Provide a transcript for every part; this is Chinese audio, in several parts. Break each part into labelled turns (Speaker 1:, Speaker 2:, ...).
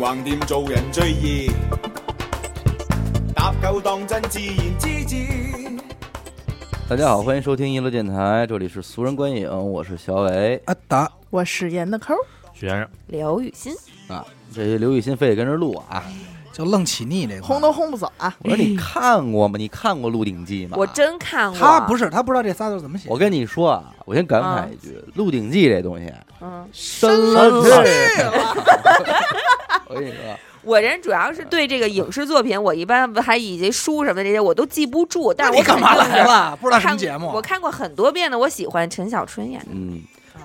Speaker 1: 横掂做人最易，搭救当真自然之至。
Speaker 2: 大家好，欢迎收听一路电台，这里是俗人观影，我是小伟。
Speaker 3: 阿达，
Speaker 4: 我是严的抠儿，
Speaker 5: 许先生，
Speaker 6: 刘雨欣，
Speaker 2: 这刘雨欣非得跟着录啊，
Speaker 3: 就愣起腻这个，
Speaker 4: 轰都轰不走啊！
Speaker 2: 我说你看过吗？你看过《鹿鼎记》吗？
Speaker 6: 我啊真看过。
Speaker 3: 啊他不
Speaker 6: 是
Speaker 3: 是他不知道这仨字怎么写，
Speaker 2: 我跟你说啊，我先感慨一句，鹿鼎记》这东西
Speaker 4: 嗯，
Speaker 2: 深
Speaker 3: 了
Speaker 2: 去
Speaker 3: 去
Speaker 2: 了。 我跟你说，
Speaker 6: 我人主要是对这个影视作品，我一般还以及书什么这些我都记不住，但
Speaker 3: 那
Speaker 6: 是
Speaker 3: 你
Speaker 6: 我
Speaker 3: 干嘛
Speaker 6: 肯定
Speaker 3: 来
Speaker 6: 是
Speaker 3: 了？不知道什么
Speaker 6: 看
Speaker 3: 节目？
Speaker 6: 我看过很多遍的，我喜欢陈小 春演的。
Speaker 2: 嗯，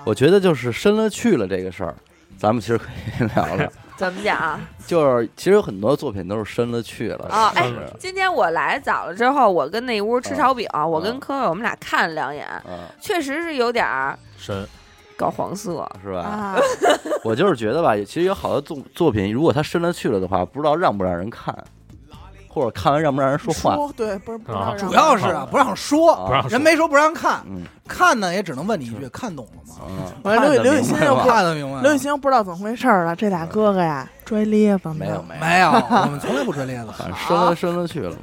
Speaker 2: 我觉得就是深了去了这个事儿，咱们其实可以聊聊。
Speaker 6: 怎么讲啊？
Speaker 2: 就是其实有很多作品都是深了去了
Speaker 6: 哦，哎
Speaker 2: 是，
Speaker 6: 今天我来早了之后，我跟那屋吃炒饼，我
Speaker 2: 啊
Speaker 6: 跟科科我们俩看了两眼，
Speaker 2: 嗯，
Speaker 6: 确实是有点儿
Speaker 5: 神
Speaker 6: 搞黄色。
Speaker 2: 是吧？
Speaker 4: 啊，
Speaker 2: 我就是觉得吧，其实有好多作作品，如果它深了去了的话，不知道让不让人看，或者看完让不让人说话。
Speaker 4: 说对，不是不让
Speaker 5: 啊
Speaker 4: 人
Speaker 3: 主要是啊，不让
Speaker 2: 啊
Speaker 3: 说，
Speaker 5: 不让
Speaker 3: 人没说不让看，
Speaker 2: 嗯
Speaker 3: 看呢也只能问你一句，看懂了吗？哎
Speaker 2: 嗯，
Speaker 4: 完了刘刘雨欣 又不
Speaker 3: 看得明白吗？
Speaker 4: 刘雨欣又不知道怎么回事儿了，这俩哥哥呀追猎子呢
Speaker 2: 没有没有，
Speaker 3: 嗯没有，我们从来不追猎子。
Speaker 2: 反正深了深了去了嘛。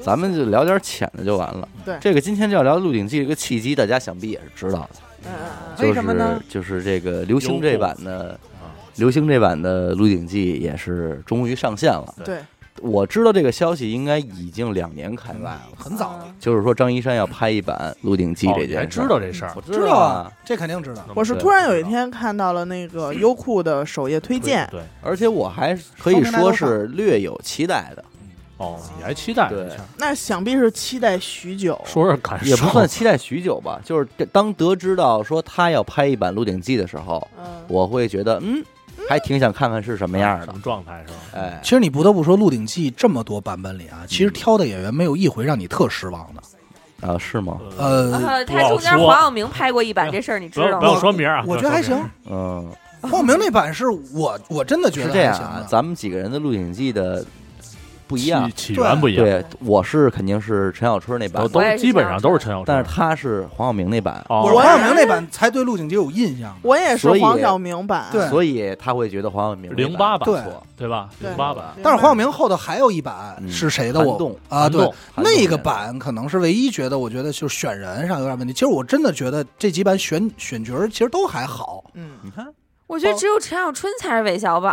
Speaker 2: 咱们就聊点浅的就完了。
Speaker 4: 对
Speaker 2: 这个今天就要聊《鹿鼎记》这个契机，大家想必也是知道的。
Speaker 6: 嗯嗯
Speaker 2: 就是
Speaker 3: 为什么呢？
Speaker 2: 就是这个流行这版的
Speaker 5: 啊，
Speaker 2: 流行这版的《鹿鼎记》也是终于上线了。
Speaker 4: 对，
Speaker 2: 我知道这个消息应该已经两年开外了，
Speaker 3: 很早了，
Speaker 2: 就是说张一山要拍一版《鹿鼎记》这
Speaker 5: 哦你
Speaker 2: 件
Speaker 5: 还
Speaker 2: 事。
Speaker 5: 知道这事儿？
Speaker 2: 我
Speaker 3: 知道啊，，这肯定知道。
Speaker 4: 我是
Speaker 2: 对
Speaker 4: 突然有一天看到了那个优酷的首页推荐，
Speaker 5: 对，
Speaker 2: 而且我还可以说是略有期待的，
Speaker 5: 哦，你还期待
Speaker 2: 对
Speaker 5: 一下？
Speaker 4: 那想必是期待许久。
Speaker 5: 说说感受，
Speaker 2: 也不算期待许久吧。就是这当得知到说他要拍一版《鹿鼎记》的时候，
Speaker 4: 嗯，
Speaker 2: 我会觉得嗯，还挺想看看是什么样
Speaker 5: 什
Speaker 2: 的
Speaker 5: 么。状态是吧？
Speaker 2: 哎
Speaker 3: 其，实你不得不说，《鹿鼎记》这么多版本里啊，其实挑的演员没有一回让你特失望的。
Speaker 2: 啊，是吗？
Speaker 3: 呃，
Speaker 6: 呃，
Speaker 5: 嗯不
Speaker 6: 他
Speaker 5: 好
Speaker 6: 中间
Speaker 5: 说
Speaker 6: 黄晓明拍过一版这事儿，你知
Speaker 5: 不要
Speaker 6: 道
Speaker 5: 不要
Speaker 6: 吗？
Speaker 5: 说名儿啊，
Speaker 3: 我觉得还行。
Speaker 2: 嗯，
Speaker 3: 黄晓明那版是我我真的觉
Speaker 2: 是
Speaker 3: 得
Speaker 2: 这
Speaker 3: 还
Speaker 2: 样
Speaker 3: 行
Speaker 2: 啊
Speaker 3: 的。，
Speaker 2: 咱们几个人的《鹿鼎记》的不
Speaker 5: 不
Speaker 2: 一样。
Speaker 5: 起源不一样，
Speaker 2: 对，我是肯定是陈小春那版
Speaker 5: 都
Speaker 2: 的，
Speaker 5: 都
Speaker 6: 我也是
Speaker 5: 基本上都是陈小春，
Speaker 2: 但是他是黄晓明那版，
Speaker 5: 哦
Speaker 3: 我是黄晓明那版才对《鹿鼎记》有印象。
Speaker 4: 我也是
Speaker 2: 所以
Speaker 4: 黄晓明版，
Speaker 3: 对
Speaker 2: 所以他会觉得黄晓明那
Speaker 5: 零八
Speaker 2: 版
Speaker 5: 版
Speaker 2: 不
Speaker 3: 对
Speaker 2: 错。
Speaker 5: 对吧？
Speaker 4: 对
Speaker 5: 零八版
Speaker 3: 但是黄晓明后头还有一版
Speaker 2: 嗯
Speaker 3: 是谁的
Speaker 2: 韩
Speaker 3: 我？
Speaker 2: 栋
Speaker 3: 啊，
Speaker 5: 韩
Speaker 3: 对
Speaker 5: 栋，
Speaker 2: 韩栋
Speaker 3: 那
Speaker 2: 演
Speaker 3: 个
Speaker 2: 的
Speaker 3: 版可能是唯一觉得我觉得就是选人上有点问题。其实我真的觉得这几版选选角儿其实都还好，
Speaker 4: 嗯，
Speaker 2: 你看
Speaker 6: 我觉得只有陈小春才是韦小宝，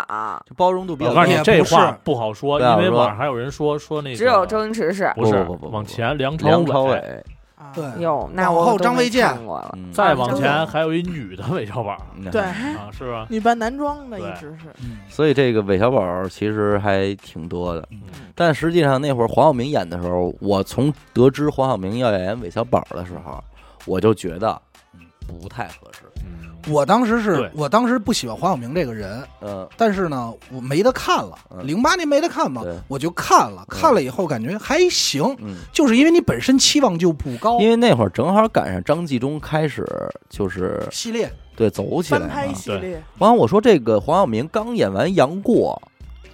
Speaker 2: 这包容度比较
Speaker 5: 我
Speaker 2: 高
Speaker 5: 告诉。你，
Speaker 3: 也不
Speaker 5: 这
Speaker 3: 是
Speaker 5: 话不好说，
Speaker 2: 对啊
Speaker 5: 因为
Speaker 2: 我说
Speaker 5: 网上还有人说说那个，
Speaker 6: 只有周星驰是。
Speaker 5: 不是
Speaker 2: 不不不不
Speaker 5: 往前梁
Speaker 2: 梁朝
Speaker 5: 朝
Speaker 2: 伟，
Speaker 4: 啊
Speaker 3: 对
Speaker 6: 哟，那
Speaker 3: 往
Speaker 6: 我
Speaker 3: 后
Speaker 6: 都
Speaker 3: 张
Speaker 6: 没
Speaker 3: 卫健
Speaker 6: 看过了。
Speaker 2: 嗯
Speaker 5: 再往
Speaker 4: 张
Speaker 5: 前还有一女的韦小宝
Speaker 2: 嗯
Speaker 4: 对，
Speaker 5: 啊，是吧？
Speaker 4: 女扮男装的一
Speaker 5: 对
Speaker 4: 直是，
Speaker 3: 嗯，
Speaker 2: 所以这个韦小宝其实还挺多的
Speaker 3: 嗯，
Speaker 2: 但实际上那会儿黄晓明演的时候，我从得知黄晓明要演韦小宝的时候，我就觉得不太合适。
Speaker 5: 嗯
Speaker 3: 我当时是
Speaker 5: 对
Speaker 3: 我当时不喜欢黄晓明这个人，
Speaker 2: 嗯，
Speaker 3: 但是呢，我没得看了，
Speaker 2: 嗯
Speaker 3: 零八年没得看嘛
Speaker 2: 对，
Speaker 3: 我就看了，看了以后感觉还行，
Speaker 2: 嗯，
Speaker 3: 就是因为你本身期望就不高
Speaker 2: 因。为那会儿正好赶上张纪中开始就是
Speaker 3: 系列
Speaker 2: 对走起来
Speaker 4: 翻
Speaker 2: 嘛。
Speaker 4: 拍系列，
Speaker 2: 完了，我说这个黄晓明刚演完杨过，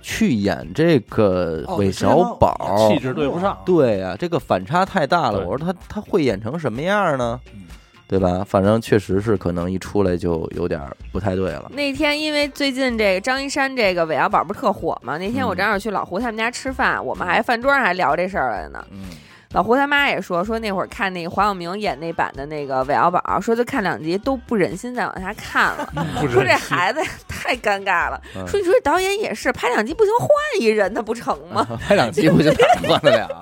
Speaker 2: 去演这个
Speaker 3: 哦
Speaker 2: 韦小宝，
Speaker 5: 气质对不上，
Speaker 2: 对呀、这个反差太大了。
Speaker 5: 对
Speaker 2: 我说他他会演成什么样呢
Speaker 3: 嗯？
Speaker 2: 对吧？反正确实是可能一出来就有点不太对了。
Speaker 6: 那天因为最近这个张一山这个韦小宝不是特火嘛，那天我
Speaker 2: 嗯
Speaker 6: 正好去老胡他们家吃饭，我们还饭桌上还聊这事儿来呢。
Speaker 2: 嗯，
Speaker 6: 老胡他妈也说说那会儿看那个黄晓明演那版的那个韦小宝，说就看两集都不忍心再往下看 了，
Speaker 5: 不
Speaker 6: 说这
Speaker 5: 是
Speaker 6: 孩子太尴尬了。
Speaker 2: 嗯
Speaker 6: 说你说这导演也是拍两集不行换一人他不成吗？
Speaker 2: 拍两集不就打换得了啊？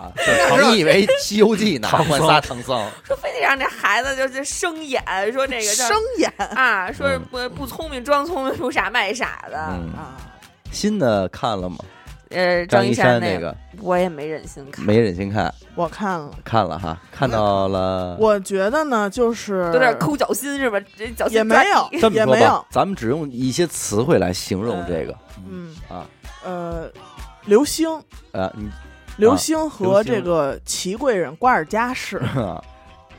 Speaker 2: 你以为《西游记》哪
Speaker 5: 唐僧
Speaker 2: 换仨唐 僧？
Speaker 4: 啊
Speaker 6: 说非得让这孩子就是生演，说这个叫
Speaker 4: 生演
Speaker 2: 嗯
Speaker 6: 啊，说是不不聪明装聪明，不傻卖傻的。
Speaker 2: 嗯，
Speaker 4: 啊，
Speaker 2: 新的看了吗？
Speaker 6: 呃，
Speaker 2: 张
Speaker 6: 一
Speaker 2: 一山
Speaker 6: 那
Speaker 2: 那，个
Speaker 6: 我也没忍心看，
Speaker 2: 没忍心看，
Speaker 4: 我看了，
Speaker 2: 看了哈，看到了。
Speaker 4: 我觉得呢，就是
Speaker 6: 有点抠脚心是吧？这脚
Speaker 4: 嗯
Speaker 6: 心
Speaker 4: 也没
Speaker 6: 抓
Speaker 4: 有
Speaker 6: 地，
Speaker 2: 这么
Speaker 4: 也
Speaker 2: 说
Speaker 4: 没
Speaker 2: 吧
Speaker 4: 有，，
Speaker 2: 咱们只用一些词汇来形容这个
Speaker 4: 嗯
Speaker 2: 啊，
Speaker 4: 呃，刘星。
Speaker 2: 呃，
Speaker 4: 嗯
Speaker 2: 你
Speaker 4: 刘星和
Speaker 2: 刘星
Speaker 4: 这个齐贵人瓜尔佳氏，
Speaker 2: 啊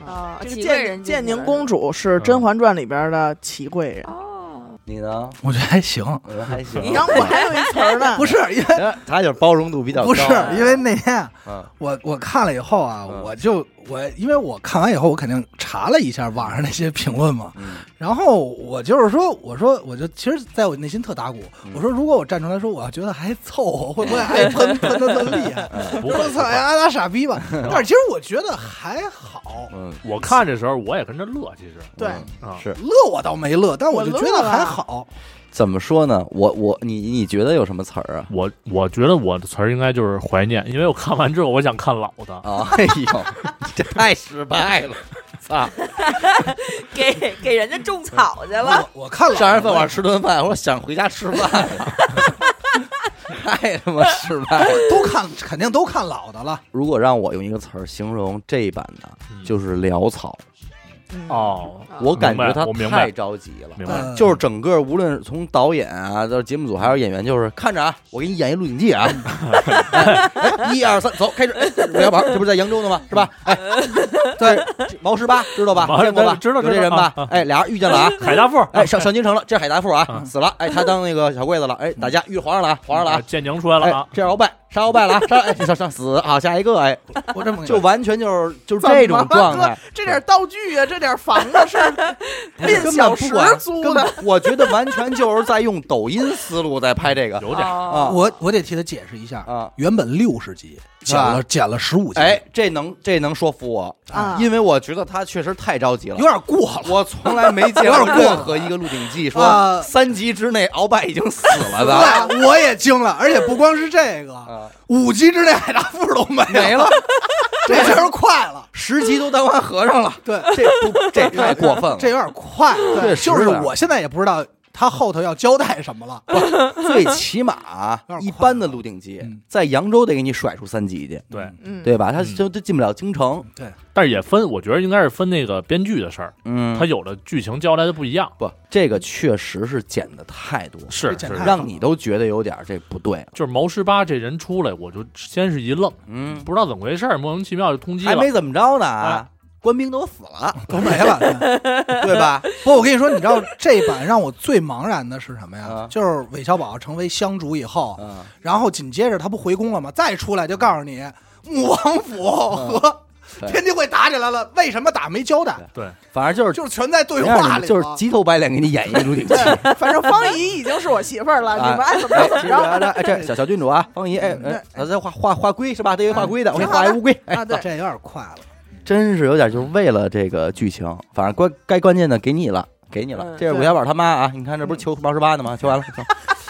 Speaker 6: 啊
Speaker 4: 这个
Speaker 6: 齐贵
Speaker 4: 建
Speaker 6: 人
Speaker 4: 建
Speaker 6: 进去
Speaker 4: 宁
Speaker 6: 了
Speaker 4: 公主是《甄嬛传》里边的齐贵人。
Speaker 6: 哦，
Speaker 2: 你呢？
Speaker 3: 我觉得还行，
Speaker 2: 我觉得还行。
Speaker 4: 你看 我还有一词儿 呢，
Speaker 3: 不是因为
Speaker 2: 他就是包容度比较高，
Speaker 3: 不是因为那天啊
Speaker 2: 嗯
Speaker 3: 我我看了以后啊，
Speaker 2: 嗯
Speaker 3: 我就我因为我看完以后，我肯定查了一下网上那些评论嘛，
Speaker 2: 嗯
Speaker 3: 然后我就是说，我说我就其实在我内心特打鼓，
Speaker 2: 嗯
Speaker 3: 我说如果我站出来说，我要觉得还凑合，会不会挨 喷喷的特厉害？
Speaker 5: 不
Speaker 3: 我
Speaker 5: 会。
Speaker 3: 操，阿达傻逼吧？但是其实我觉得还好，
Speaker 2: 嗯，
Speaker 5: 我看这时候我也跟着乐，其实
Speaker 4: 对
Speaker 2: 嗯
Speaker 5: 啊，
Speaker 2: 是
Speaker 3: 乐我倒没乐，但我就觉得还好。
Speaker 2: 怎么说呢？我我你你觉得有什么词 儿啊？
Speaker 5: 我我觉得我的词儿应该就是怀念，因为我看完之后我想看老的，
Speaker 2: 啊，哎呦，你这太失败了！ 操，
Speaker 6: 给给人家种草去了。
Speaker 3: 我我看了，
Speaker 2: 上人饭馆吃顿饭，我想回家吃饭 了，太他妈失败了。
Speaker 3: 都看，肯定都看老的了。
Speaker 2: 如果让我用一个词儿形容这一版的，就是潦草。
Speaker 4: 嗯，
Speaker 5: 哦，
Speaker 2: 我感觉他
Speaker 5: 我明白
Speaker 2: 太着急了。
Speaker 5: 明白，
Speaker 3: 嗯
Speaker 2: 就是整个，无论是从导演啊，到节目组还是演员，就是看着啊，我给你演一《鹿鼎记》 啊，哎哎一二三，走，开始，哎，韦小宝，这不是在扬州呢 吗？是吧？哎，对，毛十八知道吧？
Speaker 5: 毛
Speaker 2: 见过吧？
Speaker 5: 知道
Speaker 2: 有这人吧？哎，俩人遇见了啊，
Speaker 5: 海大富，
Speaker 2: 哎，上上京城了，这是海大富啊，死了，哎，他当那个小柜子了，哎，打架遇皇上了啊，皇上了啊，
Speaker 5: 建宁出来了
Speaker 2: 哎
Speaker 5: 嗯啊，，
Speaker 2: 这是鳌拜，杀鳌拜了啊，杀，哎，上上死，好，下一个，哎，
Speaker 3: 我这么
Speaker 2: 就完全就是就是这种状态，
Speaker 4: 这点道具啊，这点房子是
Speaker 2: 根
Speaker 4: 变
Speaker 2: 本
Speaker 4: 小
Speaker 2: 不
Speaker 4: 时
Speaker 2: 管
Speaker 4: 租
Speaker 2: 根
Speaker 4: 的，
Speaker 2: 本我觉得完全就是在用抖音思路在拍这个
Speaker 5: 有点
Speaker 4: 哦
Speaker 5: 儿
Speaker 2: 啊
Speaker 3: 我我得替他解释一下，
Speaker 2: 啊。
Speaker 3: 原本六十集，
Speaker 2: 是
Speaker 3: 减
Speaker 2: 吧
Speaker 3: 了减了十五集，
Speaker 2: 哎，这能这能说服我，
Speaker 4: 啊
Speaker 2: 因为我觉得他确实太着急了
Speaker 3: 有。点过了。
Speaker 2: 我从来没见过
Speaker 3: 有点过了
Speaker 2: 任何一个《鹿鼎记》说
Speaker 3: 啊
Speaker 2: 三集之内鳌拜已经死了的，
Speaker 3: 对，我也惊了，而且不光是这个，
Speaker 2: 啊，
Speaker 3: 五集之内海大富都没
Speaker 2: 没了，
Speaker 3: 这确实快了。
Speaker 2: 十集都当完和尚了，
Speaker 3: 对，
Speaker 2: 这不这太过分了。
Speaker 3: 这有点快。
Speaker 2: 确
Speaker 3: 对，
Speaker 2: 实啊
Speaker 3: 就是
Speaker 2: 有点
Speaker 3: 我现在也不知道他后头要交代什么了。
Speaker 2: 最起码
Speaker 3: 有点快了
Speaker 2: 一般的《鹿鼎记
Speaker 3: 嗯》
Speaker 2: 在扬州得给你甩出三集去，
Speaker 5: 对，
Speaker 4: 嗯，
Speaker 2: 对吧？他就就进不了京城。
Speaker 5: 但是也分，我觉得应该是分那个编剧的事儿，
Speaker 2: 嗯
Speaker 5: 他有的剧情交代的不一样，
Speaker 2: 不，这个确实是剪的太多，
Speaker 5: 是
Speaker 3: 这
Speaker 5: 是
Speaker 3: 检，查
Speaker 2: 让你都觉得有点这不对了。
Speaker 5: 就是毛十八这人出来，我就先是一愣，
Speaker 2: 嗯，
Speaker 5: 不知道怎么回事儿，莫名其妙就通缉
Speaker 2: 还
Speaker 5: 了
Speaker 2: 没，怎么着呢啊
Speaker 5: 啊，
Speaker 2: 官兵都死了，
Speaker 3: 都没了，
Speaker 2: 对吧？
Speaker 3: 不过我跟你说，你知道这版让我最茫然的是什么
Speaker 2: 啊
Speaker 3: 呀？就是韦小宝成为香主以后，
Speaker 2: 嗯，
Speaker 3: 然后紧接着他不回宫了吗？再出来就告诉你，穆王府 和
Speaker 2: 啊对
Speaker 3: 天地会打起来了，为什么打没交代？
Speaker 5: 对，
Speaker 2: 反正就是
Speaker 3: 就是全在对
Speaker 2: 让
Speaker 3: 话
Speaker 2: 你
Speaker 3: 里，啊
Speaker 2: 就是 急头白脸给你演一《鹿鼎记》。
Speaker 4: 对，反正 方怡已经是我媳妇儿了，你们爱怎么着
Speaker 2: 哎，
Speaker 4: 怎
Speaker 2: 其
Speaker 4: 么
Speaker 2: 实啊
Speaker 4: 着。
Speaker 2: 这哎这小小郡主啊，方怡，哎，哎，咱再画画画龟是吧？得有画龟的，我给你画一乌龟。哎，
Speaker 4: 啊，对，
Speaker 3: 这有点快了。
Speaker 2: 真是有点就是为了这个剧情，反正关该关键的给你了，给你了。
Speaker 6: 嗯
Speaker 2: 这是韦小宝他妈啊，你看这不是求毛十八呢吗？求完了，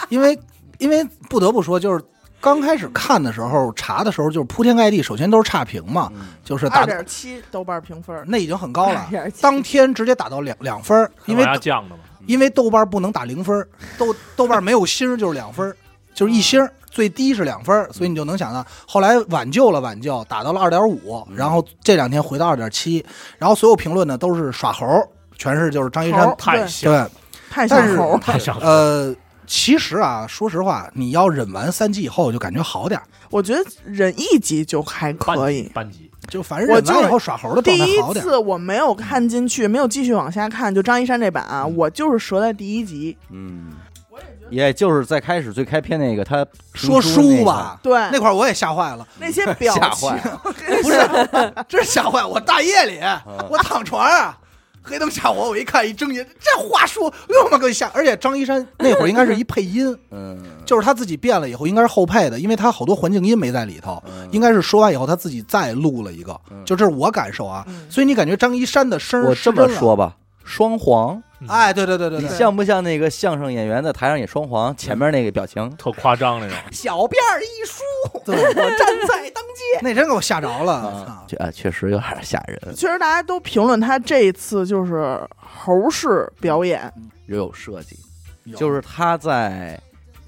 Speaker 3: 因为因为不得不说，就是刚开始看的时候查的时候，就是铺天盖地，首先都是差评嘛，就是打
Speaker 4: 二点七豆瓣评分，
Speaker 3: 那已经很高了
Speaker 6: 2.7，
Speaker 3: 当天直接打到两两分儿，因为
Speaker 5: 家降的嘛，
Speaker 3: 因为豆瓣不能打零分儿，豆豆瓣没有星儿就是两分儿，就是一星儿。最低是两分儿，所以你就能想到，后来挽救了挽救，打到了二点五，然后这两天回到二点七，然后所有评论呢都是耍猴儿，全是就是张一山
Speaker 4: 猴儿
Speaker 5: 太
Speaker 4: 对
Speaker 5: 像，
Speaker 3: 对，
Speaker 4: 太
Speaker 3: 但
Speaker 4: 像
Speaker 3: 是
Speaker 4: 猴儿。
Speaker 5: 太像了，
Speaker 3: 呃，其实啊，说实话，你要忍完三季以后，就感觉好点儿。
Speaker 4: 我觉得忍一集就还
Speaker 5: 班
Speaker 4: 可
Speaker 5: 级
Speaker 4: 以。
Speaker 5: 班级，
Speaker 3: 就反正
Speaker 4: 我
Speaker 3: 忍完
Speaker 4: 就
Speaker 3: 以后耍猴的
Speaker 4: 第
Speaker 3: 状态
Speaker 4: 一
Speaker 3: 好点儿。
Speaker 4: 次我没有看进去，没有继续往下看，就张一山这版啊，我就是折在第一集。
Speaker 2: 嗯，也就是在开始最开篇那个他
Speaker 3: 说书，吧，
Speaker 4: 对，
Speaker 3: 那块儿我也吓坏 了，
Speaker 4: 那些表
Speaker 2: 吓
Speaker 4: 情
Speaker 2: 坏，
Speaker 3: 不是，真吓坏我！大夜里
Speaker 2: 嗯
Speaker 3: 我躺床上，黑灯瞎火，我一看一睁眼，这话说，哎呦我妈给我吓！而且张一山那会儿应该是一配音，
Speaker 2: 嗯，
Speaker 3: 就是他自己变了以后，应该是后配的，因为他好多环境音没在里头，
Speaker 2: 嗯
Speaker 3: 应该是说完以后他自己再录了一个，就这是我感受啊。
Speaker 4: 嗯
Speaker 3: 所以你感觉张一山的声儿
Speaker 2: 我
Speaker 3: 失
Speaker 2: 这
Speaker 3: 真了
Speaker 2: 么，说吧，双簧，
Speaker 3: 哎，对对对对
Speaker 2: 你
Speaker 3: 对，
Speaker 2: 像不像那个相声演员在台上演双簧，前面那个表情？
Speaker 5: 特夸张那种，
Speaker 2: 小辫儿一梳，
Speaker 3: 对
Speaker 2: 我站在当街。
Speaker 3: 那真给我吓着了。操
Speaker 2: 啊，确啊确实有点吓人，
Speaker 4: 确实大家都评论他这一次就是猴式表演，
Speaker 2: 也有设计，
Speaker 3: 有
Speaker 2: 就是他在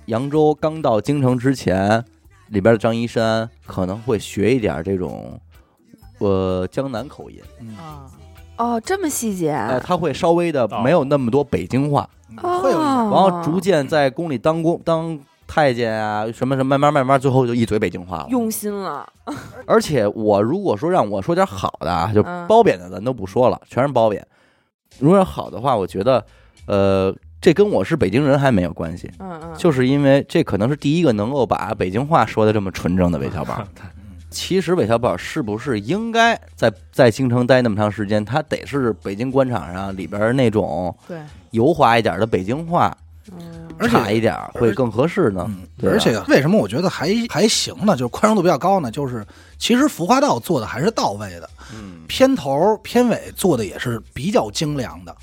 Speaker 2: 扬州刚到京城之前，里边的张一山可能会学一点这种。呃，江南口音，
Speaker 4: 啊，
Speaker 6: 哦，这么细节，
Speaker 2: 呃，他会稍微的
Speaker 5: 哦
Speaker 2: 没有那么多北京话，
Speaker 3: 会有一点
Speaker 6: 哦
Speaker 2: 然后逐渐在宫里当宫当太监啊，什么什么，慢慢慢慢，最后就一嘴北京话了。
Speaker 6: 用心了，
Speaker 2: 而且我如果说让我说点好的啊，就
Speaker 6: 嗯
Speaker 2: 褒贬的咱都不说了，全是褒贬。如果要好的话，我觉得，呃，这跟我是北京人还没有关系，
Speaker 6: 嗯嗯，
Speaker 2: 就是因为这可能是第一个能够把北京话说的这么纯正的韦小宝。其实韦小宝是不是应该在在京城待那么长时间？他得是北京官场上里边那种
Speaker 4: 对，
Speaker 2: 油滑一点的北京话，
Speaker 6: 嗯
Speaker 3: 而且
Speaker 2: 差一点会更合适呢？
Speaker 3: 嗯，
Speaker 2: 对啊
Speaker 3: 而且为什么我觉得还还行呢？就是宽容度比较高呢，就是其实浮夸道做的还是到位的，
Speaker 2: 嗯，
Speaker 3: 片头片尾做的也是比较精良的，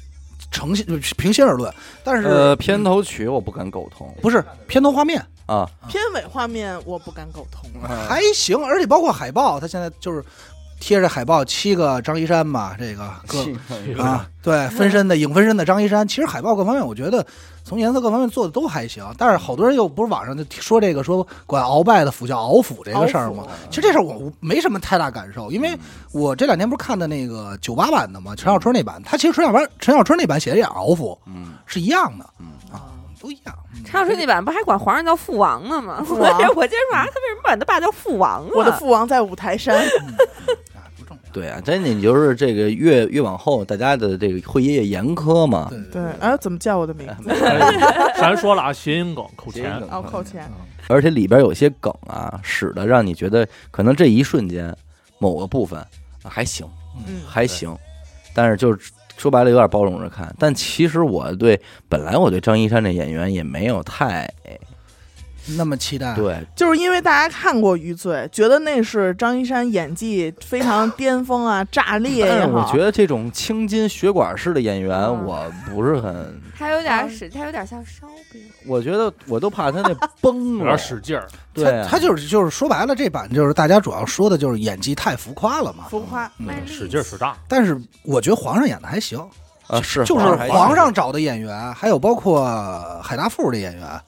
Speaker 3: 呈现平心而论，但是、
Speaker 2: 呃，片头曲我不敢苟同
Speaker 3: 不是片头画面
Speaker 2: 啊，
Speaker 4: 片尾画面我不敢苟同了。
Speaker 3: 还行，而且包括海报，他现在就是贴着海报七个张一山嘛，这个各 啊， 对，分身的影分身的张一山，其实海报各方面，我觉得从颜色各方面做的都还行，但是好多人又不是网上就说这个说管鳌拜的府叫鳌府这个事儿嘛
Speaker 4: 鳌府，
Speaker 3: 其实这事儿我我没什么太大感受，因
Speaker 2: 嗯
Speaker 3: 为我这两天不是看的那个九八版的嘛，陈小春那版，他其实陈小春陈小春那版写的也是鳌府，
Speaker 2: 嗯，
Speaker 3: 是一样的，
Speaker 2: 嗯
Speaker 3: 啊，都一样，嗯
Speaker 6: 陈小春那版不还管皇上叫父王呢吗？
Speaker 4: 父
Speaker 6: 我
Speaker 4: 王
Speaker 6: 这我今儿晚上他为什么管他爸叫父王啊？
Speaker 4: 我的父王在五台山，
Speaker 3: 啊不重要，
Speaker 2: 对啊，真的你就是这个越越往后，大家的这个会也也严苛嘛，
Speaker 3: 对
Speaker 4: 对，哎，怎么叫我的名字？
Speaker 5: 咱说了啊，谐音梗扣
Speaker 2: 谐音
Speaker 5: 钱
Speaker 2: 梗，
Speaker 4: 哦，扣钱，
Speaker 2: 而且里边有些梗啊，使得让你觉得可能这一瞬间某个部分啊还行
Speaker 4: 嗯，
Speaker 2: 还行，但是就是说白了有点包容着看。但其实我对本来我对张一山这演员也没有太
Speaker 3: 那么期待，
Speaker 2: 对，
Speaker 4: 就是因为大家看过《余罪》，觉得那是张一山演技非常巅峰啊， 炸裂
Speaker 2: 但
Speaker 4: 也
Speaker 2: 是我
Speaker 4: 好
Speaker 2: 觉，得这种青筋血管式的演员
Speaker 6: 嗯
Speaker 2: 我不是很，
Speaker 6: 他有点使，他有点像烧饼。
Speaker 2: 我觉得我都怕他那崩
Speaker 5: 有
Speaker 2: 了
Speaker 5: 点，使劲儿，
Speaker 2: 对啊
Speaker 3: 他他就是就是说白了，这版就是大家主要说的就是演技太浮夸了嘛。
Speaker 4: 浮夸。
Speaker 6: 卖力
Speaker 5: 嗯使劲儿使大，
Speaker 3: 但是我觉得皇上演的还行，
Speaker 2: 啊是
Speaker 3: 就是
Speaker 2: 还
Speaker 3: 皇上找的演员，还有包括海大富的演员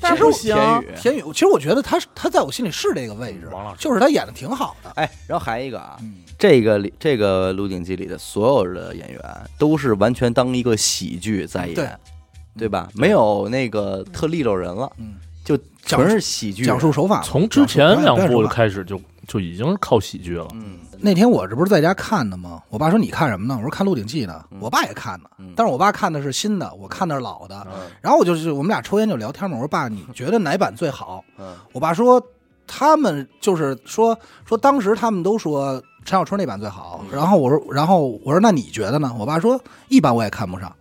Speaker 4: 但是
Speaker 2: 是
Speaker 4: 不
Speaker 2: 田
Speaker 4: 行，
Speaker 2: 宇
Speaker 3: 田宇，其实我觉得他是他在我心里是这个位
Speaker 2: 嗯
Speaker 3: 置
Speaker 5: 王老，师
Speaker 3: 就是他演的挺好的。
Speaker 2: 哎，然后还一个啊，
Speaker 3: 嗯，
Speaker 2: 这个里这个《鹿鼎记》里的所有的演员都是完全当一个喜剧在演，
Speaker 3: 对
Speaker 2: 对吧？没有那个特利落人了，
Speaker 3: 嗯，
Speaker 2: 就
Speaker 3: 讲
Speaker 2: 全是喜剧
Speaker 3: 讲述手法嘛
Speaker 5: 从之前两部，
Speaker 3: 讲述
Speaker 5: 开始就就已经是靠喜剧了。
Speaker 2: 嗯
Speaker 3: 那天我这不是在家看的吗？我爸说你看什么呢？我说看《鹿鼎记》呢。我爸也看呢
Speaker 2: 嗯，
Speaker 3: 但是我爸看的是新的，我看的是老的。
Speaker 2: 嗯
Speaker 3: 然后我就是我们俩抽烟就聊天嘛，我说爸，你觉得哪版最好？
Speaker 2: 嗯
Speaker 3: 我爸说，他们就是说说当时他们都说陈小春那版最好，
Speaker 2: 嗯
Speaker 3: 然后我说，然后我说那你觉得呢？我爸说一版我也看不上，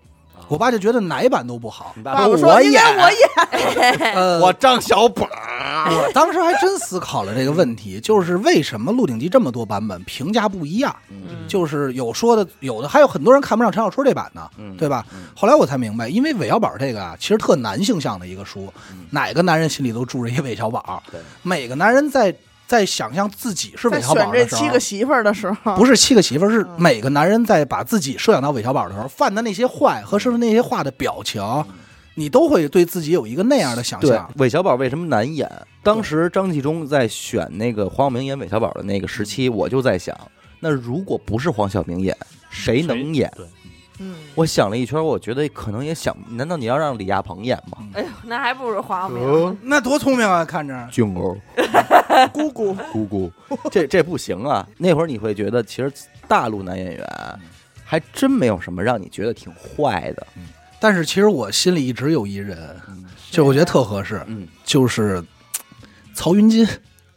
Speaker 3: 我爸就觉得哪一版都不好。
Speaker 2: 啊你
Speaker 4: 爸
Speaker 2: 爸
Speaker 4: 爸
Speaker 2: 说
Speaker 4: 说
Speaker 2: 我
Speaker 4: 应该我
Speaker 2: 演，
Speaker 3: 呃，
Speaker 2: 我张小宝，
Speaker 3: 我当时还真思考了这个问题，就是为什么《鹿鼎记》这么多版本评价不一样？
Speaker 6: 嗯
Speaker 3: 就是有说的，有的还有很多人看不上陈小春这版呢，
Speaker 2: 嗯
Speaker 3: 对吧
Speaker 2: 嗯？
Speaker 3: 后来我才明白，因为韦小宝这个啊，其实特男性向的一个书
Speaker 2: 嗯，
Speaker 3: 哪个男人心里都住着一个韦小宝
Speaker 2: 对，
Speaker 3: 每个男人在在想象自己是
Speaker 4: 在
Speaker 3: 韦小
Speaker 4: 选
Speaker 3: 宝
Speaker 4: 这
Speaker 3: 的时
Speaker 4: 七
Speaker 3: 候
Speaker 4: 个。媳妇儿的时候，
Speaker 3: 不是七个媳妇儿，是
Speaker 4: 嗯
Speaker 3: 每个男人在把自己设想到韦小宝的时候，犯的那些坏和说的那些话的表情，你都会对自己有一个那样的想
Speaker 2: 嗯对
Speaker 3: 象。，
Speaker 2: 韦小宝为什么难演？当时张纪中在选那个黄晓明演韦小宝的那个时
Speaker 3: 嗯
Speaker 2: 期，我就在想，那如果不是黄晓明演，谁能演？
Speaker 5: 对，
Speaker 4: 嗯，
Speaker 2: 我想了一圈，我觉得可能也想，难道你要让李亚鹏演吗？
Speaker 6: 哎呦，那还不如黄晓明。
Speaker 5: 哦
Speaker 3: 那多聪明啊！看着，
Speaker 2: 俊欧，
Speaker 4: 姑姑，
Speaker 2: 姑姑，这这不行啊！那会儿你会觉得，其实大陆男演员还真没有什么让你觉得挺坏的。
Speaker 3: 但是其实我心里一直有一人，就我觉得特合适，
Speaker 2: 嗯，
Speaker 3: 就是嘖曹云金，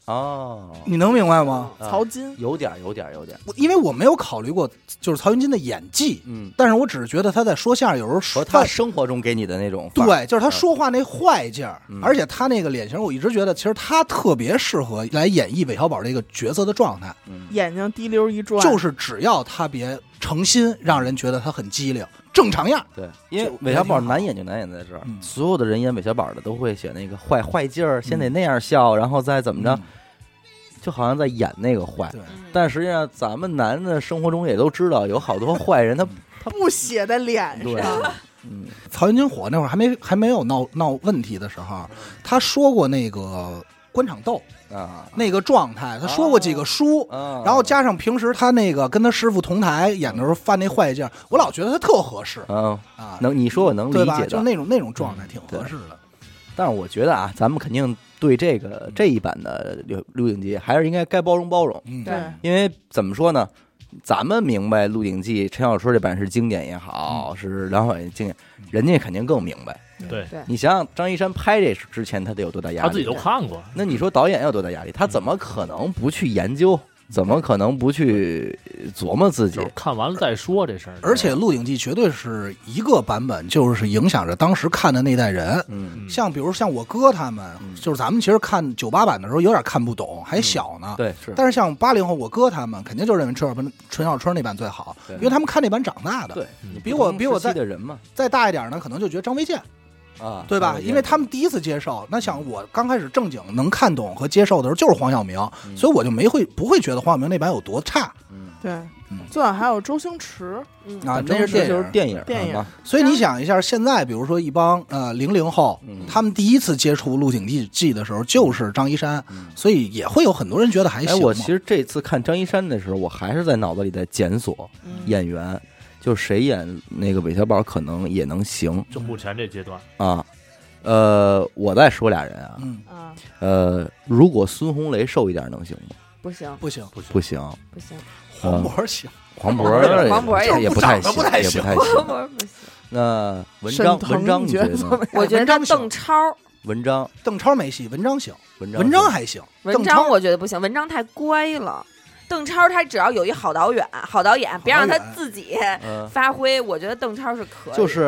Speaker 2: 哦，
Speaker 3: 你能明白吗？
Speaker 4: 曹金，
Speaker 2: 有点儿，有点儿，有点儿。
Speaker 3: 我因为我没有考虑过就是曹云金的演技，
Speaker 2: 嗯，
Speaker 3: 但是我只是觉得他在说相声有时候
Speaker 2: 和
Speaker 3: 说
Speaker 2: 他
Speaker 3: 他
Speaker 2: 生活中给你的那种范儿，
Speaker 3: 对，就是他说话嗯那坏劲儿，
Speaker 2: 嗯
Speaker 3: 而且他那个脸型，我一直觉得其实他特别适合来演绎韦小宝这个角色的状态，
Speaker 4: 眼睛滴溜一转，
Speaker 3: 就是只要他别诚心，让人觉得他很机灵，正常样。
Speaker 2: 对，因为
Speaker 3: 就
Speaker 2: 韦小宝
Speaker 3: 还挺好
Speaker 2: 难演就难演在这儿，
Speaker 3: 嗯
Speaker 2: 所有的人演韦小宝的都会写那个坏坏劲儿，先得
Speaker 3: 嗯
Speaker 2: 那样笑，然后再怎么着，就好像在演那个坏。
Speaker 3: 对，
Speaker 6: 嗯
Speaker 2: 但实际上，咱们男的生活中也都知道，有好多坏人，他
Speaker 4: 不写在脸
Speaker 2: 对
Speaker 4: 上，
Speaker 3: 啊
Speaker 2: 嗯
Speaker 3: 曹云金火那会儿还没还没有闹闹问题的时候，他说过那个官场斗
Speaker 2: 啊
Speaker 3: 那个状态，他说过几个书，
Speaker 2: 啊，
Speaker 3: 然后加上平时他那个跟他师傅同台演的时候犯那坏劲儿，我老觉得他特合适
Speaker 2: 嗯，
Speaker 3: 啊，
Speaker 2: 能你说我能
Speaker 3: 对
Speaker 2: 理
Speaker 3: 吧？
Speaker 2: 解
Speaker 3: 就
Speaker 2: 的，嗯
Speaker 3: 那种那种状态挺合适的。
Speaker 2: 但是我觉得啊，咱们肯定对这个这一版的《鹿鹿鼎记》还是应该该包容包容，
Speaker 3: 嗯
Speaker 6: 对
Speaker 4: 对，
Speaker 2: 因为怎么说呢？咱们明白《鹿鼎记》陈小春这版是经典也好，是梁晓也经典，人家肯定更明白。
Speaker 5: 对
Speaker 6: 对
Speaker 2: 你想想，张一山拍这之前他得有多大压力？
Speaker 5: 他自己都看过，
Speaker 2: 那你说导演有多大压力？他怎么可能不去研究？怎么可能不去琢磨自己
Speaker 5: 就是？看完了再说这事儿。
Speaker 3: 而且《鹿鼎记》绝对是一个版本，就是影响着当时看的那代人。
Speaker 2: 嗯，
Speaker 3: 像比如像我哥他们，就是咱们其实看九八版的时候有点看不懂，
Speaker 2: 嗯
Speaker 3: 还小呢。
Speaker 2: 对，是
Speaker 3: 但是像八零后，我哥他们肯定就认为陈小春陈小春那版最好，
Speaker 2: 对
Speaker 3: 因为他们看那版长大的。
Speaker 2: 对，
Speaker 3: 比我比我
Speaker 2: 在
Speaker 3: 再
Speaker 2: 的人嘛
Speaker 3: 再大一点呢，可能就觉得张卫健，
Speaker 2: 啊，
Speaker 3: 对吧？
Speaker 2: 张卫健
Speaker 3: 因为他们第一次接受，那像我刚开始正经能看懂和接受的时候就是黄晓明，所以我就没会不会觉得黄晓明那版有多差
Speaker 2: 嗯
Speaker 4: 对
Speaker 3: 嗯，
Speaker 4: 最好还有周星驰，
Speaker 6: 嗯
Speaker 3: 啊。
Speaker 2: 那
Speaker 3: 那
Speaker 2: 是
Speaker 3: 是电
Speaker 2: 就是
Speaker 3: 影。
Speaker 2: 电影
Speaker 4: 电影
Speaker 2: 啊
Speaker 3: 所以你想一下，现在比如说一帮呃零零后
Speaker 2: 嗯，
Speaker 3: 他们第一次接触《鹿鼎记》记的时候就是张一山
Speaker 2: 嗯，
Speaker 3: 所以也会有很多人觉得还
Speaker 2: 哎，
Speaker 3: 行嘛。
Speaker 2: 我其实这次看张一山的时候，我还是在脑子里在检索
Speaker 4: 嗯
Speaker 2: 演员，就谁演那个韦小宝可能也能行
Speaker 5: 就目前这阶段，
Speaker 2: 啊。呃，我再说俩人啊，
Speaker 3: 嗯
Speaker 6: 啊，
Speaker 2: 呃，如果孙红雷瘦一点能行吗？
Speaker 6: 不行
Speaker 3: 不行，
Speaker 2: 不行，
Speaker 6: 不行，
Speaker 3: 黄渤行，
Speaker 2: 黄渤
Speaker 5: 黄渤
Speaker 2: 儿也
Speaker 6: 黄渤儿
Speaker 2: 也
Speaker 3: 也
Speaker 2: 太
Speaker 3: 长得不太
Speaker 2: 也
Speaker 3: 行
Speaker 2: 不太
Speaker 6: 不
Speaker 2: 行。
Speaker 6: 不不行，
Speaker 2: 那文
Speaker 4: 沈
Speaker 2: 章
Speaker 4: 腾
Speaker 2: 文章
Speaker 4: 你
Speaker 2: 你
Speaker 4: 觉
Speaker 2: 觉
Speaker 4: 得
Speaker 2: 得
Speaker 4: 怎
Speaker 2: 呢
Speaker 4: 么样？
Speaker 6: 我觉得
Speaker 3: 文章行
Speaker 6: 邓超，
Speaker 2: 文章
Speaker 3: 邓超没戏，文章行，
Speaker 2: 文章
Speaker 3: 文章还行，
Speaker 6: 文
Speaker 3: 邓超
Speaker 6: 章我觉得不行，文章太乖了。邓超他只要有一好导演，好导演别让他自己
Speaker 2: 嗯，
Speaker 6: 发挥，我觉得邓超是可以的。
Speaker 2: 就是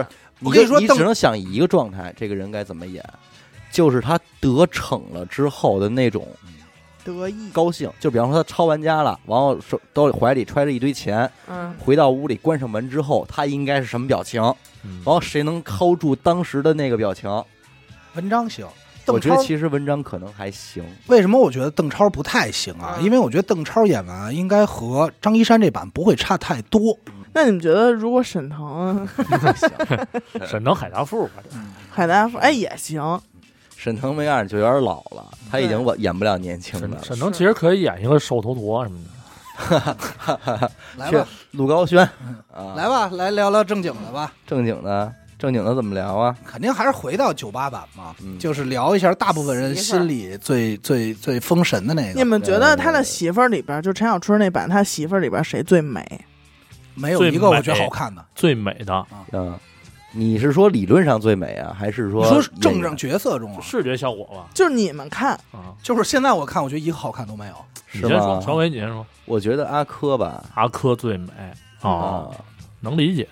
Speaker 2: 你
Speaker 3: 我跟
Speaker 2: 就
Speaker 3: 你说
Speaker 2: 你
Speaker 3: 邓
Speaker 2: 只能想一个状态，这个人该怎么演，就是他得逞了之后的那种
Speaker 4: 得意，
Speaker 2: 高兴，就比方说他抄完家了，然后手兜里怀里揣着一堆钱，
Speaker 6: 嗯，
Speaker 2: 回到屋里关上门之后，他应该是什么表情？
Speaker 5: 嗯
Speaker 2: 然，后谁能 hold 住当时的那个表情？
Speaker 3: 文章行。
Speaker 2: 我
Speaker 3: 邓
Speaker 2: 觉得
Speaker 3: 超
Speaker 2: 其实文章可能还行，
Speaker 3: 为什么我觉得邓超不太行啊？
Speaker 6: 嗯
Speaker 3: 因为我觉得邓超演完应该和张一山这版不会差太多。
Speaker 4: 那你们觉得如果沈腾、
Speaker 5: 沈腾海大富吧，
Speaker 2: 嗯
Speaker 4: 海大富，哎也行，
Speaker 2: 沈腾没样就有点老了，他已经演不了年轻的
Speaker 5: 沈
Speaker 2: 了。
Speaker 5: 沈腾其实可以演一个瘦头陀什么的。
Speaker 3: 来
Speaker 2: 去
Speaker 3: 吧，
Speaker 2: 陆高轩啊，
Speaker 3: 来吧，来聊聊正经的吧，
Speaker 2: 正经的，正经的怎么聊啊？
Speaker 3: 肯定还是回到九八版嘛，
Speaker 2: 嗯
Speaker 3: 就是聊一下大部分人
Speaker 6: 媳妇儿
Speaker 3: 心里最最最封神的那
Speaker 4: 你
Speaker 3: 个。
Speaker 4: 们觉得他的媳妇儿里边，就陈小春那版，他媳妇儿里边谁最美？
Speaker 3: 没有
Speaker 5: 最
Speaker 3: 一个我觉得
Speaker 5: 美
Speaker 3: 好看的。
Speaker 5: 最美的
Speaker 2: 嗯，你是说理论上最美啊，还是
Speaker 3: 你
Speaker 2: 说
Speaker 3: 说
Speaker 2: 演
Speaker 3: 正
Speaker 2: 员
Speaker 3: 正角色中啊，
Speaker 5: 视觉效果吧，
Speaker 4: 就是你们看，
Speaker 5: 啊，
Speaker 3: 就是现在我看，我觉得一个好看都没有。
Speaker 5: 你
Speaker 2: 是
Speaker 5: 先说，
Speaker 2: 吗？
Speaker 5: 小伟你先说，
Speaker 2: 我觉得阿珂吧，
Speaker 5: 阿珂最美啊，
Speaker 2: 啊，
Speaker 5: 能理解，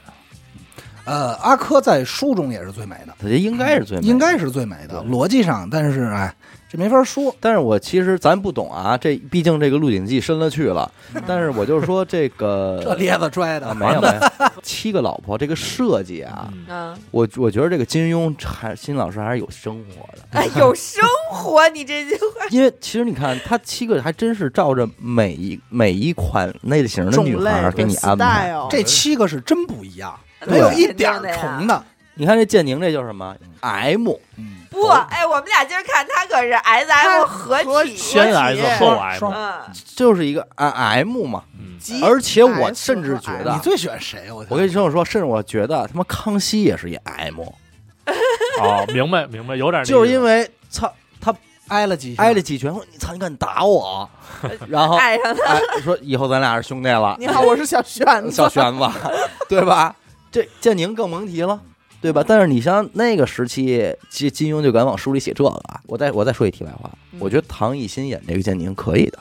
Speaker 3: 呃，阿珂在书中也是最美的，
Speaker 2: 他觉得应该是最美，
Speaker 3: 应该。是最美的，
Speaker 2: 对
Speaker 3: 逻辑上，但是哎，这没法说。
Speaker 2: 但是我其实咱不懂啊，这毕竟这个《鹿鼎记》深了去了。但是我就是说这
Speaker 3: 这
Speaker 2: 个
Speaker 3: 咧子拽的
Speaker 2: 啊，没有没有， 七个老婆这个设计啊，
Speaker 5: 嗯
Speaker 6: 嗯，
Speaker 2: 我我觉得这个金庸还新老师还是有生活的，
Speaker 6: 哎，有生活，你这就
Speaker 2: 因为其实你看他七个还真是照着每一每一款类型的
Speaker 4: 种
Speaker 2: 女孩
Speaker 4: 类
Speaker 2: 儿给你安排。
Speaker 4: style，
Speaker 3: 这七个是真不一样，没有一点儿重的。
Speaker 2: 你看这建宁这叫什么 M
Speaker 3: 嗯，
Speaker 6: 不，哎，我们俩今儿看他可是 S M 合体，
Speaker 5: 先 S 后 M，
Speaker 3: 双
Speaker 6: 嗯，
Speaker 2: 就是一个啊 M 嘛，
Speaker 5: 嗯，
Speaker 4: 集
Speaker 2: 而且我
Speaker 4: S
Speaker 2: 甚至觉
Speaker 4: 和
Speaker 2: 得啊
Speaker 3: 你最喜欢谁？我
Speaker 2: 我跟你说，我说，甚至我觉得他妈康熙也是一 M，
Speaker 5: 哦，明白明白，有点那
Speaker 2: 就是因
Speaker 5: 个
Speaker 2: 为操他
Speaker 3: 挨了几下
Speaker 2: 挨了几拳，我说你操你敢打我， 然后
Speaker 6: 爱上他，
Speaker 2: 哎说以后咱俩是兄弟了，
Speaker 4: 你好，我是小玄子
Speaker 2: 小玄子， 对吧？这建宁更甭提了。对吧？但是你像那个时期，金金庸就敢往书里写这个啊。我再我再说一题外话，
Speaker 4: 嗯
Speaker 2: 我觉得唐艺昕演这个建宁可以的，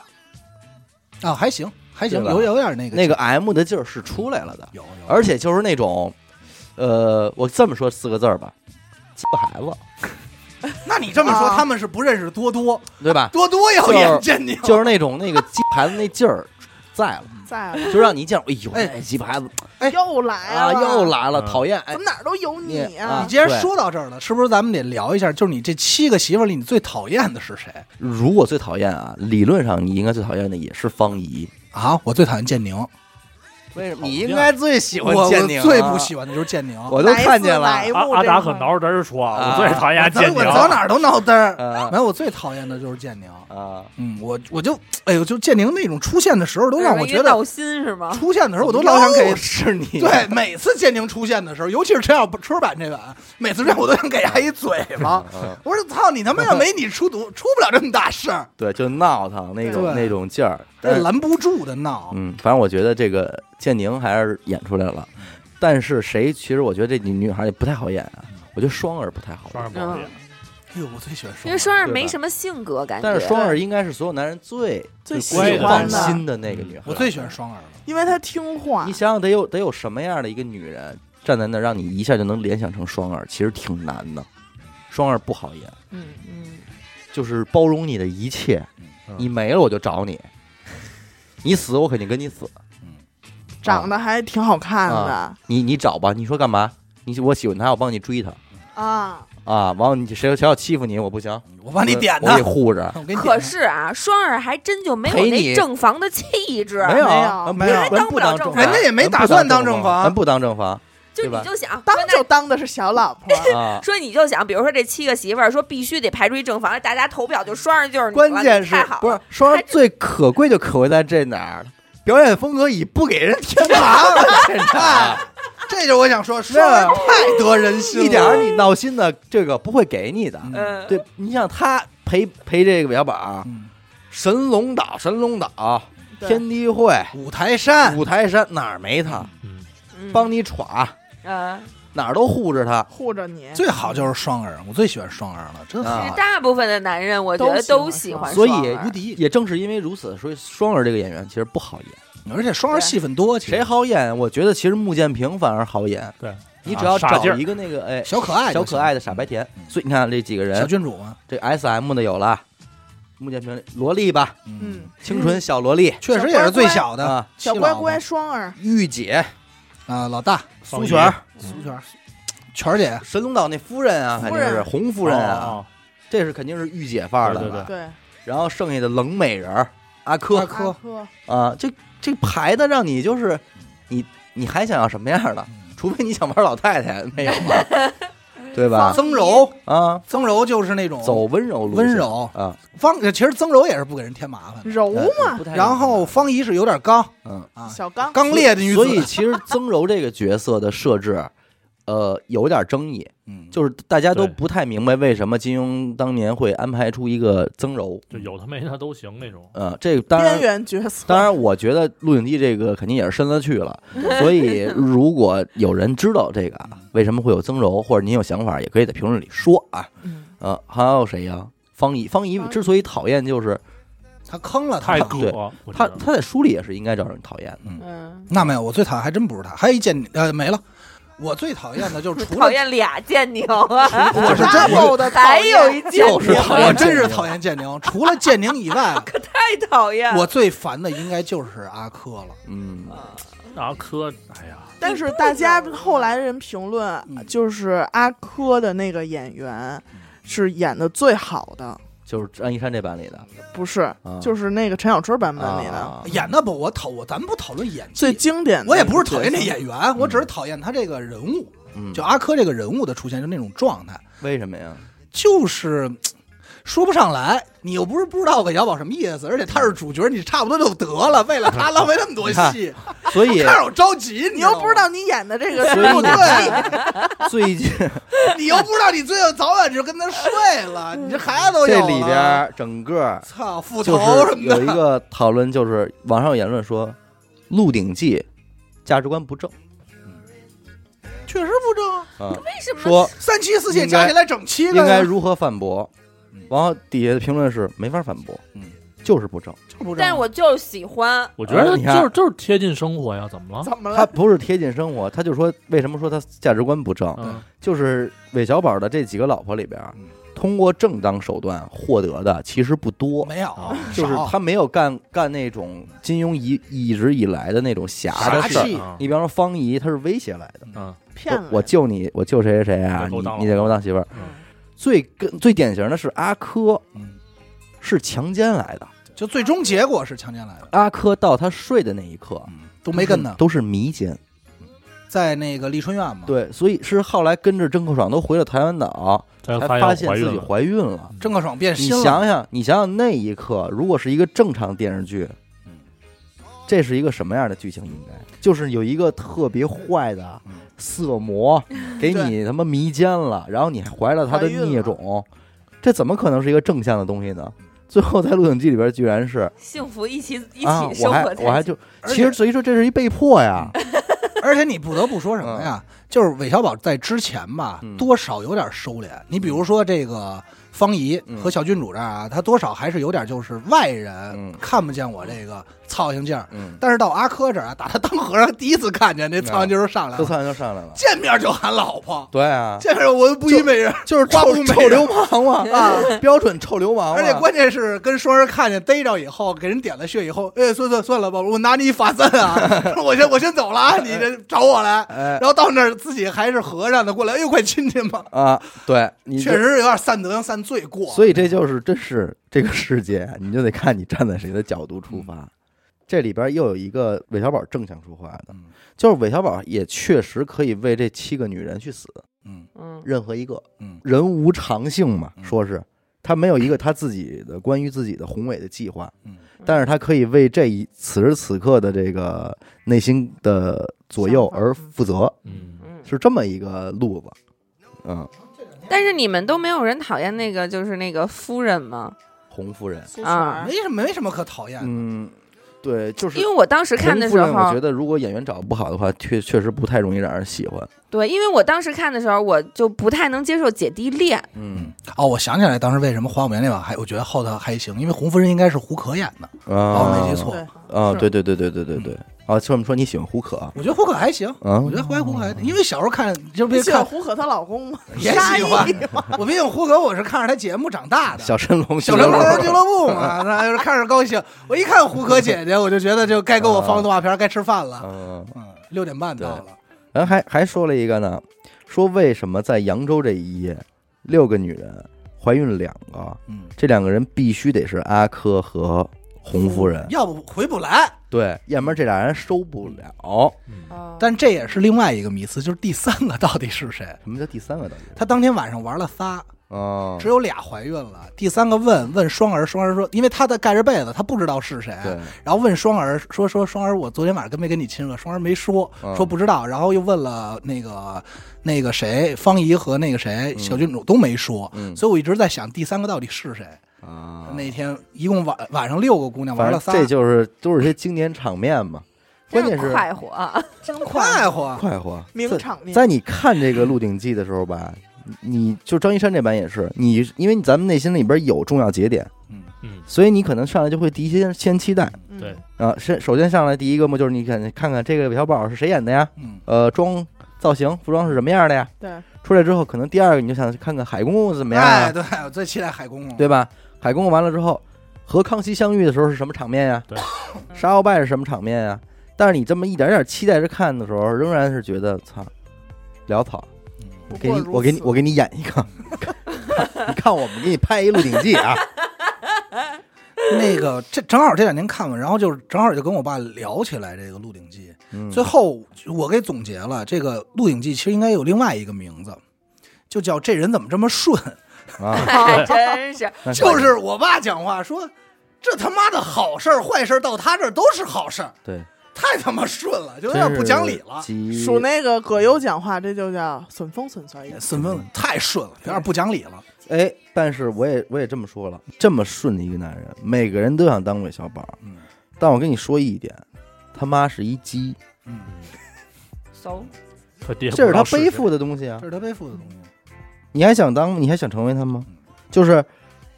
Speaker 3: 啊，还行，还行，
Speaker 2: 对吧
Speaker 3: 有有点那个
Speaker 2: 那个 M 的劲儿是出来了的，
Speaker 3: 有有，
Speaker 2: 而且就是那种，呃，我这么说四个字儿吧，鸡巴孩子，
Speaker 3: 那你这么说，
Speaker 4: 啊
Speaker 3: 他们是不认识多多，
Speaker 2: 对吧？
Speaker 3: 多多要
Speaker 2: 就是
Speaker 3: 演见你，
Speaker 2: 就是那种那个鸡孩子那劲儿在 了，
Speaker 4: 在了，
Speaker 2: 就让你见，哎呦，
Speaker 3: 哎
Speaker 2: 那鸡孩子
Speaker 4: 又来
Speaker 2: 啊
Speaker 4: 了，
Speaker 2: 又，来了，
Speaker 5: 嗯
Speaker 2: 讨厌，哎
Speaker 4: 怎么，哪儿都有
Speaker 2: 你
Speaker 4: 你
Speaker 2: 啊
Speaker 4: 啊
Speaker 3: 你！既然
Speaker 2: 对
Speaker 3: 说到这儿了，是不是咱们得聊一下？就是你这七个媳妇儿里，你最讨厌的是谁
Speaker 2: 如果最讨厌啊，理论上你应该最讨厌的也是方怡，
Speaker 3: 啊？我最讨厌建宁，
Speaker 2: 为什么？
Speaker 5: 讨
Speaker 2: 你
Speaker 5: 厌
Speaker 2: 应该最喜欢
Speaker 3: 我我
Speaker 2: 建宁，啊
Speaker 3: 最不喜，欢的就是建宁。
Speaker 2: 我都看见
Speaker 4: 哪一
Speaker 2: 了。
Speaker 4: 次
Speaker 5: 阿
Speaker 4: 哪一幕
Speaker 5: 阿
Speaker 4: 这
Speaker 5: 达
Speaker 4: 一块
Speaker 5: 可挠着嘚儿说，
Speaker 2: 啊
Speaker 5: 我最讨厌
Speaker 3: 我
Speaker 5: 建
Speaker 3: 走
Speaker 5: 宁
Speaker 3: 我。走哪儿都闹嘚儿。
Speaker 2: 啊
Speaker 3: 没有，我最讨厌的就是建宁。
Speaker 2: 啊！
Speaker 3: 嗯，我我就哎呦，就建宁那种出现的时候，都让啊我觉
Speaker 6: 闹
Speaker 3: 得
Speaker 6: 心啊是吗？
Speaker 3: 出现的时候，我都老想给
Speaker 2: 又是你，
Speaker 3: 对，每次建宁出现的时候，尤其是陈小春版这版，每次这样我都想给他一嘴巴。
Speaker 2: 嗯，
Speaker 3: 我说操你他妈要没你出毒，出不了这么大事儿，
Speaker 2: 对，就闹腾那种
Speaker 3: 对
Speaker 2: 那种劲儿。
Speaker 3: 这
Speaker 2: 但
Speaker 3: 拦不住的闹。
Speaker 2: 嗯，反正我觉得这个建宁还是演出来了，但是谁？其实我觉得这女女孩也不太好演啊。我觉得双儿不太好
Speaker 5: 双人
Speaker 2: 演，
Speaker 5: 不好演
Speaker 3: 哎呦，我最喜欢
Speaker 6: 因
Speaker 3: 说
Speaker 6: 为双儿
Speaker 2: 对吧
Speaker 6: 没什么性格感觉，
Speaker 2: 但是双儿应该是所有男人最
Speaker 4: 最
Speaker 2: 喜
Speaker 4: 喜
Speaker 5: 欢的
Speaker 2: 欢心的那个女孩。
Speaker 3: 我嗯最喜欢双儿了。
Speaker 4: 因为他听话
Speaker 2: 你，想想得有得有什么样的一个女人站在那儿，让你一下就能联想成双儿，其实挺难的。双儿不好演，
Speaker 6: 嗯嗯，
Speaker 2: 就是包容你的一切，
Speaker 5: 嗯
Speaker 2: 你没了我就找你，你死我肯定跟你死，
Speaker 4: 长得还挺好看
Speaker 2: 啊
Speaker 4: 的
Speaker 2: 你你找吧，你说干嘛？你我喜欢他，我帮你追他
Speaker 4: 啊，
Speaker 2: 啊！完了你谁谁要欺负你，我不行，
Speaker 3: 我帮你点
Speaker 2: 我我
Speaker 3: 的
Speaker 2: 得，护着。
Speaker 3: 我给你点
Speaker 6: 可
Speaker 3: 的。
Speaker 6: 是啊，双儿还真就没有
Speaker 2: 陪你
Speaker 6: 那正房的气质，
Speaker 2: 没有啊，
Speaker 4: 有
Speaker 2: 没
Speaker 3: 没有
Speaker 2: 人不当
Speaker 6: 当不了正房
Speaker 2: 房
Speaker 3: 人家也没打算当正
Speaker 2: 咱
Speaker 3: 房，
Speaker 2: 不当正 房
Speaker 6: 就
Speaker 2: 对吧
Speaker 6: 你就想
Speaker 4: 当
Speaker 6: 说那。
Speaker 4: 就当的是小老婆，
Speaker 2: 啊
Speaker 6: 说你就想，比如说这七个媳妇儿，说必须得排除一正房，大家投票就双儿就是你了，
Speaker 2: 关键是
Speaker 6: 太好了
Speaker 2: 不是双儿最可贵就可贵在这哪儿？表演风格以不给人添麻 烦，这哪儿
Speaker 3: 这就是我想说，双儿太得人心了，
Speaker 2: 一点儿你闹心的这个不会给你的。
Speaker 6: 嗯，
Speaker 2: 对，你想他陪陪这个表板，
Speaker 3: 嗯
Speaker 2: 神龙岛、神龙岛、
Speaker 4: 对
Speaker 2: 天地会、
Speaker 3: 五台山
Speaker 2: 五台山哪儿没他？
Speaker 5: 嗯，
Speaker 6: 嗯
Speaker 2: 帮啊你耍，
Speaker 6: 呃，
Speaker 2: 哪儿都护着他。
Speaker 4: 护着你。
Speaker 3: 最好就是双儿，我最喜欢双儿了，真
Speaker 2: 啊
Speaker 3: 好
Speaker 6: 是。大部分的男人，我觉得
Speaker 4: 都
Speaker 6: 都
Speaker 4: 喜
Speaker 6: 喜
Speaker 4: 欢
Speaker 6: 欢
Speaker 2: 所
Speaker 6: 双儿，
Speaker 2: 以无敌，也正是因为如此，所以双儿这个演员其实不好演。
Speaker 3: 而且双儿戏份多，其实
Speaker 2: 谁好演？我觉得其实穆剑平反而好演。
Speaker 5: 对，啊
Speaker 2: 你只要
Speaker 5: 傻
Speaker 2: 找
Speaker 5: 劲儿
Speaker 2: 一个那个哎
Speaker 3: 小可爱就
Speaker 2: 小可
Speaker 3: 行，
Speaker 2: 爱的傻白甜。
Speaker 3: 嗯
Speaker 2: 所以你看这几个
Speaker 3: 小
Speaker 2: 人，
Speaker 3: 郡主嘛，
Speaker 2: 这 S M 的有了，穆剑平萝莉吧，
Speaker 3: 嗯，
Speaker 4: 嗯，
Speaker 2: 清纯小萝莉
Speaker 3: 确实也是最小的
Speaker 2: 啊，
Speaker 4: 小乖乖双儿，
Speaker 2: 御姐
Speaker 3: 啊，老大
Speaker 2: 苏璇儿。
Speaker 3: 苏娟儿，全儿姐，
Speaker 2: 神龙岛那夫人啊，肯
Speaker 4: 夫
Speaker 2: 定
Speaker 4: 人
Speaker 2: 是红夫
Speaker 5: 夫哦
Speaker 2: 人啊，，这是肯定是御姐范儿的
Speaker 5: 对对
Speaker 2: 吧。
Speaker 4: 对，
Speaker 2: 然后剩下的冷美人儿阿珂
Speaker 3: 阿
Speaker 4: 阿
Speaker 3: 珂
Speaker 4: 珂，
Speaker 2: 啊，这这排的让你就是你你还想要什么样的？ 除非你想玩老太太，没有了，对吧？
Speaker 3: 曾柔，
Speaker 2: 啊，
Speaker 3: 曾柔就是那种
Speaker 2: 走温柔路线
Speaker 3: 温柔
Speaker 2: 啊，哎
Speaker 3: 方，其实曾柔也是不给人添麻烦的。
Speaker 4: 柔嘛，
Speaker 2: 不太
Speaker 3: 然后方怡是有点刚
Speaker 2: 嗯，
Speaker 3: 啊，
Speaker 4: 小刚，
Speaker 3: 刚烈的女
Speaker 2: 所以
Speaker 3: 子，
Speaker 2: 其实曾柔这个角色的设置，呃，有点争议，
Speaker 3: 嗯，
Speaker 2: 就是大家都
Speaker 5: 对
Speaker 2: 不太明白为什么金庸当年会安排出一个曾柔，
Speaker 5: 就有他没他都行那种。
Speaker 2: 呃，这当然
Speaker 4: 边缘角色，
Speaker 2: 当然，我觉得《鹿鼎记》这个肯定也是深了去 了，所以如果有人知道这个啊，为什么会有曾柔，或者您有想法，也可以在评论里说啊。
Speaker 4: 嗯，
Speaker 2: 呃，还有谁呀、方怡，方怡
Speaker 4: 方怡
Speaker 2: 之所以讨厌，就是
Speaker 3: 她坑了她
Speaker 5: 太
Speaker 2: 葛
Speaker 5: 葛
Speaker 2: 啊对，
Speaker 5: 我觉
Speaker 2: 她
Speaker 5: 得
Speaker 2: 她在书里也是应该招人讨厌的。
Speaker 6: 嗯，
Speaker 3: 那没有，我最讨厌还真不是她，还有一见呃没了。我最讨厌的就是除了
Speaker 6: 讨厌俩贱牛 啊，
Speaker 3: 我是真
Speaker 4: 后的
Speaker 6: 还有一贱
Speaker 2: 就是讨厌
Speaker 3: 我真是讨厌建宁，除了建宁以外，
Speaker 6: 太讨厌，
Speaker 3: 我最烦的应该就是阿珂了。
Speaker 2: 嗯，
Speaker 4: 啊
Speaker 5: 阿珂，哎呀，
Speaker 4: 但是大家后来人评
Speaker 3: 嗯
Speaker 4: 论，就是阿珂的那个演员
Speaker 2: 嗯
Speaker 4: 是演的最好的，
Speaker 2: 就是张一山这版里的，
Speaker 4: 不是
Speaker 2: 啊，
Speaker 4: 就是那个陈小春版本里的
Speaker 2: 啊，
Speaker 3: 演的不，我讨我咱们不讨论演
Speaker 4: 最
Speaker 3: 技，
Speaker 4: 经典的那个角色。
Speaker 3: 我也不是讨厌这演员，我只是讨厌他这个人物，
Speaker 2: 嗯，
Speaker 3: 就阿珂这个人物的出现，就那种状态，
Speaker 2: 为什么呀？
Speaker 3: 就是嘖说不上来。你又不是不知道韦小宝什么意思，而且他是主角，你差不多就得了。为了 他浪费那么多戏，
Speaker 2: 所以
Speaker 3: 看着我着急，
Speaker 4: 你
Speaker 3: 知道
Speaker 4: 又
Speaker 3: 吗
Speaker 4: 不知道，你演的这个是
Speaker 2: 所以
Speaker 3: 对，
Speaker 2: 最近
Speaker 3: 你又不知道，你最后早晚就跟他睡了，你这孩 子都有
Speaker 2: 这
Speaker 3: 了
Speaker 2: 里边儿整个
Speaker 3: 操斧
Speaker 2: 就
Speaker 3: 头什
Speaker 2: 是
Speaker 3: 么
Speaker 2: 有一
Speaker 3: 的，
Speaker 2: 个讨论，就是网上有言论说《鹿鼎记》价值观不正
Speaker 3: 确实不正啊。
Speaker 2: 啊，
Speaker 6: 为什么
Speaker 2: 说
Speaker 3: 三妻四妾
Speaker 2: 应该
Speaker 3: 加起来整七
Speaker 2: 应
Speaker 3: 个呀，
Speaker 2: 该如何反驳
Speaker 3: 嗯，
Speaker 2: 然后底下的评论是没法反驳，
Speaker 3: 嗯，
Speaker 2: 就是不正，
Speaker 3: 就是不正啊
Speaker 6: 但是我就是喜欢，
Speaker 5: 我觉得
Speaker 2: 你看
Speaker 5: 就是就是贴近生活呀，怎么了？
Speaker 4: 怎么
Speaker 2: 他
Speaker 4: 了？
Speaker 2: 不是贴近生活，他就说为什么说他价值观不正，
Speaker 5: 嗯，
Speaker 2: 就是韦小宝的这几个老婆里边
Speaker 3: 嗯，
Speaker 2: 通过正当手段获得的其实不多。
Speaker 3: 没有
Speaker 5: 啊，
Speaker 2: 就是
Speaker 3: 少
Speaker 2: 他没有干干那种金庸一一直以来的那种侠的
Speaker 3: 侠
Speaker 2: 事儿
Speaker 3: 气。
Speaker 2: 你比方说方怡，她是威胁来的，
Speaker 5: 嗯
Speaker 4: 骗
Speaker 2: 我我救你，我救谁谁谁啊，
Speaker 5: 得给
Speaker 2: 你
Speaker 5: 我当
Speaker 2: 你得给我当媳妇儿。
Speaker 5: 嗯
Speaker 2: 最跟最典型的是阿珂
Speaker 3: 嗯，
Speaker 2: 是强奸来的，
Speaker 3: 就最终结果是强奸来的。
Speaker 2: 阿珂到她睡的那一刻
Speaker 3: 嗯，都没跟呢，嗯
Speaker 2: 都是迷奸。
Speaker 3: 在那个丽春院嘛。，
Speaker 2: 对，所以是后来跟着郑克爽都回了台湾岛，
Speaker 5: 才
Speaker 2: 才
Speaker 5: 发
Speaker 2: 发
Speaker 5: 现
Speaker 2: 现
Speaker 5: 我怀
Speaker 2: 自
Speaker 5: 孕
Speaker 2: 己
Speaker 5: 了。
Speaker 2: 怀孕了。
Speaker 3: 郑克爽变
Speaker 2: 你
Speaker 3: 心了，
Speaker 2: 想想，你想想那一刻，如果是一个正常电视剧，这是一个什么样的剧情？应该就是有一个特别坏的
Speaker 3: 嗯
Speaker 2: 色魔给
Speaker 4: 对
Speaker 2: 你他妈迷奸了，然后你还怀了他的
Speaker 4: 怀孕了
Speaker 2: 孽种，这怎么可能是一个正向的东西呢？最后在《鹿鼎记》里边居然是
Speaker 6: 幸福一起一
Speaker 2: 啊
Speaker 6: 起，
Speaker 2: 我
Speaker 6: 生
Speaker 2: 还
Speaker 6: 活才
Speaker 2: 我还
Speaker 6: 行
Speaker 2: 就
Speaker 3: 而
Speaker 2: 其
Speaker 3: 且
Speaker 2: 实所以说这是一被迫呀，
Speaker 3: 而且你不得不说什么呀？就是韦小宝在之前吧
Speaker 2: 嗯，
Speaker 3: 多少有点收敛。你比如说这个方怡
Speaker 2: 嗯
Speaker 3: 和小郡主这儿啊，他多少还是有点就是外人
Speaker 2: 嗯
Speaker 3: 看不见我这个操性劲儿。
Speaker 2: 嗯，
Speaker 3: 但是到阿珂这儿啊，打他当和尚第一次看见这操性劲儿就上来
Speaker 2: 都
Speaker 3: 了，
Speaker 2: 算就上来了，
Speaker 3: 见面就喊老婆，
Speaker 2: 对啊，
Speaker 3: 见面我不依美人，
Speaker 2: 就是
Speaker 3: 花
Speaker 2: 臭
Speaker 3: 不美
Speaker 2: 臭
Speaker 3: 人
Speaker 2: 流氓嘛啊，标准臭流氓嘛，
Speaker 3: 而且关键是跟双人看见逮着以后，给人点了穴以后，哎，算算算了吧，我拿你一罚三啊， 我先我先 走了啊，你这找我来。
Speaker 2: 哎
Speaker 3: 然后到那儿自己还是和尚的过来，哎呦，快亲亲吧，
Speaker 2: 啊，对，你
Speaker 3: 确
Speaker 2: 这。
Speaker 3: 实有点散德行散罪过。
Speaker 2: 所以这就是，真是这个世界，啊你就得看你站在谁的角度
Speaker 3: 嗯
Speaker 2: 出发。这里边又有一个韦小宝正向出发的
Speaker 3: 嗯，
Speaker 2: 就是韦小宝也确实可以为这七个女人去死，
Speaker 3: 嗯
Speaker 6: 嗯
Speaker 2: 任何一个。
Speaker 3: 嗯
Speaker 2: 人无常性嘛，
Speaker 3: 嗯
Speaker 2: 说是他没有一个他自己的关于自己的宏伟的计划，
Speaker 3: 嗯，
Speaker 2: 但是他可以为这一此时此刻的这个内心的左右
Speaker 6: 想法
Speaker 2: 而负责，
Speaker 5: 嗯，
Speaker 6: 嗯，
Speaker 2: 是这么一个路子。嗯，
Speaker 6: 但是你们都没有人讨厌那个就是那个夫人吗？
Speaker 2: 红夫人，
Speaker 4: 苏
Speaker 6: 啊
Speaker 3: 没什么没什么可讨厌的。
Speaker 2: 嗯，对，就是
Speaker 6: 因为我当时看
Speaker 2: 陈
Speaker 6: 的
Speaker 2: 夫
Speaker 6: 时
Speaker 2: 人，我
Speaker 6: 候
Speaker 2: 觉，得如果演员找得不好的话，确确实不太容易让人喜欢。
Speaker 6: 对，因为我当时看的时候，我就不太能接受姐弟恋。
Speaker 2: 嗯
Speaker 3: 哦，我想起来当时为什么《花木兰》那版还我觉得后头还行，因为红夫人应该是胡可演的，哦，
Speaker 2: 啊，
Speaker 3: 没记错。
Speaker 4: 对
Speaker 2: 啊，
Speaker 4: 是
Speaker 2: 对对对对对对对啊！这么说你喜欢胡可啊？
Speaker 3: 我觉得胡可还行，
Speaker 2: 嗯
Speaker 3: 我觉得胡还胡可还，因为小时候看就
Speaker 4: 你
Speaker 3: 别
Speaker 4: 喜欢
Speaker 3: 看，
Speaker 4: 胡可她老 公吗？
Speaker 3: 也喜欢。我毕竟胡可我是看着他节目长大的，
Speaker 2: 小神龙，
Speaker 3: 小人猴俱乐部嘛，那就是看着高兴。我一看胡可姐姐，我就觉得就该给我放动画片，该吃饭了。
Speaker 2: 嗯，
Speaker 3: 嗯，六点半到了，
Speaker 2: 然后还还说了一个呢，说为什么在扬州这一夜，六个女人怀孕两个，
Speaker 3: 嗯，
Speaker 2: 这两个人必须得是阿珂和红夫人，
Speaker 3: 要不回不来。
Speaker 2: 对，要不然这俩人收不了。
Speaker 6: 哦
Speaker 3: 但这也是另外一个迷思，就是第三个到底是谁？
Speaker 2: 什么叫第三个到底？
Speaker 3: 他当天晚上玩了仨，
Speaker 2: 啊，
Speaker 3: 只有俩怀孕了。第三个问问双儿，双儿说，因为他在盖着被子，他不知道是谁。
Speaker 2: 对，
Speaker 3: 然后问双儿说说双儿，我昨天晚上跟没跟你亲热？双儿没说，
Speaker 2: 嗯
Speaker 3: 说不知道。然后又问了那个那个谁，方怡和那个谁小郡主都没说，
Speaker 2: 嗯
Speaker 3: 所以我一直在想第三个到底是谁。
Speaker 2: 啊，
Speaker 3: 那天一共晚晚上六个姑娘
Speaker 2: 反
Speaker 3: 玩了
Speaker 2: 正
Speaker 3: 仨，
Speaker 2: 这就是都是些经典场面嘛。关键
Speaker 6: 真
Speaker 2: 是
Speaker 6: 快 活，
Speaker 3: 真快活。
Speaker 2: 快活
Speaker 4: 名场面
Speaker 2: 在你看这个《鹿鼎记》的时候吧，你就张一山这版也是你，因为咱们内心里边有重要节点，
Speaker 3: 嗯
Speaker 5: 嗯
Speaker 2: 所以你可能上来就会第一先先期待
Speaker 4: 嗯
Speaker 5: 对
Speaker 2: 啊。先首先上来第一个嘛，就是你看看看这个韦小宝是谁演的呀？
Speaker 3: 嗯，
Speaker 2: 呃，妆造型服装是什么样的呀？
Speaker 4: 对，
Speaker 2: 出来之后，可能第二个你就想看看海公公是怎么样
Speaker 3: 哎，
Speaker 2: 啊，
Speaker 3: 对我最期待海公公。
Speaker 2: 对吧？海公公完了之后，和康熙相遇的时候是什么场面呀？
Speaker 5: 对，
Speaker 3: 嗯
Speaker 2: 沙鳌拜是什么场面呀？但是你这么一点点期待着看的时候，仍然是觉得操，潦草。
Speaker 4: 不
Speaker 2: 给
Speaker 4: 过
Speaker 2: 你，
Speaker 4: 如
Speaker 2: 我给你，
Speaker 4: 此
Speaker 2: 我给你演一 个，你看我们给你拍一《鹿鼎记》啊，
Speaker 3: 那个这正好这两天看完，然后就是正好就跟我爸聊起来这个《鹿鼎记》
Speaker 2: 嗯
Speaker 3: 最后我给总结了，这个《鹿鼎记》其实应该有另外一个名字，就叫“这人怎么这么顺
Speaker 2: 啊，
Speaker 6: 哎真是。”。
Speaker 3: 就是我爸讲话说，这他妈的好事儿、坏事儿到他这儿都是好事儿，
Speaker 2: 对，
Speaker 3: 太他妈顺了，就有点不讲理了。
Speaker 2: 真是集
Speaker 4: 数那个葛优讲话，这就叫损风损衰一
Speaker 3: 孙问太顺了，有点不讲理了。嗯
Speaker 2: 哎，但是我也我也这么说了，这么顺的一个男人，每个人都想当韦小宝。
Speaker 3: 嗯
Speaker 2: 但我跟你说一点，他妈是一鸡，
Speaker 3: 嗯，
Speaker 6: So，
Speaker 5: 他爹
Speaker 2: 这是他
Speaker 5: 不知道
Speaker 2: 背
Speaker 5: 谁
Speaker 2: 负的东西啊
Speaker 3: 这！是他背负的东西。
Speaker 2: 你还想当，你还想成为他吗
Speaker 3: 嗯？
Speaker 2: 就是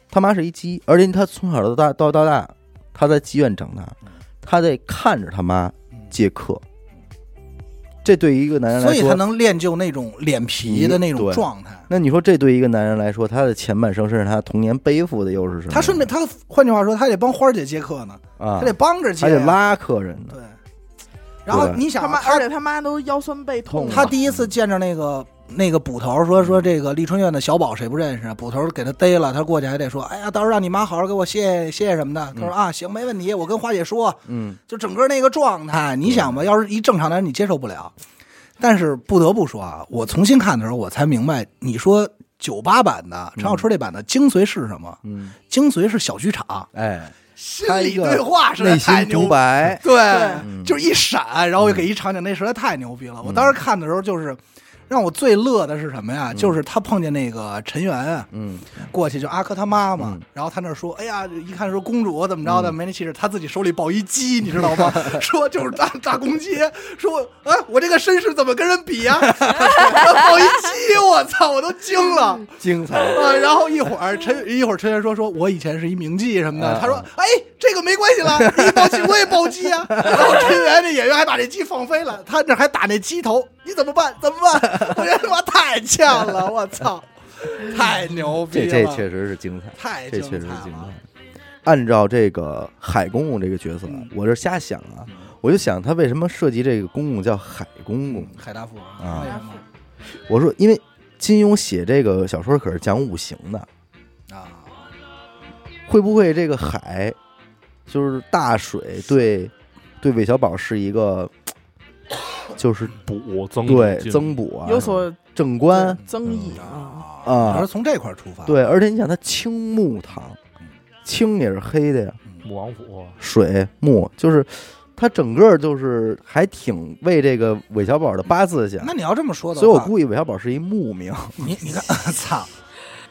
Speaker 2: 他妈是一鸡，而且他从小到大到到大，他在妓院长大
Speaker 3: 嗯，
Speaker 2: 他得看着他妈
Speaker 3: 嗯
Speaker 2: 接客。这对于一个男人来
Speaker 3: 所以
Speaker 2: 说嗯
Speaker 3: 他，能练就那种脸皮的那种
Speaker 2: 对
Speaker 3: 状态。
Speaker 2: 那你说这对一个男人来说，他的前半生甚至他童年背负的又是什么？
Speaker 3: 他顺便，他换句话说，他得帮花儿姐接客呢，
Speaker 2: 啊，
Speaker 3: 他得帮着接
Speaker 2: 还
Speaker 3: 呀，
Speaker 2: 得拉客人呢。
Speaker 3: 对。然后
Speaker 2: 对
Speaker 3: 你想啊
Speaker 4: 他妈，
Speaker 3: 他
Speaker 4: 而且他妈都腰酸背痛
Speaker 2: 痛
Speaker 3: 嗯
Speaker 4: 了，
Speaker 3: 他第一次见着那个那个捕头说说这个丽春院的小宝谁不认识啊？捕头给他逮了，他过去还得说，哎呀，到时候让你妈好好给我谢谢谢谢什么的。他说啊，行，没问题，我跟花姐说。
Speaker 2: 嗯，
Speaker 3: 就整个那个状态，你想吧，要是一正常人，你接受不了。但是不得不说啊，我重新看的时候，我才明白，你说九八版的陈小春这版的精髓是什么？
Speaker 2: 嗯，
Speaker 3: 精髓是小剧场，
Speaker 2: 哎，
Speaker 3: 心
Speaker 2: 他一
Speaker 3: 理
Speaker 2: 个
Speaker 3: 对话实在
Speaker 2: 内
Speaker 3: 太
Speaker 2: 心
Speaker 3: 牛
Speaker 2: 独
Speaker 3: 逼
Speaker 2: 白，
Speaker 3: 对，
Speaker 2: 嗯
Speaker 3: 就是一闪，然后又给一场景，那实在太牛逼了。我当时看的时候，就是让我最乐的是什么呀？就是他碰见那个陈元啊，
Speaker 2: 嗯，
Speaker 3: 过去就阿珂他妈妈
Speaker 2: 嗯，
Speaker 3: 然后他那儿说，哎呀，一看说公主怎么着的，没那气势，他自己手里抱一鸡，你知 道吗？说就是大大公鸡，说啊，我这个身世怎么跟人 比呀？抱一鸡，我操，我都惊了。
Speaker 2: 精彩，
Speaker 3: 啊，然后一会儿陈一会儿陈元说说我以前是一名妓什么
Speaker 2: 啊
Speaker 3: 的，
Speaker 2: 啊
Speaker 3: 他说哎这个没关系啦，你包鸡我也包 鸡啊。然后陈元这演员还把这鸡放飞了，他那还打那鸡头，你怎么办？怎么办？我觉得他妈太 欠了，我操，太牛逼
Speaker 2: 这
Speaker 3: 了，
Speaker 2: 这确实是精彩，
Speaker 3: 太
Speaker 2: 这
Speaker 3: 精
Speaker 2: 确实是
Speaker 3: 彩
Speaker 2: 精彩
Speaker 3: 了。。
Speaker 2: 按照这个海公公这个角色
Speaker 3: 嗯，
Speaker 2: 我这瞎想啊，我就想他为什么设计这个公公叫海公公？
Speaker 3: 嗯海大富哎
Speaker 2: 啊
Speaker 4: 哎
Speaker 3: 为什么
Speaker 2: 我说，因为金庸写这个小说可是讲五行的，
Speaker 3: 啊？
Speaker 2: 会不会这个海就是大水
Speaker 5: 嗯
Speaker 2: 对对韦小宝是一 个就是
Speaker 5: 补增
Speaker 2: 对
Speaker 5: 进
Speaker 2: 增补啊，
Speaker 4: 有所
Speaker 2: 正官
Speaker 4: 争议啊。
Speaker 3: 啊
Speaker 2: 啊
Speaker 3: 我是从这块儿出发，
Speaker 2: 对，而且你想它青木堂，青也是黑的呀，
Speaker 5: 母王府
Speaker 2: 水木就是它整个就是还挺为这个韦小宝的八字想
Speaker 3: 那，你要这么说的
Speaker 2: 所以我
Speaker 3: 话，
Speaker 2: 估计韦小宝是一木名，
Speaker 3: 你 你看，操，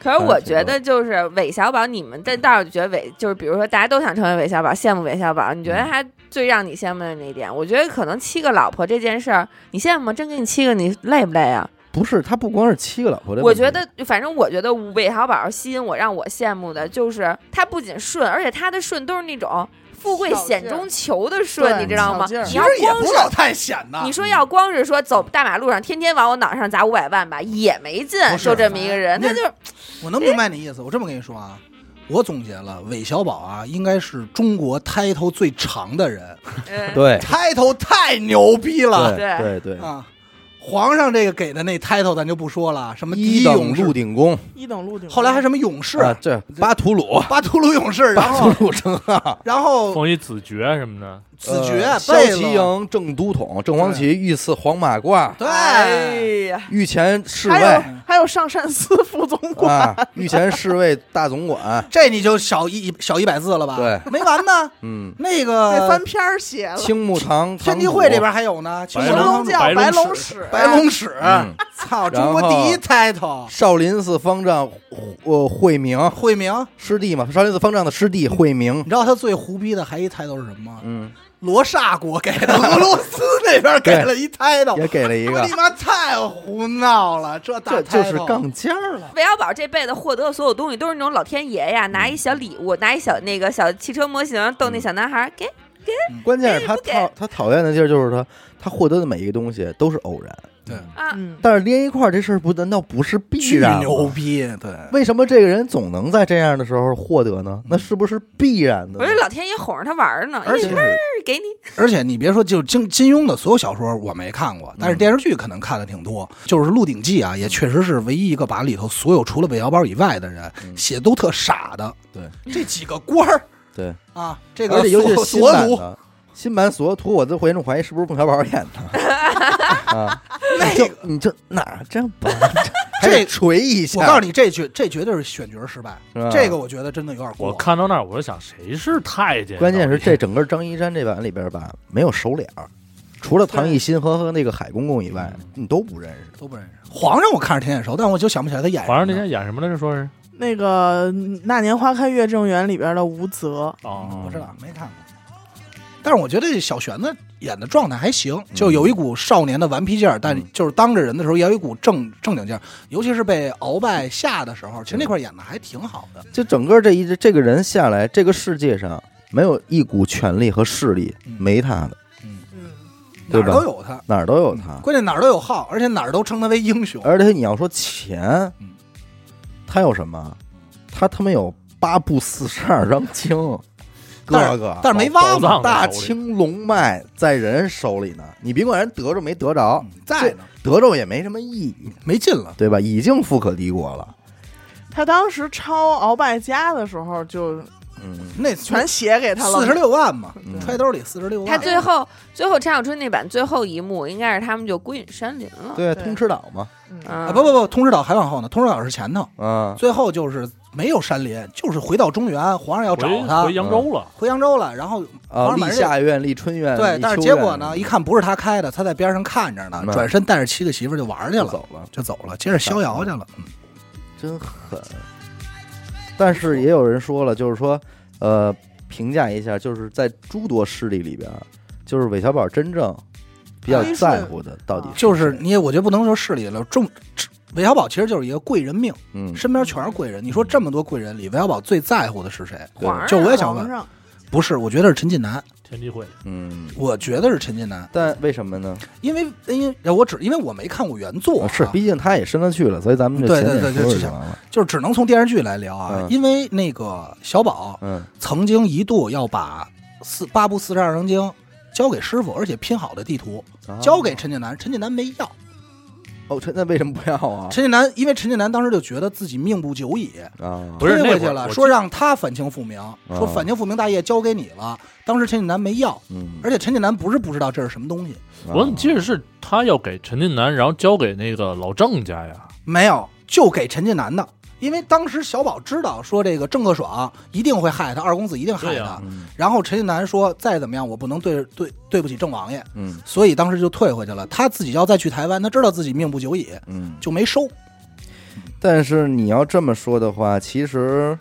Speaker 6: 可是我
Speaker 2: 嗯
Speaker 6: 觉得就是韦小宝，你们在道上觉得韦就是，比如说大家都想成为韦小宝，羡慕韦小宝，你
Speaker 3: 嗯
Speaker 6: 觉得他最让你羡慕的那一点？我觉得可能七个老婆这件事儿，你羡慕吗？真给你七个，你累不累啊？
Speaker 2: 不是他不光是七个老婆的问题，
Speaker 6: 我觉得，反正我觉得韦小宝吸引我，让我羡慕的就是他不仅顺，而且他的顺都是那种富贵险中求的顺，
Speaker 4: 对
Speaker 6: 你知道吗
Speaker 4: 小劲儿？
Speaker 6: 你
Speaker 3: 其
Speaker 6: 要
Speaker 3: 实也
Speaker 6: 光
Speaker 3: 不
Speaker 6: 是
Speaker 3: 是老嗯太显呐
Speaker 6: 你。说要光是说走大马路上，天天往我脑上砸五百万吧，也没劲
Speaker 3: 不。是
Speaker 6: 就这么一个人，
Speaker 3: 那
Speaker 6: 他就
Speaker 3: 我能明白你意思。我这么跟你说啊，我总结了，韦小宝啊，应该是中国 title 最长的人
Speaker 6: 嗯
Speaker 2: 对
Speaker 3: ，title 太牛逼了
Speaker 2: 对哎对对，
Speaker 3: 啊！皇上这个给的那 title 咱就不说了，什么第
Speaker 2: 一
Speaker 3: 勇
Speaker 2: 等
Speaker 3: 士
Speaker 2: 鹿，鼎公
Speaker 4: 一等陆鼎，
Speaker 3: 后来还什么勇士，
Speaker 2: 啊，这巴图鲁。
Speaker 3: 巴图鲁勇士，然后
Speaker 2: 鲁称号，
Speaker 3: 然后
Speaker 5: 封一子爵什么的，
Speaker 3: 子爵、
Speaker 2: 呃骁
Speaker 3: 贝
Speaker 2: 骑
Speaker 3: 勒，
Speaker 2: 营、正都统、正黄旗、御赐黄马褂、
Speaker 6: 哎
Speaker 3: 对，
Speaker 6: 呀，
Speaker 2: 御前侍
Speaker 4: 还
Speaker 2: 卫
Speaker 4: 有还有上善寺副总管，
Speaker 2: 啊，御前侍卫大总管，
Speaker 3: 这你就小一小一百字了吧？
Speaker 2: 对，
Speaker 3: 没完呢。
Speaker 2: 嗯，
Speaker 3: 那
Speaker 4: 那
Speaker 3: 个
Speaker 4: 翻篇儿写了。
Speaker 2: 青木堂
Speaker 3: 天地会这边还有呢，青
Speaker 5: 白
Speaker 4: 神
Speaker 3: 龙
Speaker 5: 龙
Speaker 4: 龙教
Speaker 5: 白龙
Speaker 4: 白
Speaker 5: 史
Speaker 4: 史，
Speaker 3: 白龙史，
Speaker 2: 嗯
Speaker 3: 操，
Speaker 2: 然
Speaker 3: 中
Speaker 2: 后
Speaker 3: 国第一 title，
Speaker 2: 少林寺方丈呃慧明
Speaker 3: 慧明。
Speaker 2: 师弟嘛，少林寺方丈的师弟慧明
Speaker 3: 你，知道他最胡逼的还一 title 是什么吗？
Speaker 2: 嗯，
Speaker 3: 罗刹国给的，俄罗斯那边给了一 title，
Speaker 2: 也给了一
Speaker 3: 我
Speaker 2: 个
Speaker 3: 你，妈太胡闹了，这
Speaker 2: 这
Speaker 3: 大
Speaker 2: 就是
Speaker 3: title
Speaker 2: 杠尖儿了，
Speaker 6: 韦小宝这辈子获得的所有东西都是那种老天爷呀，拿一小礼物，拿一小那个小汽车模型逗那小男孩儿，给
Speaker 2: 关键是他
Speaker 6: 不给
Speaker 2: 讨他讨厌的地儿就是他他获得的每一个东西都是偶然，
Speaker 3: 对，
Speaker 6: 啊，
Speaker 4: 嗯，
Speaker 2: 但是连一块儿这事儿不难道不是必
Speaker 3: 巨
Speaker 2: 然吗？
Speaker 3: 牛逼，对，
Speaker 2: 为什么这个人总能在这样的时候获得
Speaker 3: 嗯
Speaker 2: 呢？那是不是必然的呢？
Speaker 6: 我说老天爷哄着他玩儿呢，
Speaker 3: 而且
Speaker 6: 一会儿给你，
Speaker 3: 而且你别说，就是金金庸的所有小说我没看过，
Speaker 2: 嗯
Speaker 3: 但是电视剧可能看的挺多。就是《鹿鼎记》啊，也确实是唯一一个把里头所有除了韦小宝以外的人写都特傻的。
Speaker 2: 嗯对，
Speaker 3: 这几个官儿
Speaker 2: 对，
Speaker 3: 啊，这
Speaker 2: 而
Speaker 3: 个
Speaker 2: 且尤其是
Speaker 3: 索
Speaker 2: 新
Speaker 3: 索
Speaker 2: 版
Speaker 3: 鲁
Speaker 2: 的，新版索图，我都严重怀疑是不是孟小宝演 的啊？
Speaker 3: 那
Speaker 2: 就
Speaker 3: 个，
Speaker 2: 你就哪这么还得
Speaker 3: 这
Speaker 2: 锤一下？
Speaker 3: 我告诉你，这绝这绝对是选角失败
Speaker 2: 是吧，
Speaker 3: 这个我觉得真的有点过。
Speaker 5: 我看到那儿我就想谁是太监？
Speaker 2: 关键是这整个张一山这版里边吧，没有熟脸儿，除了唐艺昕和和那个海公公以外，
Speaker 3: 嗯
Speaker 2: 你都不认识。
Speaker 3: 都不认识。皇上我看着挺眼熟，但我就想不起来他演什么。
Speaker 5: 皇上那天演什么来 着？说是
Speaker 4: 那个《那年花开月正圆》里边的吴泽，
Speaker 2: 嗯
Speaker 5: 哦
Speaker 3: 不知道没看过。但是我觉得小玄子演的状态还行，
Speaker 2: 嗯
Speaker 3: 就有一股少年的顽皮劲儿，但就是当着人的时候也有一股正正经劲儿，尤其是被鳌拜吓的时候，其实那块儿演的还挺好的。
Speaker 2: 就整个这一这个人下来，这个世界上没有一股权力和势力
Speaker 3: 嗯
Speaker 2: 没他的，
Speaker 4: 嗯，
Speaker 3: 哪
Speaker 2: 对
Speaker 3: 儿
Speaker 2: 吧
Speaker 3: 都有他，
Speaker 2: 哪儿都有他。
Speaker 3: 关键哪儿都有号，而且哪儿都称他为英雄。
Speaker 2: 而且你要说钱
Speaker 3: 嗯，
Speaker 2: 他有什么？他他妈有八部四十二章经，哥哥，
Speaker 3: 但是没挖
Speaker 5: 宝藏
Speaker 3: 嘛，
Speaker 5: 在
Speaker 2: 大
Speaker 5: 手里
Speaker 2: 清龙脉在人手里呢，你别管人得着没得着，
Speaker 3: 在呢，
Speaker 2: 得着也没什么意义，
Speaker 3: 没劲了。
Speaker 2: 对吧？已经富可敌国了，
Speaker 4: 他当时抄鳌拜家的时候，就
Speaker 2: 嗯，
Speaker 3: 那
Speaker 4: 全写给他了。
Speaker 3: 四十六万嘛
Speaker 2: 嗯，
Speaker 3: 揣兜里四十六万。
Speaker 6: 他最后最后陈小春那版最后一幕，应该是他们就归隐山林了。
Speaker 2: 对啊，
Speaker 4: 对
Speaker 2: 通吃岛嘛，
Speaker 4: 嗯，
Speaker 6: 啊
Speaker 3: 啊，不不不，通知岛还往后呢，通知岛是前头，
Speaker 2: 嗯，
Speaker 3: 最后就是没有山林，就是回到中原，皇上要找
Speaker 5: 回
Speaker 3: 他
Speaker 5: 回，扬
Speaker 2: 嗯
Speaker 5: 州了，
Speaker 3: 回扬州了，然后
Speaker 2: 啊，
Speaker 3: 皇上把
Speaker 2: 立
Speaker 3: 人
Speaker 2: 夏院、立春院，
Speaker 3: 对，
Speaker 2: 立
Speaker 3: 但是
Speaker 2: 秋嗯
Speaker 3: 结果
Speaker 2: 院
Speaker 3: 呢，一看不是他开的，他在边上看着呢
Speaker 2: 嗯，
Speaker 3: 转身带着七个媳妇儿就玩去
Speaker 2: 就
Speaker 3: 了，
Speaker 2: 走嗯了，
Speaker 3: 就走了，接着逍遥去了。
Speaker 2: 真狠。但是也有人说了，就是说，呃，评价一下，就是在诸多势力里边，啊就是韦小宝真正比较
Speaker 4: 哎是
Speaker 2: 在乎的到底
Speaker 4: 啊
Speaker 3: 就是
Speaker 2: 谁
Speaker 3: 你也，我觉得不能说势力了，重韦小宝其实就是一个贵人命，
Speaker 2: 嗯，
Speaker 3: 身边全是贵人。你说这么多贵人里，韦小宝最在乎的是谁？
Speaker 2: 对
Speaker 6: 皇上
Speaker 3: 就我也想
Speaker 4: 啊皇
Speaker 3: 问，
Speaker 4: 上
Speaker 3: 不是，我觉得是陈近南，
Speaker 5: 天地会
Speaker 2: 嗯，
Speaker 3: 我觉得是陈近南，
Speaker 2: 但为什么呢？
Speaker 3: 因为因为呃我只因为我没看过原作、
Speaker 2: 啊是，毕竟他也深了去了，所以咱们就
Speaker 3: 对
Speaker 2: 前
Speaker 3: 对
Speaker 2: 面说
Speaker 3: 对就
Speaker 2: 说
Speaker 3: 这
Speaker 2: 就
Speaker 3: 样
Speaker 2: 完了。
Speaker 3: 就是只能从电视剧来聊啊，
Speaker 2: 嗯
Speaker 3: 因为那个小宝
Speaker 2: 嗯
Speaker 3: 曾经一度要把四八部四十二章经交给师傅，而且拼好的地图，
Speaker 5: 哦
Speaker 2: 啊
Speaker 3: 交给陈近南，陈近南没要。
Speaker 2: 哦，陈那为什么不要啊？
Speaker 3: 陈近南因为陈近南当时就觉得自己命不久矣，
Speaker 2: 啊，
Speaker 5: 不是
Speaker 3: 推
Speaker 5: 那
Speaker 3: 回
Speaker 5: 会
Speaker 3: 去
Speaker 5: 儿
Speaker 3: 了，
Speaker 5: 我
Speaker 3: 说
Speaker 5: 记嗯
Speaker 3: 让他反清复明，说反清复明大业交给你了。当时陈近南没要，
Speaker 2: 嗯，
Speaker 3: 而且陈近南不是不知道这是什么东西，
Speaker 5: 我怎么记得是他要给陈近南，然后交给那个老郑家呀？
Speaker 3: 没有就给陈近南的，因为当时小宝知道说这个郑克爽一定会害他，二公子一定害
Speaker 5: 对
Speaker 3: 他。
Speaker 5: 呀
Speaker 2: 嗯
Speaker 3: 然后陈近南说再怎么样我不能对对对不起郑王爷，
Speaker 2: 嗯
Speaker 3: 所以当时就退回去了。他自己要再去台湾，他知道自己命不久矣，
Speaker 2: 嗯，
Speaker 3: 就没收。
Speaker 2: 但是你要这么说的话，其实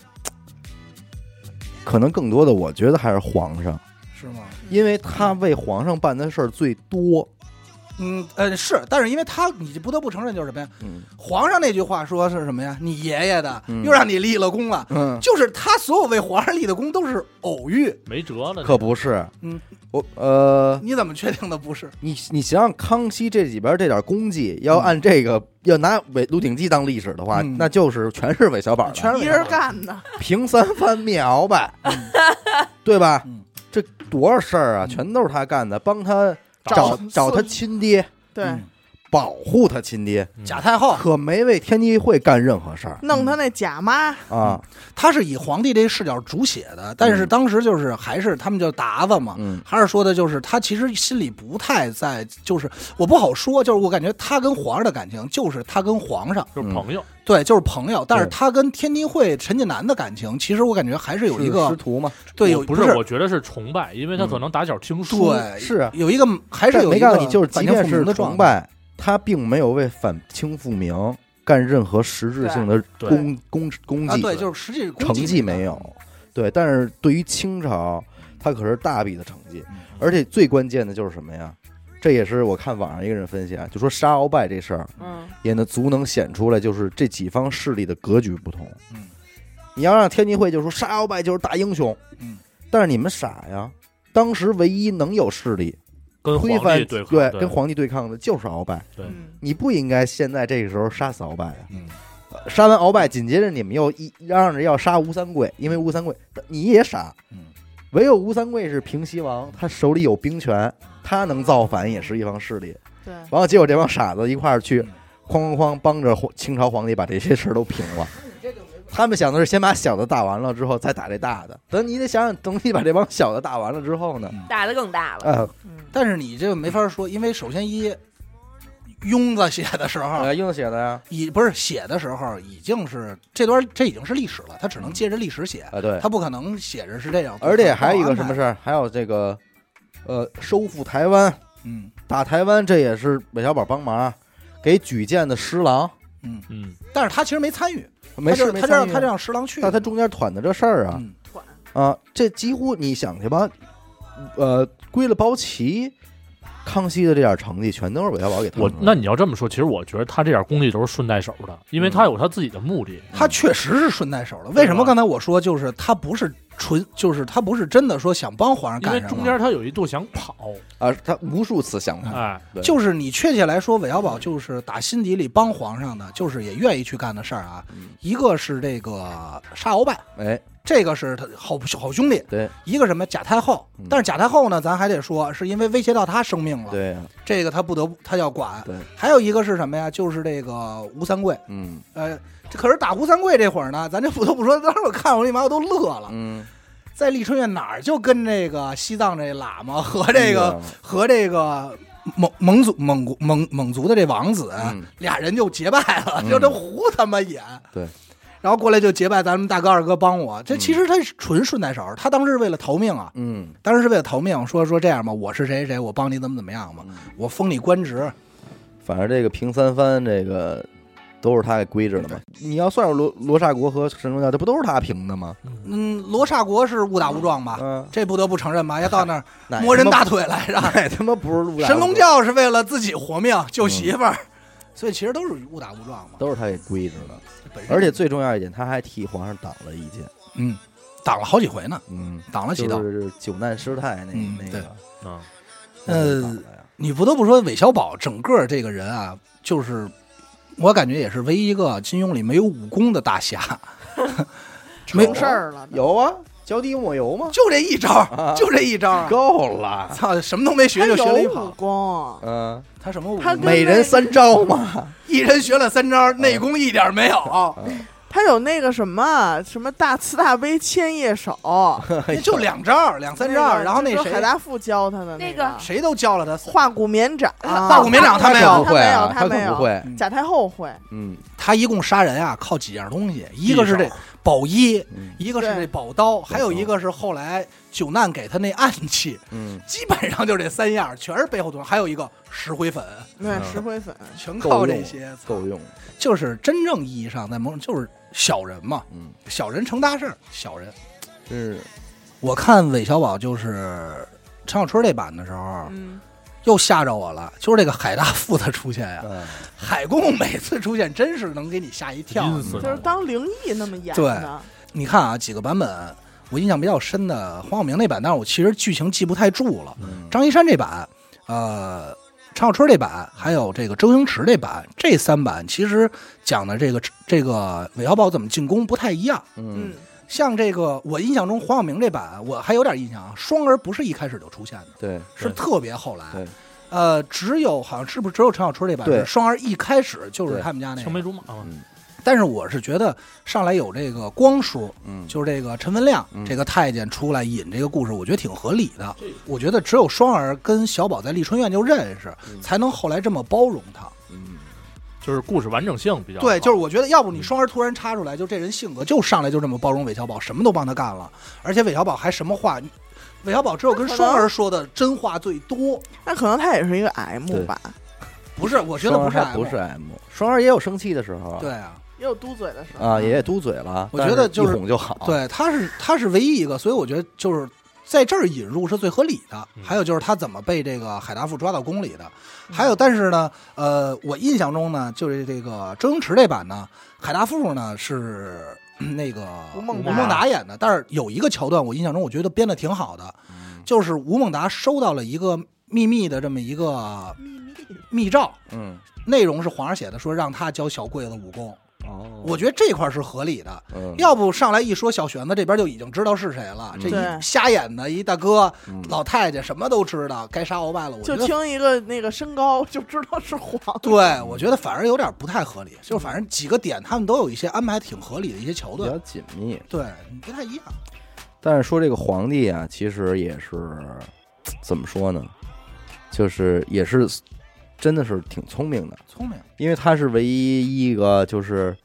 Speaker 2: 可能更多的，我觉得还是皇上，
Speaker 3: 是吗？
Speaker 2: 因为他为皇上办的事儿最多。
Speaker 3: 嗯呃是，但是因为他你不得不承认就是什么呀？
Speaker 2: 嗯
Speaker 3: 皇上那句话说是什么呀？你爷爷的
Speaker 2: 嗯
Speaker 3: 又让你立了功了，
Speaker 2: 嗯，
Speaker 3: 就是他所有为皇上立的功都是偶遇，
Speaker 5: 没辙了，
Speaker 2: 可不是。
Speaker 3: 嗯，
Speaker 2: 我呃，
Speaker 3: 你怎么确定的不是？
Speaker 2: 你你想想康熙这里边这点功绩，要按这个要拿韦《鹿鼎记》当历史的话，
Speaker 3: 嗯
Speaker 2: 那就是全是韦小宝的，
Speaker 3: 全是为
Speaker 4: 一人
Speaker 3: 了
Speaker 4: 干的，
Speaker 3: 嗯
Speaker 2: 平三翻灭鳌拜，对吧
Speaker 3: 嗯？
Speaker 2: 这多少事儿啊，
Speaker 3: 嗯
Speaker 2: 全都是他干的，帮他找
Speaker 4: 找
Speaker 2: 找他亲爹，
Speaker 4: 对，
Speaker 3: 嗯
Speaker 2: 保护他亲爹，
Speaker 3: 贾太后，
Speaker 2: 可没为天地会干任何事儿
Speaker 4: 弄他那假妈，
Speaker 2: 啊。
Speaker 3: 他是以皇帝这视角主写的，但是
Speaker 2: 嗯
Speaker 3: 当时就是还是他们叫达子嘛，
Speaker 2: 嗯
Speaker 3: 还是说的就是他其实心里不太在，就是我不好说，就是我感觉他跟皇上的感情就是他跟皇上
Speaker 2: 嗯
Speaker 5: 就是朋友，
Speaker 3: 对就是朋友，但是
Speaker 2: 对
Speaker 3: 他跟天地会陈近南的感情，其实我感觉还是有一
Speaker 2: 师
Speaker 3: 个
Speaker 2: 徒嘛，
Speaker 3: 对
Speaker 5: 我
Speaker 3: 有
Speaker 5: 不
Speaker 3: 是嗯
Speaker 5: 我觉得是崇拜，因为他可能打小听书，
Speaker 3: 对
Speaker 2: 是啊
Speaker 3: 有一个还是
Speaker 2: 但
Speaker 3: 有
Speaker 2: 没
Speaker 3: 一
Speaker 2: 告
Speaker 3: 个
Speaker 2: 诉你，就是即
Speaker 3: 反清
Speaker 2: 便
Speaker 3: 复明
Speaker 2: 是崇
Speaker 3: 的状态，
Speaker 2: 拜，他并没有为反清复明干任何实质性的
Speaker 5: 对
Speaker 2: 功功功
Speaker 3: 啊
Speaker 2: 绩，
Speaker 3: 对，就是实际功
Speaker 2: 成绩没
Speaker 3: 有。
Speaker 2: 有。对，但是对于清朝，他可是大笔的成绩
Speaker 3: 嗯，
Speaker 2: 而且最关键的就是什么呀？这也是我看网上一个人分析啊，就说杀鳌拜这事儿，
Speaker 6: 嗯，
Speaker 2: 也能足能显出来，就是这几方势力的格局不同。
Speaker 3: 嗯，
Speaker 2: 你要让天地会就说杀鳌拜就是大英雄，
Speaker 3: 嗯，
Speaker 2: 但是你们傻呀，当时唯一能有势力
Speaker 5: 跟皇
Speaker 2: 推翻
Speaker 5: 帝抗，对
Speaker 2: 跟皇帝对抗的就是鳌拜，
Speaker 5: 对
Speaker 4: 嗯，
Speaker 2: 你不应该现在这个时候杀死鳌拜啊！
Speaker 3: 嗯
Speaker 2: 呃杀完鳌拜，紧接着你们又一嚷着要杀吴三桂，因为吴三桂你也傻，
Speaker 3: 嗯
Speaker 2: 唯有吴三桂是平西王，他手里有兵权，他能造反也是一方势力。
Speaker 4: 对，
Speaker 2: 完了，结果这帮傻子一块儿去
Speaker 3: 嗯，
Speaker 2: 哐哐哐帮着皇清朝皇帝把这些事儿都平了。他们想的是先把小的打完了之后再打这大的，等你得想想，等你把这帮小的打完了之后呢，
Speaker 6: 打的更大了。
Speaker 2: 啊，
Speaker 4: 嗯，
Speaker 3: 但是你这个没法说，因为首先一，庸子写的时候，
Speaker 2: 呃，用写的呀，
Speaker 3: 已不是写的时候已经是这段这已经是历史了，他只能借着历史写，
Speaker 2: 啊对，
Speaker 3: 他不可能写着是这样。
Speaker 2: 而且还有一个什么
Speaker 3: 事？
Speaker 2: 事儿，还有这个，呃，收复台湾，
Speaker 3: 嗯
Speaker 2: 打台湾，这也是韦小宝帮忙，啊给举荐的施琅，
Speaker 3: 嗯，
Speaker 5: 嗯，
Speaker 3: 但是他其实没参与，
Speaker 2: 没事，
Speaker 3: 他就
Speaker 2: 没
Speaker 3: 他就
Speaker 2: 参
Speaker 3: 让
Speaker 2: 与啊
Speaker 3: 他就让十郎去，
Speaker 2: 但他中间团的这事儿啊，
Speaker 3: 嗯
Speaker 4: 团
Speaker 2: 啊，这几乎你想去吧，呃，归了包齐，康熙的这点成绩全都是韦小宝给他
Speaker 5: 我
Speaker 2: 弄的
Speaker 5: 那你要这么说，其实我觉得他这点功绩都是顺带手的，因为他有他自己的目的。
Speaker 3: 他确实是顺带手了。为什么刚才我说就是他不是纯，就是他不是真的说想帮皇上
Speaker 5: 因
Speaker 3: 干
Speaker 5: 为
Speaker 3: 什
Speaker 5: 中
Speaker 3: 么，
Speaker 5: 间他有一度想跑，
Speaker 2: 啊，他无数次想
Speaker 3: 嗯
Speaker 2: 他，
Speaker 5: 哎，
Speaker 2: 对
Speaker 3: 就是你确切来说，韦小宝就是打心底里帮皇上的，就是也愿意去干的事儿啊。
Speaker 2: 嗯
Speaker 3: 一个是这个杀鳌拜，
Speaker 2: 哎，
Speaker 3: 这个是他好好兄弟，
Speaker 2: 对
Speaker 3: 一个什么贾太后
Speaker 2: 嗯，
Speaker 3: 但是贾太后呢，咱还得说是因为威胁到他生命了，
Speaker 2: 对啊呀，
Speaker 3: 这个他不得不他要管。
Speaker 2: 对，
Speaker 3: 还有一个是什么呀？就是这个吴三桂，
Speaker 2: 嗯
Speaker 3: 呃，这可是打吴三桂这会儿呢，咱就不得不说，当时我看我立马我都乐了，
Speaker 2: 嗯，
Speaker 3: 在丽春院哪儿就跟这个西藏这喇嘛和
Speaker 2: 哎
Speaker 3: 这个、和这个蒙蒙族蒙古蒙蒙族的这王子、
Speaker 2: 嗯
Speaker 3: 俩人就结拜了，
Speaker 2: 嗯
Speaker 3: 就这胡他妈演。
Speaker 2: 对。
Speaker 3: 然后过来就结拜，咱们大哥二哥帮我。这
Speaker 2: 嗯
Speaker 3: 其实他是纯顺带手，他当时为了逃命啊，
Speaker 2: 嗯
Speaker 3: 当时是为了逃命，说说这样吧，我是谁谁谁，我帮你怎么怎么样嘛
Speaker 2: 嗯，
Speaker 3: 我封你官职，
Speaker 2: 嗯，反正这个平三藩这个都是他给规制的嘛。你要算上罗罗刹国和神州教，这不都是他平的吗？
Speaker 3: 嗯，罗刹国是误打误撞吧，
Speaker 2: 嗯，
Speaker 3: 这不得不承认吧？要到那儿
Speaker 2: 哪
Speaker 3: 摸人
Speaker 2: 他妈
Speaker 3: 大 腿来着。
Speaker 2: 哪他妈不是陆大
Speaker 3: 神龙
Speaker 2: 陆
Speaker 3: 教是为了自己活命救媳妇儿，所以其实都是误打误撞嘛。
Speaker 2: 嗯都是他给规制的，
Speaker 3: 本身
Speaker 2: 而且最重要一点，他还替皇上挡了一箭，
Speaker 3: 嗯，挡了好几回呢，
Speaker 2: 嗯，
Speaker 3: 挡了几道。
Speaker 2: 就是九难师太那
Speaker 3: 嗯
Speaker 2: 那
Speaker 3: 对
Speaker 2: 个，
Speaker 5: 嗯，
Speaker 3: 呃
Speaker 2: 挡了呀
Speaker 3: 你不得不说，韦小宝整个这个人啊，就是我感觉也是唯一一个金庸里没有武功的大 侠，没
Speaker 4: 出事儿了呢。
Speaker 2: 有啊，脚底抹油吗？
Speaker 3: 就这一招
Speaker 2: 啊
Speaker 3: 儿，就这一招儿啊。
Speaker 2: 够了，
Speaker 3: 操，什么都没学
Speaker 4: 他
Speaker 3: 就学了一
Speaker 4: 有武
Speaker 3: 跑，
Speaker 4: 功，
Speaker 2: 嗯，
Speaker 3: 他什么武
Speaker 4: 他
Speaker 3: 功？啊
Speaker 4: 跟
Speaker 2: 每人三招嘛，
Speaker 3: 一人学了三招，内功一点没有，
Speaker 4: 他有那个什么什么大慈大悲千叶手，
Speaker 2: 哎
Speaker 3: 就两招，两三招。然后那
Speaker 4: 就是海
Speaker 3: 谁
Speaker 4: 大富教他的
Speaker 6: 那
Speaker 4: 个
Speaker 6: 个
Speaker 3: 谁都教了他，
Speaker 4: 化骨绵掌，啊
Speaker 3: 大骨绵掌他没有
Speaker 2: 可不会啊，
Speaker 4: 他没有他没有
Speaker 2: 可不会，
Speaker 4: 贾太后会，
Speaker 2: 嗯，
Speaker 3: 他一共杀人啊，靠几样东西，一个是这宝衣，
Speaker 2: 嗯
Speaker 3: 一个是
Speaker 4: 对
Speaker 3: 这宝刀，还有
Speaker 2: 宝刀
Speaker 3: 一个是后来九难给他那暗器，
Speaker 2: 嗯，
Speaker 3: 基本上就这三样，全是背后动。还有一个石灰粉，
Speaker 4: 对
Speaker 5: 嗯
Speaker 4: 石灰粉，
Speaker 3: 全
Speaker 2: 够用
Speaker 3: 靠这些，
Speaker 2: 够用，
Speaker 3: 就是真正意义上在某种就是小人嘛，
Speaker 2: 嗯，
Speaker 3: 小人成大事儿，小人。
Speaker 2: 真是，
Speaker 3: 我看韦小宝就是陈小春这版的时候，
Speaker 4: 嗯，
Speaker 3: 又吓着我了，就是这个海大富的出现呀、
Speaker 2: 嗯
Speaker 3: 海公每次出现真是能给你吓一跳。
Speaker 5: 晕死
Speaker 4: 就是
Speaker 5: 了，
Speaker 4: 当灵异那么演的，
Speaker 3: 你看啊，几个版本，我印象比较深的黄晓明那版，但是我其实剧情记不太住了。
Speaker 2: 嗯
Speaker 3: 张一山这版，呃，陈小春这版，还有这个周星驰这版，这三版其实讲的这个这个韦小宝怎么进宫不太一样。
Speaker 2: 嗯
Speaker 4: 嗯，
Speaker 3: 像这个，我印象中黄晓明这版，我还有点印象啊。双儿不是一开始就出现的，
Speaker 2: 对，
Speaker 3: 是
Speaker 5: 对
Speaker 3: 特别后来
Speaker 2: 对。
Speaker 3: 呃，只有好像是不是只有陈小春这版
Speaker 2: 对
Speaker 3: 是双儿一开始就是
Speaker 2: 对
Speaker 3: 他们家那
Speaker 5: 青梅
Speaker 3: 个。
Speaker 5: 竹马嘛，
Speaker 3: 但是我是觉得上来有这个光叔，
Speaker 2: 嗯，
Speaker 3: 就是这个陈文亮、
Speaker 2: 嗯
Speaker 3: 这个太监出来引这个故事，我觉得挺合理的。我觉得只有双儿跟小宝在丽春院就认识，
Speaker 2: 嗯
Speaker 3: 才能后来这么包容他。
Speaker 2: 嗯
Speaker 5: 就是故事完整性比较好
Speaker 3: 对，就是我觉得，要不你双儿突然插出来，就这人性格就上来就这么包容韦小宝，什么都帮他干了，而且韦小宝还什么话，韦小宝只有跟双儿说的真话最多。
Speaker 4: 那可能他也是一个 M
Speaker 2: 对
Speaker 4: 吧，
Speaker 3: 不是，我觉得不是
Speaker 2: 双儿
Speaker 3: M，
Speaker 2: 还不是 M，双儿也有生气的时候啊，
Speaker 3: 对啊，
Speaker 4: 也有嘟嘴的时候
Speaker 2: 啊，也嘟嘴了，
Speaker 3: 我觉得
Speaker 2: 但
Speaker 3: 就是
Speaker 2: 一哄就
Speaker 4: 啊
Speaker 2: 好，，
Speaker 3: 对，他是他是唯一一个，所以我觉得就是在这儿引入是最合理的。
Speaker 5: 嗯
Speaker 3: 还有就是他怎么被这个海达富抓到宫里的，
Speaker 4: 嗯
Speaker 3: 还有但是呢，呃，我印象中呢，就是这个周星驰这版呢，海达富呢是。嗯那个
Speaker 4: 吴孟
Speaker 5: 达
Speaker 3: 达演的，但是有一个桥段，我印象中我觉得编的挺好的，
Speaker 4: 嗯
Speaker 3: 就是吴孟达收到了一个秘密的这么一个
Speaker 4: 秘密
Speaker 3: 密诏，
Speaker 2: 嗯，
Speaker 3: 内容是皇上写的，说让他教小桂子武功，
Speaker 2: 哦，
Speaker 3: 我觉得这块儿是合理的。
Speaker 2: 嗯
Speaker 3: 要不上来一说小玄子，这边就已经知道是谁了。这
Speaker 4: 对
Speaker 3: 一瞎眼的一大哥、
Speaker 2: 嗯
Speaker 3: 老太监什么都知道，该杀鳌拜了。我觉
Speaker 4: 就
Speaker 3: 得，
Speaker 4: 听一个那个身高就知道是黄，
Speaker 3: 对我觉得反而有点不太合理。就反正几个点，他们都有一些安排挺合理的一些桥
Speaker 2: 比
Speaker 3: 段
Speaker 2: 较，紧密，
Speaker 3: 对，不太一样。
Speaker 2: 但是说这个皇帝啊，其实也是怎么说呢，就是也是真的是挺聪明的，
Speaker 3: 聪明，
Speaker 2: 因为他是唯一一个就是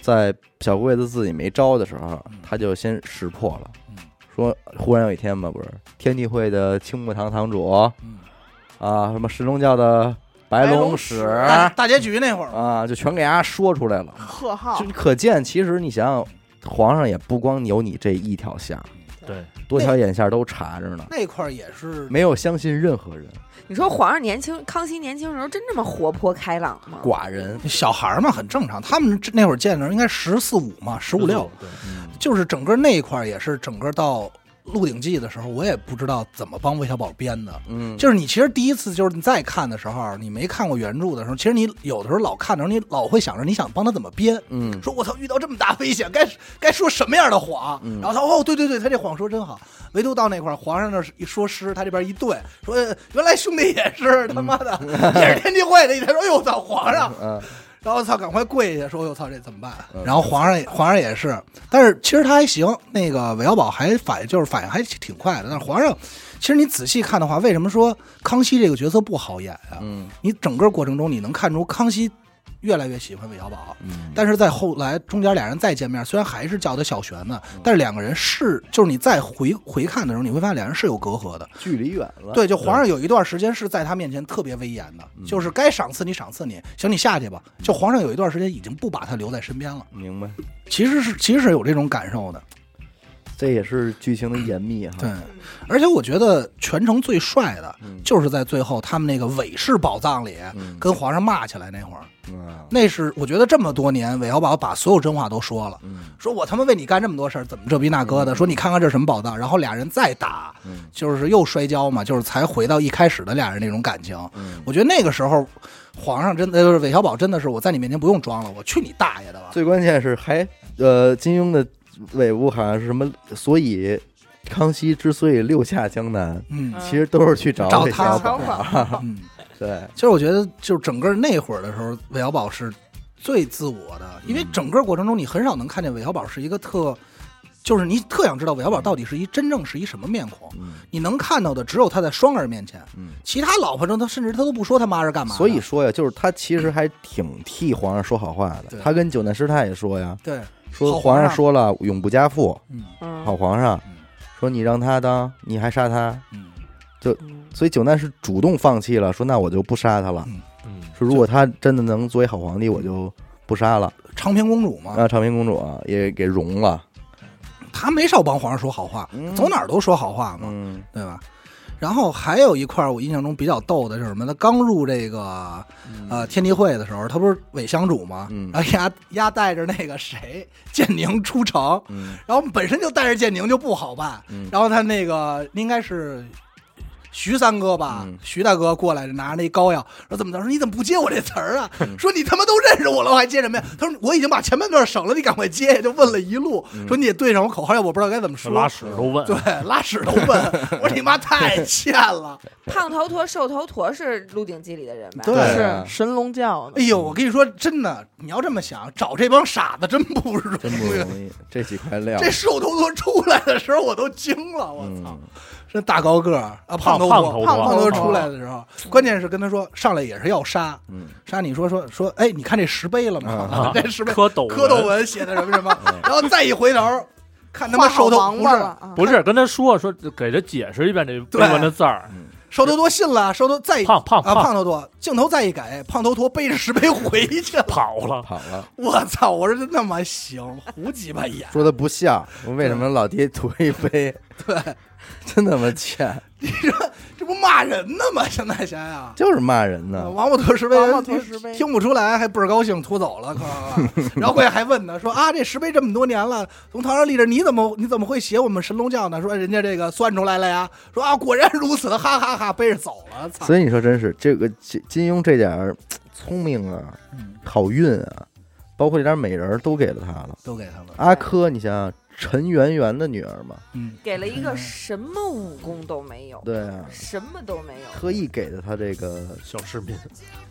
Speaker 2: 在小桂子自己没招的时候
Speaker 3: 嗯，
Speaker 2: 他就先识破了
Speaker 3: 嗯。
Speaker 2: 说，忽然有一天嘛，不是天地会的青木堂堂主啊，
Speaker 3: 嗯，
Speaker 2: 什么神龙教的白
Speaker 4: 白
Speaker 2: 龙
Speaker 4: 龙
Speaker 2: 使
Speaker 4: 使
Speaker 3: 大大结局那会儿，
Speaker 2: 啊，就全给大家说出来了。
Speaker 4: 贺号
Speaker 2: 就可见，其实你想想，皇上也不光有你这一条线儿，
Speaker 5: 对，
Speaker 2: 多条眼线儿都查着呢，
Speaker 3: 那块儿也是
Speaker 2: 没有相信任何人。
Speaker 6: 你说皇上年轻，康熙年轻时候真这么活泼开朗吗？
Speaker 2: 寡人，
Speaker 3: 小孩儿嘛，很正常。他们这那会儿见的时候应该十四五嘛，十五六，
Speaker 5: 对，
Speaker 3: 就是整个那一块儿也是整个到《鹿鼎记》的时候，我也不知道怎么帮韦小宝编的。
Speaker 2: 嗯，
Speaker 3: 就是你其实第一次就是你再看的时候，你没看过原著的时候，其实你有的时候老看的时候，你老会想着你想帮他怎么编。
Speaker 2: 嗯
Speaker 3: 说我操，遇到这么大危险，该该说什么样的谎？
Speaker 2: 嗯
Speaker 3: 然后他哦，对对对，他这谎说真好。唯独到那块儿，皇上那儿一说诗，他这边一对，说呃原来兄弟也是他妈的，也是天地会的。一天说，哎呦我操，皇上，
Speaker 2: 嗯
Speaker 3: 然后操，赶快跪下，说：“我操，这怎么办
Speaker 2: 嗯？”
Speaker 3: 然后皇上也，皇上也是，但是其实他还行，那个韦小宝还反就是反应还挺快的。但是皇上，其实你仔细看的话，为什么说康熙这个角色不好演啊？
Speaker 2: 嗯
Speaker 3: 你整个过程中，你能看出康熙越来越喜欢韦小宝，
Speaker 2: 嗯，
Speaker 3: 但是在后来中间俩人再见面，虽然还是叫他小璇呢，
Speaker 2: 嗯
Speaker 3: 但是两个人是就是你再回回看的时候，你会发现两人是有隔阂的。
Speaker 2: 距离远了，
Speaker 3: 对，就皇上有一段时间是在他面前特别威严的，
Speaker 2: 嗯
Speaker 3: 就是该赏赐你赏赐你，行你下去吧。就皇上有一段时间已经不把他留在身边了，
Speaker 2: 明白，
Speaker 3: 其实是其实是有这种感受的。
Speaker 2: 这也是剧情的严密哈。
Speaker 3: 对，而且我觉得全程最帅的
Speaker 2: 嗯
Speaker 3: 就是在最后他们那个韦氏宝藏里
Speaker 2: 嗯
Speaker 3: 跟皇上骂起来那会儿，
Speaker 2: 啊
Speaker 3: 那是我觉得这么多年韦小宝把所有真话都说了。
Speaker 2: 嗯
Speaker 3: 说我他妈为你干这么多事儿，怎么这逼那哥的？说你看看这是什么宝藏，然后俩人再打，
Speaker 2: 嗯
Speaker 3: 就是又摔跤嘛，就是才回到一开始的俩人那种感情。
Speaker 2: 嗯，
Speaker 3: 我觉得那个时候，皇上真的就是韦小宝，真的是我在你面前不用装了，我去你大爷的吧！
Speaker 2: 最关键是还呃，金庸的尾部好像是什么，所以康熙之所以六下江南，
Speaker 3: 嗯
Speaker 6: 嗯
Speaker 2: 其实都是去找
Speaker 3: 找
Speaker 2: 韦
Speaker 3: 他
Speaker 2: 小
Speaker 6: 超
Speaker 2: 宝。
Speaker 6: 火，
Speaker 2: 啊
Speaker 3: 嗯，
Speaker 2: 对，
Speaker 3: 其实我觉得就是整个那会儿的时候，韦小宝是最自我的，
Speaker 2: 嗯
Speaker 3: 因为整个过程中你很少能看见韦小宝是一个特，就是你特想知道韦小宝到底是一真正是一什么面孔，
Speaker 2: 嗯
Speaker 3: 你能看到的只有他在双儿面前，
Speaker 2: 嗯。
Speaker 3: 其他老婆中他甚至他都不说他妈是干嘛的，
Speaker 2: 所以说呀，就是他其实还挺替皇上说好话的
Speaker 3: 对。
Speaker 2: 他跟九难师太也说呀，
Speaker 3: 对，
Speaker 2: 说
Speaker 3: 好皇
Speaker 2: 皇
Speaker 3: 上
Speaker 2: 上说了永不加父，
Speaker 3: 嗯
Speaker 2: 好
Speaker 6: 嗯，
Speaker 2: 皇上
Speaker 3: 嗯，
Speaker 2: 说你让他当，你还杀他，
Speaker 3: 嗯，
Speaker 2: 所以九难是主动放弃了，说那我就不杀他了。
Speaker 5: 嗯，
Speaker 2: 说如果他真的能作为好皇
Speaker 3: 嗯
Speaker 2: 帝，我就不杀了。
Speaker 3: 长平公主嘛，
Speaker 2: 让长平公主啊也给容了。
Speaker 3: 她没少帮皇上说好话，
Speaker 2: 嗯
Speaker 3: 走哪儿都说好话嘛，
Speaker 2: 嗯
Speaker 3: 对吧？然后还有一块儿我印象中比较逗的是什么？他刚入这个呃天地会的时候，他不是伪香主吗？
Speaker 2: 嗯
Speaker 3: 然后丫丫带着那个谁建宁出城，
Speaker 2: 嗯
Speaker 3: 然后本身就带着建宁就不好办，
Speaker 2: 嗯
Speaker 3: 然后他那个应该是。徐三哥吧，
Speaker 2: 嗯
Speaker 3: 徐大哥过来拿着那膏药，说怎么着？说你怎么不接我这词儿啊？说你他妈都认识我了，我还接什么呀？他说我已经把前半段省了，你赶快接呀！就问了一路，说你也对上我口号，要不我不知道该怎么说。
Speaker 5: 拉屎都问，
Speaker 3: 对， 拉屎都问，我说你妈太欠了。
Speaker 6: 胖头陀、瘦头陀是《鹿鼎记》里的人吧？
Speaker 3: 对
Speaker 2: 啊
Speaker 4: 是神龙教
Speaker 3: 哎
Speaker 4: 的，
Speaker 3: 呦，我跟你说，真的，你要这么想，找这帮傻子真不容
Speaker 2: 真不
Speaker 3: 易。
Speaker 2: 容 易，啊这几块料。
Speaker 3: 这瘦头陀出来的时候，我都惊了，我
Speaker 2: 嗯，
Speaker 3: 操！这大高个儿啊，胖头
Speaker 5: 胖
Speaker 3: 陀，
Speaker 5: 头
Speaker 3: 胖
Speaker 5: 陀
Speaker 3: 头陀出来的时候，
Speaker 4: 嗯
Speaker 3: 关键是跟他说上来也是要杀，
Speaker 2: 嗯
Speaker 3: 杀你说说说，哎，你看这石碑了吗
Speaker 5: 啊？
Speaker 3: 这石碑
Speaker 5: 蝌蚪
Speaker 3: 蝌蚪文写的什么什么，
Speaker 5: 嗯
Speaker 3: 然后再一回头，看他妈
Speaker 4: 画好
Speaker 3: 瘦头
Speaker 4: 王
Speaker 3: 不
Speaker 4: 八
Speaker 3: 是
Speaker 4: 了啊！
Speaker 5: 不是跟他说说，给他解释一遍这
Speaker 3: 对
Speaker 5: 中文的字儿，
Speaker 3: 瘦头陀信了，瘦头再一
Speaker 5: 胖胖
Speaker 3: 啊，
Speaker 5: 胖
Speaker 3: 胖头陀镜头再一改，胖头陀背着石碑回去了。
Speaker 5: 跑了，
Speaker 2: 跑了。
Speaker 3: 我操！我说真他妈行，胡鸡巴演！
Speaker 2: 说的不像，为什么老爹涂一 杯？
Speaker 3: 对，
Speaker 2: 真他妈欠，
Speaker 3: 这不骂人呢吗？现在想啊想，
Speaker 2: 就是骂人呢。
Speaker 3: 王八驮石碑，
Speaker 4: 王八驮石碑
Speaker 3: 听不出来，还倍儿高兴，拖走了，可。 然后回来还问呢，说啊，这石碑这么多年了，从唐朝立着，你怎么你怎么会写我们神龙教呢？说哎人家这个算出来了呀，说啊，果然如此，哈哈哈背着走了，操！
Speaker 2: 所以你说真是这个金金庸这点儿嘖聪明啊，好运啊，包括这点美人儿都给了他了。
Speaker 3: 都给他了，
Speaker 2: 阿珂，你想想，陈圆圆的女儿嘛，
Speaker 3: 嗯，
Speaker 6: 给了一个什么武功都没有，
Speaker 2: 对啊，
Speaker 6: 什么都没有。
Speaker 2: 特意给的他这个
Speaker 5: 小市民，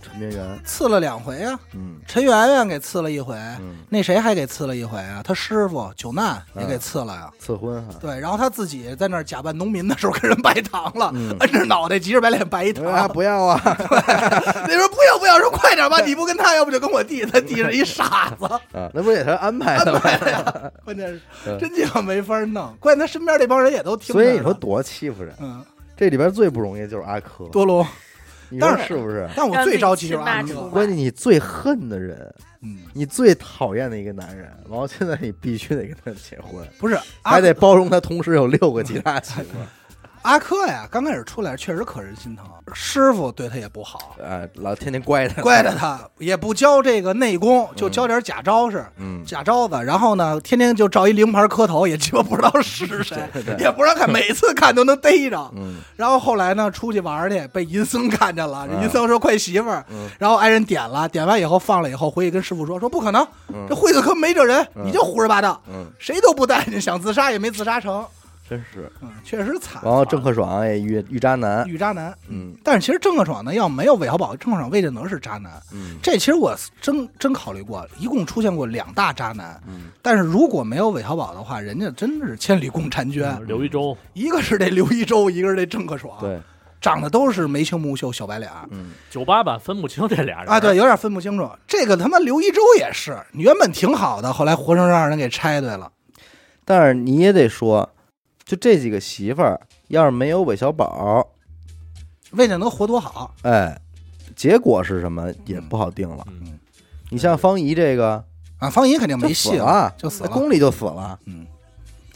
Speaker 2: 陈圆圆，
Speaker 3: 刺了两回啊，
Speaker 2: 嗯
Speaker 3: 陈圆圆给刺了一回，
Speaker 2: 嗯，
Speaker 3: 那谁还给刺了一回啊？他师傅九难也给刺了呀、
Speaker 2: 赐婚哈，
Speaker 3: 对，然后他自己在那儿假扮农民的时候跟人拜堂了，
Speaker 2: 嗯
Speaker 3: 摁着脑袋急着白脸拜一堂。
Speaker 2: 啊不要啊
Speaker 3: 那时候不要不要，说快点吧，你不跟他，要不就跟我弟，他弟是一傻子。
Speaker 2: 啊，那不也他安排的吗？
Speaker 3: 关键是
Speaker 2: 嗯
Speaker 3: 真鸡巴没法弄，关键他身边这帮人也都听着
Speaker 2: 所
Speaker 3: 呢。
Speaker 2: 以你说多欺负人，
Speaker 3: 嗯，
Speaker 2: 这里边最不容易就是阿珂，
Speaker 3: 多隆，
Speaker 2: 你说
Speaker 3: 但是
Speaker 2: 是不是？
Speaker 3: 但我最着急就是阿
Speaker 6: 让自己吃蚂蚱
Speaker 3: 珂。
Speaker 2: 关键你最恨的人，
Speaker 3: 嗯，
Speaker 2: 你最讨厌的一个男人，然后现在你必须得跟他结婚，
Speaker 3: 不是，阿啊
Speaker 2: 还得包容他同时有六个其他媳妇儿。
Speaker 3: 阿珂呀，刚开始出来确实可人心疼，师傅对他也不好，
Speaker 2: 哎，老天天怪 他，
Speaker 3: 怪着，他也不教这个内功，就教点假招式。
Speaker 2: 嗯，
Speaker 3: 假招子，然后呢，天天就照一灵牌磕头，也鸡巴不知道是谁，
Speaker 2: 对对
Speaker 3: 也不知道看，每次看都能逮着。
Speaker 2: 嗯
Speaker 3: 然后后来呢，出去玩儿去，被银僧看见了。
Speaker 2: 嗯
Speaker 3: 银僧说：“快媳妇儿。
Speaker 2: 嗯
Speaker 3: 然后挨人点了，点完以后放了以后，回去跟师傅说：“说不可能，
Speaker 2: 嗯
Speaker 3: 这惠子科没这人，
Speaker 2: 嗯
Speaker 3: 你就胡说八道，
Speaker 2: 嗯，
Speaker 3: 谁都不待见，想自杀也没自杀成。
Speaker 2: 真是。”
Speaker 3: 嗯，确实惨
Speaker 2: 然，后郑克爽也遇遇渣男，
Speaker 3: 遇渣男。
Speaker 2: 嗯
Speaker 3: 但是其实郑克爽呢，要没有韦小宝，郑克爽未见得是渣男。
Speaker 2: 嗯
Speaker 3: 这其实我真真考虑过，一共出现过两大渣男。
Speaker 2: 嗯
Speaker 3: 但是如果没有韦小宝的话，人家真的是千里共婵娟。
Speaker 5: 刘一周，
Speaker 3: 一个是这刘一周，一个是这郑克爽，，
Speaker 2: 嗯对，
Speaker 3: 长得都是眉清目秀、小白脸儿。
Speaker 2: 嗯
Speaker 5: 九八版分不清这俩人
Speaker 3: 啊，对，，有点分不清楚。这个他妈刘一周也是，原本挺好的，后来活生生让人给拆对了。
Speaker 2: 但是你也得说，就这几个媳妇儿，要是没有韦小宝，
Speaker 3: 魏建能活多好，
Speaker 2: 哎，结果是什么也不好定了。
Speaker 5: 嗯
Speaker 2: 你像方怡这个
Speaker 3: 啊，方怡肯定没
Speaker 2: 就
Speaker 3: 戏
Speaker 2: 死了，
Speaker 3: 就死
Speaker 2: 在
Speaker 3: 了。
Speaker 2: 宫里就死了，
Speaker 3: 嗯，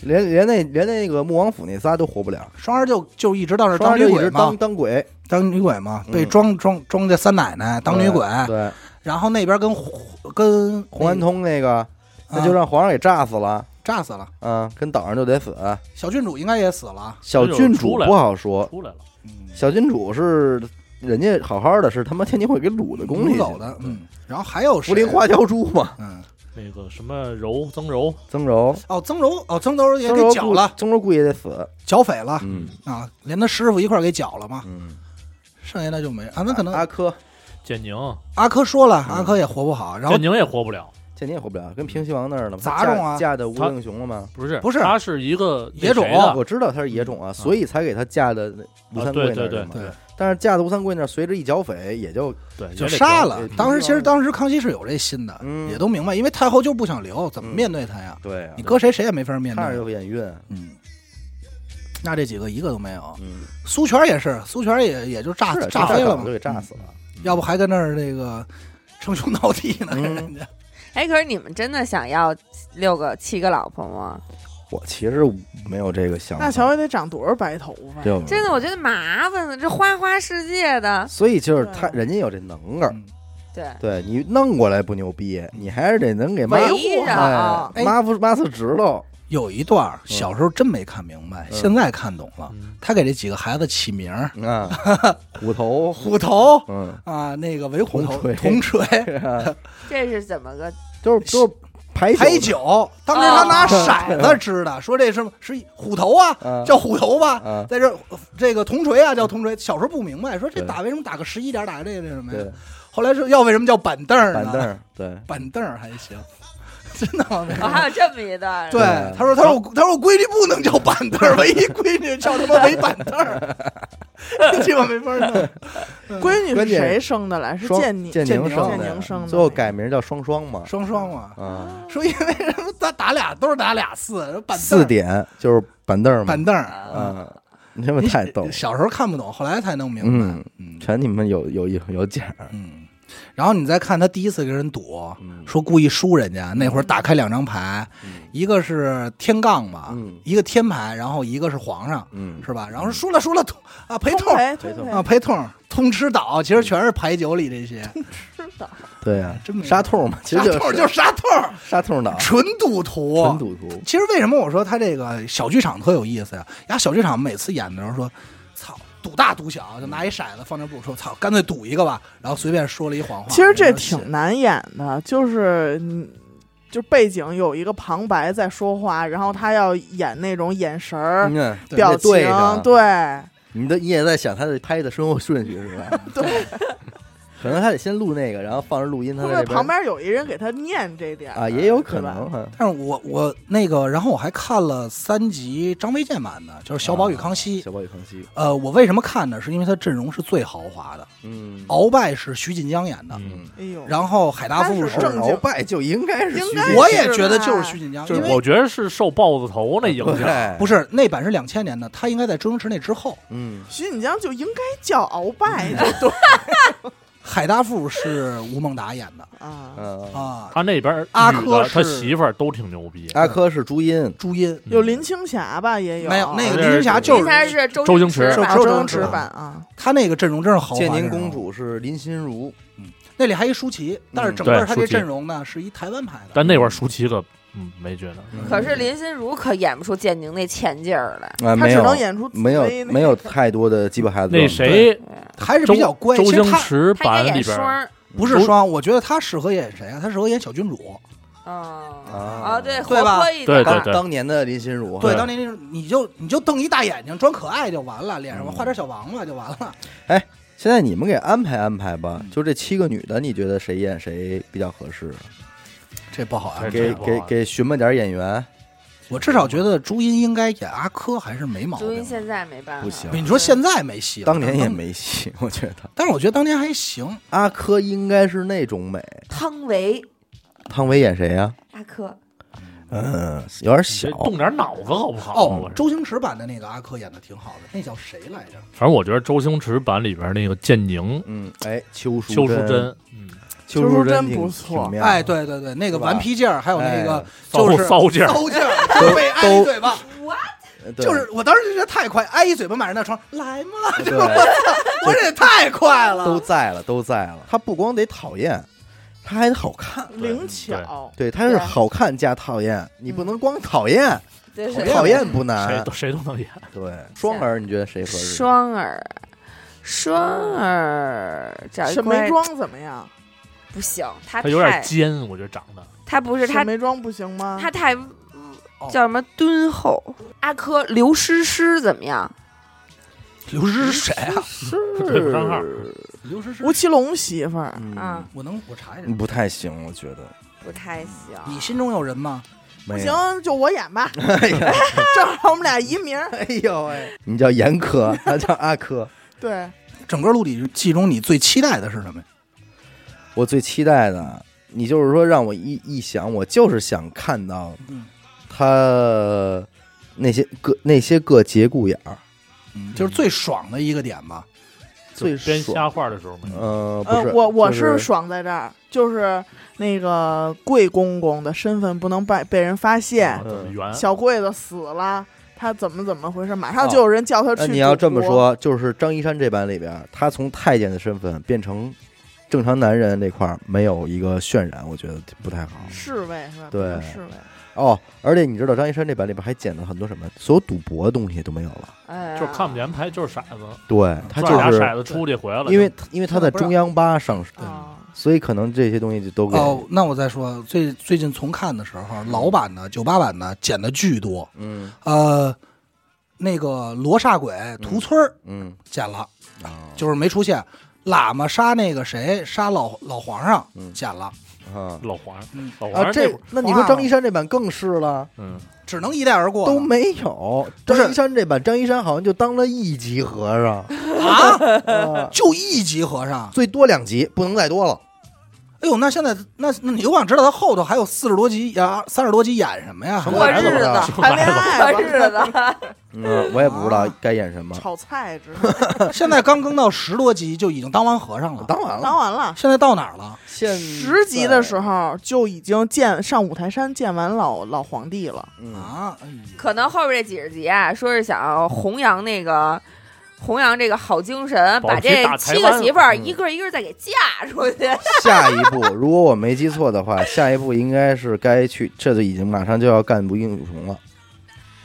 Speaker 2: 连连那连那个穆王府那仨都活不了，
Speaker 3: 双儿就就一直到这儿
Speaker 2: 双
Speaker 3: 当
Speaker 2: 儿
Speaker 3: 女
Speaker 2: 就一
Speaker 3: 鬼
Speaker 2: 直
Speaker 3: 嘛
Speaker 2: 当，当鬼，
Speaker 3: 当女鬼嘛，被
Speaker 2: 嗯
Speaker 3: 庄庄庄家三奶奶当女鬼，
Speaker 2: 哎
Speaker 3: 哎
Speaker 2: 对，
Speaker 3: 然后那边跟胡跟
Speaker 2: 洪安
Speaker 3: 那
Speaker 2: 通那个，那
Speaker 3: 啊
Speaker 2: 就让皇上给炸死了，
Speaker 3: 炸死了，
Speaker 2: 嗯，跟岛上就得死。
Speaker 3: 小郡主应该也死了。
Speaker 2: 小郡主
Speaker 5: 出来了
Speaker 2: 不好说，
Speaker 5: 出来了，
Speaker 3: 嗯，
Speaker 2: 小郡主是人家好好的，是他妈天津会给掳的宫里
Speaker 3: 掳走的，嗯，然后还有谁
Speaker 2: 福林花椒猪嘛，
Speaker 3: 嗯，
Speaker 5: 那个什么柔曾柔，
Speaker 2: 曾柔，
Speaker 3: 哦，曾柔，哦，曾柔也
Speaker 2: 曾
Speaker 3: 给
Speaker 2: 柔
Speaker 3: 绞
Speaker 2: 故
Speaker 3: 了，
Speaker 2: 曾柔故意得死，
Speaker 3: 剿匪了
Speaker 2: 嗯
Speaker 3: 啊，连他师傅一块儿给绞了嘛，
Speaker 2: 嗯，
Speaker 3: 剩下的就没啊，那可能
Speaker 2: 阿珂，
Speaker 5: 简宁，
Speaker 3: 阿珂说了，
Speaker 2: 嗯
Speaker 3: 阿珂也活不好，然后
Speaker 5: 简宁也活不了，
Speaker 2: 这你也活不了，跟平西王那儿呢，
Speaker 3: 杂种啊
Speaker 2: 嫁嫁的吴
Speaker 5: 他
Speaker 2: 应熊了吗？
Speaker 5: 不是
Speaker 3: 不是
Speaker 5: 他是一个那
Speaker 3: 野种
Speaker 5: 谁的
Speaker 2: 我知道他是野种啊，所以才给他嫁的吴
Speaker 5: 啊
Speaker 2: 三
Speaker 5: 对
Speaker 2: 桂那
Speaker 5: 对
Speaker 2: 儿
Speaker 5: 对
Speaker 2: 嘛。
Speaker 3: 对
Speaker 2: 但是嫁到吴三桂那儿，随着一剿匪，也就
Speaker 5: 对，
Speaker 3: 就
Speaker 5: 也得
Speaker 3: 杀
Speaker 5: 得
Speaker 3: 了
Speaker 2: 也。得
Speaker 3: 当时其
Speaker 2: 要
Speaker 3: 实当时康熙是有这心的，
Speaker 2: 嗯
Speaker 3: 也都明白，因为太后就不想留，怎么
Speaker 2: 嗯
Speaker 3: 面对他呀？
Speaker 2: 对啊
Speaker 3: 你搁谁谁也没法面
Speaker 2: 看着
Speaker 3: 对。
Speaker 2: 就眼晕，
Speaker 3: 嗯，那这几个一个都没有。
Speaker 2: 嗯，
Speaker 3: 苏全也是，苏全也也就炸
Speaker 2: 是啊
Speaker 3: 炸飞了
Speaker 2: 早
Speaker 3: 嘛嗯
Speaker 2: 就，给炸死了。
Speaker 3: 要不还跟那儿那个称兄道弟呢？
Speaker 2: 嗯
Speaker 3: 人家
Speaker 6: 哎，可是你们真的想要六个、七个老婆吗？
Speaker 2: 我其实没有这个想法，
Speaker 4: 那乔也得长多少白头发呀？
Speaker 2: 对吧
Speaker 6: 真的，我觉得麻烦了，这花花世界的，
Speaker 2: 所以就是他，
Speaker 4: 对
Speaker 2: 人家有这能耐儿，
Speaker 3: 嗯
Speaker 6: 对，
Speaker 2: 对你弄过来不牛逼，你还是得能给妈
Speaker 6: 围着啊，
Speaker 2: 哎妈不妈是直喽，
Speaker 3: 有一段儿小时候真没看明白，
Speaker 2: 嗯
Speaker 3: 现在看懂了。
Speaker 5: 嗯
Speaker 3: 他给这几个孩子起名儿，
Speaker 2: 啊， 虎头，
Speaker 3: 虎头
Speaker 2: 嗯，
Speaker 3: 啊，那个为虎头
Speaker 2: 铜锤
Speaker 3: 铜锤，
Speaker 6: 这是怎么个？
Speaker 2: 都是都是排
Speaker 3: 排
Speaker 2: 酒
Speaker 3: 酒。当时他拿
Speaker 6: 哦
Speaker 3: 骰子支 的，说这是是虎头啊
Speaker 2: 嗯，
Speaker 3: 叫虎头吧。
Speaker 2: 啊，
Speaker 3: 在这儿这个铜锤啊，叫铜锤。小时候不明白，说这
Speaker 2: 对
Speaker 3: 打为什么打个十一点，打个这个这什么呀
Speaker 2: 对？，
Speaker 3: 后来说要为什么叫板凳儿呢？
Speaker 2: 板凳，儿，对，
Speaker 3: 板凳儿还行，真的吗？没
Speaker 6: 哦，还有这么一段，
Speaker 3: 对
Speaker 2: 对，啊
Speaker 3: 他说，他说我，他说我闺女不能叫板凳 儿，唯一闺女叫他妈围板凳儿，这我没法弄。
Speaker 4: 闺女
Speaker 2: 关
Speaker 4: 是
Speaker 2: 键
Speaker 4: 谁生的来？是
Speaker 2: 嗯双
Speaker 4: 建宁，
Speaker 2: 建
Speaker 3: 建
Speaker 2: 宁
Speaker 3: 宁
Speaker 2: 生嗯
Speaker 3: 建
Speaker 4: 宁生的
Speaker 2: 最后改名叫双双嘛，
Speaker 3: 双双嘛，
Speaker 2: 啊，
Speaker 3: 说因为什么他打俩都是打俩四，板凳
Speaker 2: 四
Speaker 3: 儿
Speaker 2: 点就是板凳儿嘛
Speaker 3: 板，凳儿啊，
Speaker 2: 啊，你他妈太逗
Speaker 3: 你
Speaker 2: 了，
Speaker 3: 小时候看不懂，后来才弄明白。
Speaker 2: 嗯，
Speaker 3: 嗯
Speaker 2: 全你们有有有有奖儿，
Speaker 3: 嗯，然后你再看他第一次跟人赌，
Speaker 2: 嗯
Speaker 3: 说故意输人家，那会儿打开两张牌，一个是天杠嘛，
Speaker 2: 嗯
Speaker 3: 一个天牌，然后一个是皇上，
Speaker 2: 嗯，
Speaker 3: 是吧？然后输了输了，通啊赔
Speaker 4: 通
Speaker 3: 痛
Speaker 4: 陪
Speaker 2: 陪
Speaker 4: 通
Speaker 2: 同
Speaker 4: 陪
Speaker 3: 啊赔痛，通吃岛，其实全是牌九里这些，
Speaker 2: 对呀，
Speaker 3: 真没
Speaker 2: 沙兔嘛，其实
Speaker 3: 杀
Speaker 2: 就
Speaker 3: 透
Speaker 2: 是
Speaker 3: 就杀透，
Speaker 2: 沙兔脑，
Speaker 3: 纯赌徒，
Speaker 2: 纯赌徒，
Speaker 3: 其实为什么我说他这个小剧场特有意思呀？呀，小剧场每次演的时候说，操，赌大赌小，就拿一骰子放那不说，操，干脆赌一个吧，然后随便说了一谎话。
Speaker 4: 其实这
Speaker 3: 然后写
Speaker 4: 挺难演的，就是嗯就背景有一个旁白在说话，然后他要演那种眼神儿、
Speaker 2: 嗯，对
Speaker 4: 表情，
Speaker 2: 对着
Speaker 4: 对
Speaker 2: 你的你也在想他的拍的生活顺序是吧？
Speaker 4: 对，
Speaker 2: 可能他得先录那个，然后放着录音，
Speaker 4: 会
Speaker 2: 他
Speaker 4: 不
Speaker 2: 在
Speaker 4: 会
Speaker 2: 这
Speaker 4: 旁边有一人给他念这点儿
Speaker 2: 啊，也有可
Speaker 4: 对吧
Speaker 2: 能哈。
Speaker 3: 但是我我那个，然后我还看了三集张卫健版的，就是《小宝与康熙》
Speaker 2: 啊小宝与康熙，
Speaker 3: 呃，我为什么看呢？是因为他阵容是最豪华的，
Speaker 2: 嗯，
Speaker 3: 鳌拜是徐锦江演的，
Speaker 5: 嗯，
Speaker 4: 哎呦，
Speaker 3: 然后海大富
Speaker 4: 他是正经
Speaker 2: 鳌拜就应该是
Speaker 4: 应
Speaker 2: 徐
Speaker 4: 该
Speaker 2: 锦
Speaker 4: 是
Speaker 3: 我也觉得就是徐锦江，
Speaker 5: 就
Speaker 3: 因
Speaker 5: 是
Speaker 3: 为
Speaker 5: 我觉得是受豹子头那影响，
Speaker 2: 对，
Speaker 3: 不是那版是两千年的，他应该在周星驰那之后。
Speaker 2: 嗯，
Speaker 4: 徐锦江就应该叫鳌拜，
Speaker 3: 海大富是吴孟达演的
Speaker 4: 啊，
Speaker 2: 嗯，
Speaker 3: 啊，
Speaker 5: 他那边儿
Speaker 3: 阿
Speaker 5: 女
Speaker 3: 珂
Speaker 5: 的他
Speaker 3: 是
Speaker 5: 媳妇儿都挺牛逼，
Speaker 2: 阿珂是朱茵，
Speaker 3: 朱茵
Speaker 5: 嗯
Speaker 4: 有林青霞吧，也有，
Speaker 3: 没有那个
Speaker 5: 那
Speaker 3: 林青霞
Speaker 5: 是
Speaker 3: 就
Speaker 6: 一下
Speaker 3: 是
Speaker 6: 是周
Speaker 5: 周星
Speaker 6: 驰
Speaker 5: 驰
Speaker 6: 吧，
Speaker 3: 只有
Speaker 4: 周
Speaker 3: 周
Speaker 4: 星
Speaker 3: 星驰
Speaker 4: 驰版啊，
Speaker 3: 她那个阵容真是豪华阵
Speaker 2: 建
Speaker 3: 容。
Speaker 2: 宁公主是林心如，
Speaker 3: 那里还一舒淇，但是整
Speaker 5: 嗯对
Speaker 3: 个她这
Speaker 5: 舒淇
Speaker 3: 阵容呢是一台湾牌的。
Speaker 5: 但那会儿舒淇可嗯没觉得，
Speaker 2: 嗯
Speaker 6: 可是林心如可演不出建宁那前劲儿来。
Speaker 2: 啊
Speaker 4: 她
Speaker 2: 没
Speaker 4: 只
Speaker 2: 有
Speaker 4: 能演出紫
Speaker 2: 没有
Speaker 4: 薇那
Speaker 2: 没有太多的鸡巴孩子。
Speaker 5: 那谁
Speaker 3: 还是比较乖。
Speaker 5: 周
Speaker 3: 其
Speaker 5: 星
Speaker 3: 实她
Speaker 5: 驰
Speaker 6: 她
Speaker 5: 版
Speaker 6: 应该
Speaker 5: 里
Speaker 6: 演
Speaker 5: 边
Speaker 6: 双
Speaker 5: 儿
Speaker 6: 儿，
Speaker 3: 不是双，我觉得她适合演谁啊？她适合演小君主。
Speaker 6: 哦
Speaker 2: 啊
Speaker 6: 哦，对，
Speaker 3: 对
Speaker 6: 活
Speaker 3: 吧
Speaker 6: 泼一
Speaker 5: 对
Speaker 6: 点，
Speaker 5: 对
Speaker 2: 当当年的林心如，
Speaker 3: 对，
Speaker 5: 对
Speaker 3: 当年那种你就你就瞪一大眼睛装可爱就完了，
Speaker 5: 嗯
Speaker 3: 脸上画点小王八就完了。
Speaker 2: 现在你们给安排安排吧
Speaker 3: 嗯，
Speaker 2: 就这七个女的，你觉得谁演谁比较合适？
Speaker 3: 这不好啊
Speaker 5: 对！这
Speaker 2: 给
Speaker 5: 不好
Speaker 2: 给给询吧点演员，
Speaker 3: 我至少觉得朱茵应该演阿珂还是没毛
Speaker 6: 朱茵
Speaker 3: 病。
Speaker 6: 现在没办法，
Speaker 2: 不行
Speaker 3: 你说现在没戏了，
Speaker 2: 当年也，没哦戏，我觉得
Speaker 3: 但是我觉得当年还行。
Speaker 2: 阿珂应该是那种美。
Speaker 6: 汤唯、
Speaker 2: 汤唯演谁呀？
Speaker 6: 阿珂，
Speaker 2: 嗯，有点
Speaker 5: 你这
Speaker 2: 小。
Speaker 5: 动点脑子好不好？
Speaker 3: 哦
Speaker 5: 我，
Speaker 3: 周星驰版的那个阿珂演的挺好的，那叫谁来着？
Speaker 5: 反正我觉得周星驰版里边那个建宁、
Speaker 2: 嗯，哎，邱淑
Speaker 5: 邱淑贞，嗯，
Speaker 2: 邱
Speaker 4: 邱淑
Speaker 2: 淑
Speaker 4: 贞
Speaker 2: 挺
Speaker 4: 不错
Speaker 2: 挺妙
Speaker 3: 哎，对对对，那个
Speaker 2: 是吧哎
Speaker 3: 顽皮劲儿，还有那个
Speaker 5: 骚
Speaker 3: 就是
Speaker 5: 骚劲儿，
Speaker 3: 骚劲儿，被挨一嘴巴，
Speaker 2: 呃对
Speaker 3: 就是我当时就觉得太快，挨一嘴巴，马上在床来嘛，
Speaker 2: 对
Speaker 3: 这个我操，我这也太快
Speaker 2: 都
Speaker 3: 了。
Speaker 2: 在了，都在了。她不光得讨厌，她还得好看。
Speaker 4: 灵巧，
Speaker 2: 对，她是
Speaker 6: 对
Speaker 2: 好看加讨厌，你不能光讨厌，
Speaker 6: 这是
Speaker 2: 讨厌不
Speaker 5: 谁
Speaker 2: 难
Speaker 5: 都。谁都能演。
Speaker 2: 对，双儿你觉得谁合适？
Speaker 6: 双儿，双儿找一
Speaker 4: 沈眉
Speaker 6: 乖
Speaker 4: 庄怎么样？
Speaker 6: 不行，她
Speaker 5: 他有点
Speaker 6: 太
Speaker 5: 尖，我觉得长得
Speaker 6: 她不是她
Speaker 4: 沈眉庄不行吗？
Speaker 6: 她太
Speaker 3: 哦
Speaker 6: 叫什么敦厚。阿珂刘诗诗怎么样？
Speaker 3: 刘诗诗谁啊？
Speaker 5: 对不上号。
Speaker 3: 刘诗诗
Speaker 4: 吴，奇隆媳妇儿，
Speaker 2: 嗯
Speaker 6: 啊，
Speaker 3: 我能我查一下。
Speaker 2: 不太行，我觉得
Speaker 6: 不太行。
Speaker 3: 你心中有人吗？
Speaker 4: 不
Speaker 2: 没 有。
Speaker 4: 行就我演吧，正好我们俩一名儿。
Speaker 2: 哎呦喂， 你叫严科，他叫阿珂。
Speaker 4: 对，
Speaker 3: 整个《鹿鼎记》中，你最期待的是什么呀？
Speaker 2: 我最期待的，你就是说让我一一想，我就是想看到
Speaker 3: 嗯
Speaker 2: 他那些个那些个节骨眼儿嗯
Speaker 3: 就是最爽的一个点吧。
Speaker 2: 最
Speaker 5: 编瞎
Speaker 2: 爽。
Speaker 5: 话的时候嘛，
Speaker 2: 呃，不
Speaker 4: 呃
Speaker 2: 是，，
Speaker 4: 我我
Speaker 2: 就是
Speaker 4: 爽在这儿，就是那个贵公公的身份不能被被人发现，
Speaker 5: 怎么
Speaker 2: 哦
Speaker 5: 圆？
Speaker 4: 小桂子死了，他怎么怎么回事？马上就有人叫他去、
Speaker 2: 那你要这么，说，就是张一山这版里边，他从太监的身份变成正常男人这块儿没有一个渲染，我觉得不太好。
Speaker 4: 侍卫是吧？
Speaker 2: 对
Speaker 4: 变成侍卫。
Speaker 2: 哦，而且你知道张一山这版里边还剪了很多什么，所有赌博的东西都没有了。
Speaker 6: 哎呀
Speaker 5: 就是看不见牌，就是骰子，
Speaker 2: 对他
Speaker 5: 抓俩
Speaker 2: 就是
Speaker 5: 骰子出去回来了。
Speaker 2: 因为因为他在中央八上市，
Speaker 4: 啊，
Speaker 2: 所以可能这些东西就都给
Speaker 3: 哦，那我再说，最最近重看的时候，老版的九八版的剪的巨多。
Speaker 2: 嗯
Speaker 3: 呃，那个罗刹鬼屠村儿
Speaker 2: 嗯
Speaker 3: 剪了，
Speaker 2: 啊
Speaker 3: 就是没出现。喇嘛杀那个谁，杀老老皇上
Speaker 2: 嗯
Speaker 3: 剪了，
Speaker 2: 啊
Speaker 5: 老黄
Speaker 3: 嗯，
Speaker 5: 老
Speaker 2: 啊
Speaker 5: 黄
Speaker 2: 这
Speaker 5: 会儿
Speaker 2: 那你说张一山这版更是了。
Speaker 5: 嗯，
Speaker 3: 只能一带而过了，
Speaker 2: 都没有，
Speaker 3: 不是
Speaker 2: 张一山这版，张一山好像就当了一级和 尚，
Speaker 3: 啊，
Speaker 2: 啊
Speaker 3: 就一级和尚。
Speaker 2: 最多两级，不能再多了。
Speaker 3: 哎呦，那现在那那你我想知道他后头还有四十多集呀，三十多集演什么呀？
Speaker 6: 过日
Speaker 2: 是
Speaker 6: 子
Speaker 2: 吧，
Speaker 4: 谈恋爱吧
Speaker 6: 过日子，
Speaker 2: 嗯，我也不知道该演什么。
Speaker 4: 炒菜之类 的，
Speaker 3: 现在刚更到十多集就已经当完和尚了，
Speaker 2: 当然了，
Speaker 4: 当完了。
Speaker 3: 现在到哪儿了？
Speaker 2: 现
Speaker 4: 十级的时，候就已经见上五台山见完老老皇帝了，
Speaker 2: 嗯，
Speaker 3: 啊，哎
Speaker 6: 可能后边这几十集啊，说是想弘扬那个。弘扬这个好精神，
Speaker 5: 保
Speaker 6: 把
Speaker 5: 持
Speaker 6: 这
Speaker 5: 打台
Speaker 6: 七个
Speaker 5: 湾
Speaker 6: 媳妇儿
Speaker 2: 嗯
Speaker 6: 一个一个再给嫁出去。
Speaker 2: 下一步，如果我没记错的 话，下一步应该是该去，这就已经马上就要干吴英雄了，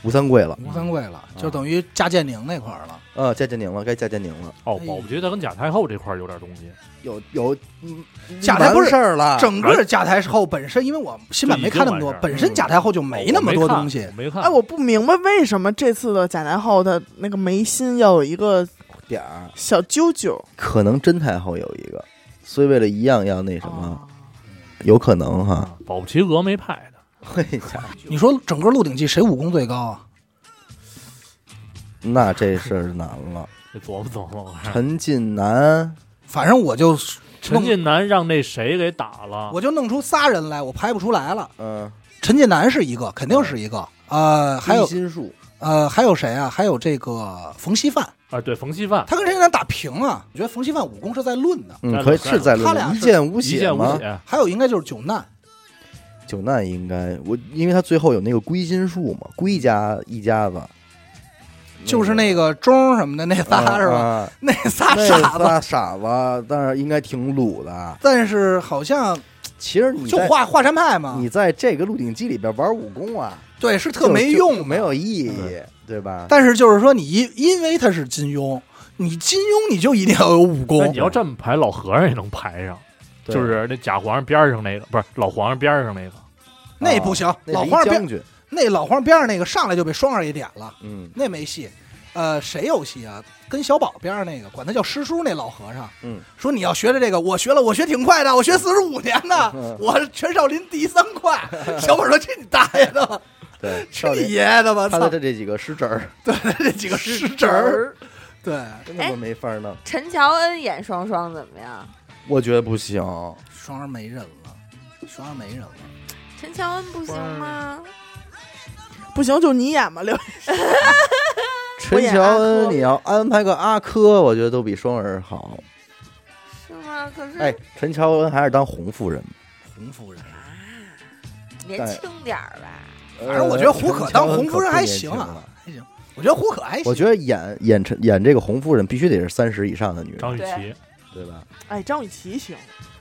Speaker 2: 吴三桂了，
Speaker 3: 吴三桂了，就等于加建宁那块儿了。
Speaker 2: 呃，加建宁了，该加建宁了。
Speaker 5: 哦，我觉得他跟贾太后这块儿有点东西，
Speaker 2: 有有，嗯
Speaker 3: 贾台不是
Speaker 2: 完事儿了，
Speaker 3: 整个贾太后本身，因为我新版没看那么多
Speaker 5: 就已经完事儿，了
Speaker 3: 本身贾太后就 没那么多东西
Speaker 5: 我。没看。
Speaker 6: 啊
Speaker 4: 哎，我不明白为什么这次的贾太后的那个眉心要有一个
Speaker 2: 点儿，
Speaker 4: 小揪揪，
Speaker 2: 可能真太后有一个，所以为了一样要那什么，
Speaker 4: 哦
Speaker 2: 有可能哈。
Speaker 5: 啊保不齐峨眉派的，
Speaker 2: 嘿家伙，
Speaker 3: 你说整个《鹿鼎记》谁武功最高啊？
Speaker 2: 那这事儿难了。
Speaker 5: 这琢磨琢磨。
Speaker 2: 陈近南，
Speaker 3: 反正我就
Speaker 5: 陈
Speaker 3: 弄，
Speaker 5: 近南让那谁给打了？
Speaker 3: 我就弄出仨人来，我排不出来了。
Speaker 2: 嗯，
Speaker 3: 陈近南是一个，肯定是一个。呃，还有
Speaker 2: 金树，
Speaker 3: 呃，还有谁啊？还有这个冯锡范，
Speaker 5: 啊，对，冯锡范
Speaker 3: 他跟陈近南打平啊，我觉得冯锡范武功是在论的，
Speaker 2: 嗯，可以是在
Speaker 3: 他
Speaker 2: 论
Speaker 3: 俩
Speaker 2: 一
Speaker 3: 是
Speaker 2: 剑无
Speaker 5: 一
Speaker 2: 血
Speaker 5: 剑无
Speaker 2: 吗？
Speaker 5: 血，
Speaker 3: 还有应该就是九难，
Speaker 2: 九难应该我，因为他最后有那个归心术嘛，归家一家子，
Speaker 3: 就是那个钟什么的那仨是吧？
Speaker 2: 吧？
Speaker 3: 那 仨
Speaker 2: 啊那
Speaker 3: 傻子，
Speaker 2: 仨傻子，但是应该挺鲁的。
Speaker 3: 但是好像
Speaker 2: 其实你
Speaker 3: 就
Speaker 2: 在
Speaker 3: 华华山派嘛，
Speaker 2: 你在这个《鹿鼎记》里边玩武功啊，
Speaker 3: 对，是特
Speaker 2: 就
Speaker 3: 没
Speaker 2: 就
Speaker 3: 用，
Speaker 2: 没。有意义，对吧？
Speaker 3: 嗯但是就是说，你因因为他是金庸，你金庸你就一定要有武
Speaker 5: 那
Speaker 3: 功
Speaker 5: 你，要这么排，老和尚也能排上，
Speaker 2: 对
Speaker 5: 就是那假皇上边儿上那个，不是老皇上边儿上那个，
Speaker 3: 那不行。
Speaker 2: 啊那
Speaker 3: 老
Speaker 2: 是一
Speaker 3: 黄边
Speaker 2: 将军，
Speaker 3: 那老黄边上那个上来就被双儿给点了，
Speaker 2: 嗯
Speaker 3: 那没戏。呃，谁有戏啊？跟小宝边上那个，管他叫师叔那老和尚，
Speaker 2: 嗯，
Speaker 3: 说你要学的这个，我学了，我学挺快的，我学四十五年呢，
Speaker 2: 嗯
Speaker 3: 我是全少林第三 快。小宝说：“去你大爷的吧，
Speaker 2: 对，
Speaker 3: 去
Speaker 2: 少
Speaker 3: 你
Speaker 2: 林
Speaker 3: 爷爷的吧！”
Speaker 2: 他
Speaker 3: 操
Speaker 2: 的，这这几个师侄儿
Speaker 3: 这几个师侄儿，哎对，
Speaker 2: 根本就没法弄，
Speaker 6: 陈乔恩演双双怎么样？
Speaker 2: 我觉得不行。
Speaker 3: 双儿没人了，双儿没人了。
Speaker 6: 陈乔恩不行吗？
Speaker 4: 不行就你演吧，刘。我
Speaker 2: 陈
Speaker 4: 演
Speaker 2: 乔
Speaker 4: 阿珂
Speaker 2: 恩，你要安排个阿珂，我觉得都比双儿好。
Speaker 6: 是吗？可
Speaker 3: 嗯
Speaker 2: 哎
Speaker 6: 是，
Speaker 2: 陈乔恩还是当红夫人吧。
Speaker 3: 红夫人，
Speaker 6: 年轻点儿吧。
Speaker 2: 反
Speaker 3: 反正我觉得胡可当红夫人还行
Speaker 2: 啊。
Speaker 3: 啊，还行。我觉得胡可还行
Speaker 2: 我。觉得演演陈演这个红夫人必须得是三十以上的女人，
Speaker 5: 张雨
Speaker 6: 对
Speaker 5: 绮
Speaker 2: 对吧？
Speaker 4: 哎，张雨绮行，